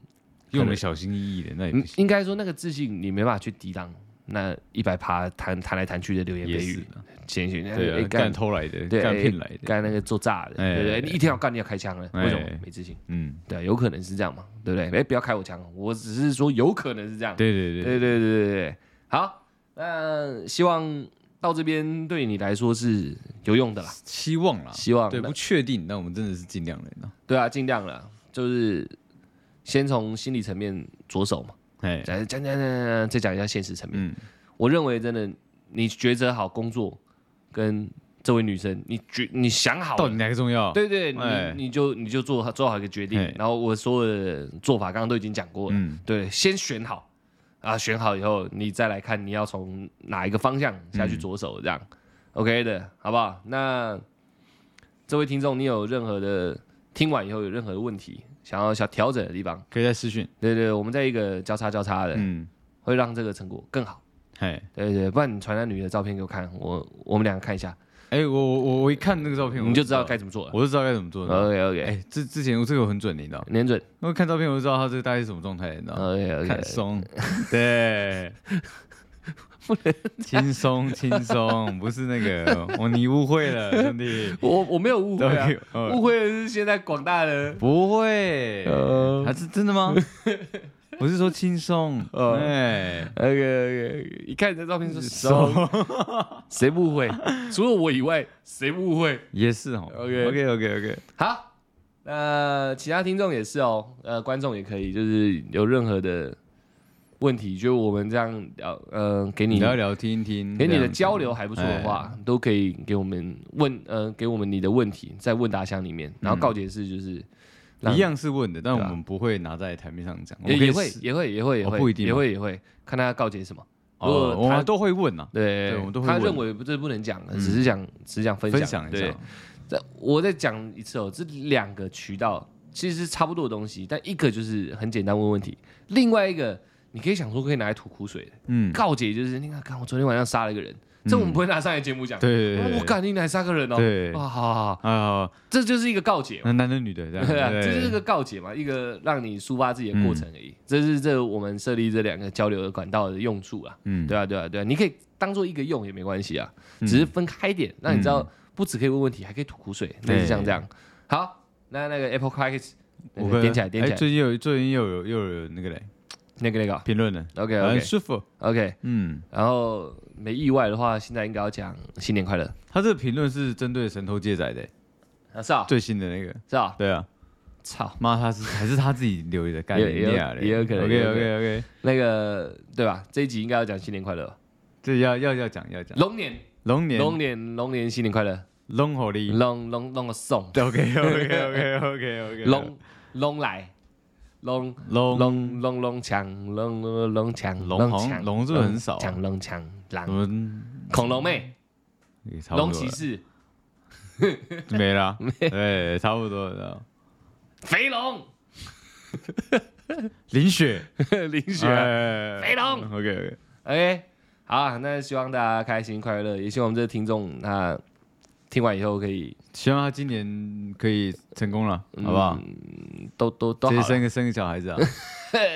Speaker 3: 用的小心翼翼的，那也不
Speaker 1: 嗯
Speaker 3: 行，
Speaker 1: 应该说那个自信你没办法去抵挡那一百趴弹弹来弹去的流言
Speaker 3: 也
Speaker 1: 蜚
Speaker 3: 是
Speaker 1: 语，
Speaker 3: 啊，
Speaker 1: 前行哎
Speaker 3: 对啊，干偷来的，
Speaker 1: 对哎
Speaker 3: 干骗来的，
Speaker 1: 干那个做炸的，
Speaker 3: 哎
Speaker 1: 对不对？你一天要干，你要开枪了，
Speaker 3: 哎
Speaker 1: 为什么没自信？
Speaker 3: 嗯，
Speaker 1: 对啊，有可能是这样嘛，对不对？哎，不要开我枪，我只是说有可能是这样。
Speaker 3: 对对
Speaker 1: 对
Speaker 3: 对，
Speaker 1: 对对对对对，好，那希望到这边对你来说是有用的啦，
Speaker 3: 希望啦，
Speaker 1: 希望
Speaker 3: 啊对，不确定，但我们真的是尽量人啊，
Speaker 1: 对啊，尽量了，就是先从心理层面着手嘛，
Speaker 3: 哎，
Speaker 1: 讲讲讲讲讲，再讲一下现实层面。
Speaker 3: 嗯
Speaker 1: 我认为真的，你抉择好工作跟这位女生，你决你想好了
Speaker 3: 到底哪个重要？，
Speaker 1: 对对，你
Speaker 3: 哎
Speaker 1: 你就你就做好做好一个决定
Speaker 3: 哎，
Speaker 1: 然后我所有的做法刚刚都已经讲过了，
Speaker 3: 嗯
Speaker 1: 对，先选好啊，选好以后你再来看你要从哪一个方向下
Speaker 3: 嗯
Speaker 1: 去着手，这样、OK 的，好不好？那这位听众，你有任何的听完以后有任何的问题，想要想调整的地方，
Speaker 3: 可以再私讯，
Speaker 1: 对对，我们在一个交叉交叉的，
Speaker 3: 嗯，
Speaker 1: 会让这个成果更好。
Speaker 3: 哎。
Speaker 1: 对对，不然你传那女的照片给我看，我我们两个看一下，
Speaker 3: 哎、我我我我一看那个照片，我
Speaker 1: 你就知道该，怎么做了。呃
Speaker 3: 我就知道该怎么做了。
Speaker 1: OK OK，、
Speaker 3: 哎、这之前我这个我很准，你知道，
Speaker 1: 年准
Speaker 3: 我看照片我就知道他这个大概是什么状态，你知道，
Speaker 1: ，OK 呃 OK，
Speaker 3: 看 松，对，轻 松轻松，不是那个，我你误会了，兄弟，
Speaker 1: 我我没有误会 啊，
Speaker 3: 对呃
Speaker 1: 误会的是现在广大的
Speaker 3: 不会，
Speaker 1: 呃
Speaker 3: 还是真的 吗？我是说轻松，
Speaker 1: 呃
Speaker 3: 哎、
Speaker 1: 那个呃一看你的照片说熟，
Speaker 3: 哦
Speaker 1: 谁不会？除了我以外，谁不会？
Speaker 3: 也是哦
Speaker 1: OK
Speaker 3: OK OK OK，
Speaker 1: 好，那、其他听众也是哦，呃，观众也可以，就是有任何的问题，就我们这样聊，呃，给
Speaker 3: 你
Speaker 1: 你
Speaker 3: 聊一聊，听一听，
Speaker 1: 给你
Speaker 3: 这样
Speaker 1: 的
Speaker 3: 子哎
Speaker 1: 交流还不错的话，都可
Speaker 3: 嗯
Speaker 1: 以给我们问，呃，给我们你的问题在问答箱里面，然后告解释就是。让
Speaker 3: 一样是问的，但
Speaker 1: 对啊
Speaker 3: 我们不会拿在台面上讲，我
Speaker 1: 也
Speaker 3: 们可以
Speaker 1: 也会
Speaker 3: 私
Speaker 1: 也会也会也
Speaker 3: 哦
Speaker 1: 会
Speaker 3: 不一定吗
Speaker 1: 也会也会看他告解什么。如
Speaker 3: 哦，我
Speaker 1: 果他
Speaker 3: 们都会问呐，
Speaker 1: 对
Speaker 3: 对我们都会
Speaker 1: 他
Speaker 3: 问嗯
Speaker 1: 认为不这不能讲的，只是讲只是讲分
Speaker 3: 分
Speaker 1: 享
Speaker 3: 享一
Speaker 1: 对
Speaker 3: 下，。
Speaker 1: 这我再讲一次哦，这两个渠道其实是差不多的东西，但一个就是很简单问问题，另外一个你可以想说可以拿来吐苦水的。
Speaker 3: 嗯，
Speaker 1: 告解就是你看，看我昨天晚上杀了一个人，这我们不会拿上来节目讲。
Speaker 3: 对对
Speaker 1: 哦
Speaker 3: 对，
Speaker 1: 我干，你来杀个人哦！
Speaker 3: 对
Speaker 1: 哇，好好好，
Speaker 3: 啊，
Speaker 1: 这就是一个告解嘛，
Speaker 3: 那男的女的这样，
Speaker 1: 对啊，这就是
Speaker 3: 嗯对嗯
Speaker 1: 个告解嘛，一个让你抒发自己的过程而已。这是这我们设立这两个交流的管道的用处啊。
Speaker 3: 嗯，
Speaker 1: 对啊，对啊，对啊，你可以当做一个用也没关系啊，只是分开一点，让你
Speaker 3: 嗯
Speaker 1: 知道不只可以问问题，还可以吐苦水，类似像这样。好，那那个 Apple c r a c k
Speaker 3: 我
Speaker 1: 那个
Speaker 3: 跟
Speaker 1: 点起来，点起
Speaker 3: 哎
Speaker 1: 来，
Speaker 3: 最近有最近又有又有那个嘞
Speaker 1: 那个那个
Speaker 3: 评论了，
Speaker 1: ，OK
Speaker 3: 很
Speaker 1: OK
Speaker 3: 舒服。
Speaker 1: OK。
Speaker 3: 嗯，
Speaker 1: 然后没意外的话，现在应该要讲新年快乐，
Speaker 3: 他这个评论是针对神偷借仔的
Speaker 1: 啊是啊，
Speaker 3: 最新的那个，
Speaker 1: 是啊，
Speaker 3: 对啊，
Speaker 1: 操，
Speaker 3: 妈他是还是他自己留的概念
Speaker 1: 也也有也有可能
Speaker 3: OK OK OK，
Speaker 1: 那个对吧？这一集应该要讲新年快乐吧，
Speaker 3: 这要要要讲要讲
Speaker 1: 龙年，
Speaker 3: 龙年嗯
Speaker 1: 龙年，龙年，新年快乐，
Speaker 3: 龙火力。
Speaker 1: 龙龙龙个送，
Speaker 3: OK OK OK OK OK
Speaker 1: 龙龙来，龙
Speaker 3: 龙
Speaker 1: 龙龙龙强，龙龙龙强，
Speaker 3: 龙好像
Speaker 1: 强
Speaker 3: 龙是不是很少啊
Speaker 1: 强龙强
Speaker 3: 我
Speaker 1: 狼，
Speaker 3: 们
Speaker 1: 恐龙妹，
Speaker 3: 嗯也差不多
Speaker 1: 龙
Speaker 3: 了
Speaker 1: 骑士，
Speaker 3: 没 了，对，哎差不多了。
Speaker 1: 肥龙，
Speaker 3: 林雪，哎
Speaker 1: 林雪啊。
Speaker 3: 雪
Speaker 1: 肥龙
Speaker 3: OK OK，
Speaker 1: OK，好啊，那希望大家开心快乐，也希望我们这个听众那听完以后可以
Speaker 3: 希望他今年可以成功了，
Speaker 1: 嗯
Speaker 3: 好不好？
Speaker 1: 都都都
Speaker 3: 直接
Speaker 1: 好
Speaker 3: 生
Speaker 1: 了，
Speaker 3: 个生个小孩子啊，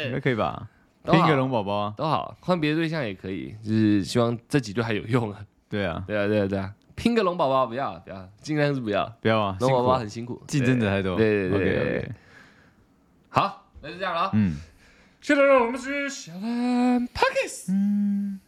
Speaker 3: 应该可以吧？
Speaker 1: 都
Speaker 3: 拼
Speaker 1: 好
Speaker 3: 个龙宝宝啊，
Speaker 1: 都好，换别的对象也可以，就是希望这几对还有用啊。
Speaker 3: 对啊，
Speaker 1: 对啊，对啊，对啊，拼个龙宝宝不要不要，尽量是不要，
Speaker 3: 不要啊，
Speaker 1: 龙宝宝
Speaker 3: 辛苦
Speaker 1: 很辛苦，
Speaker 3: 竞争者太多。
Speaker 1: 对对对
Speaker 3: OK
Speaker 1: 对
Speaker 3: OK，
Speaker 1: 好，那就这样了啊。
Speaker 3: 嗯
Speaker 1: 现在让我们去小兰 Pockets。
Speaker 3: 嗯，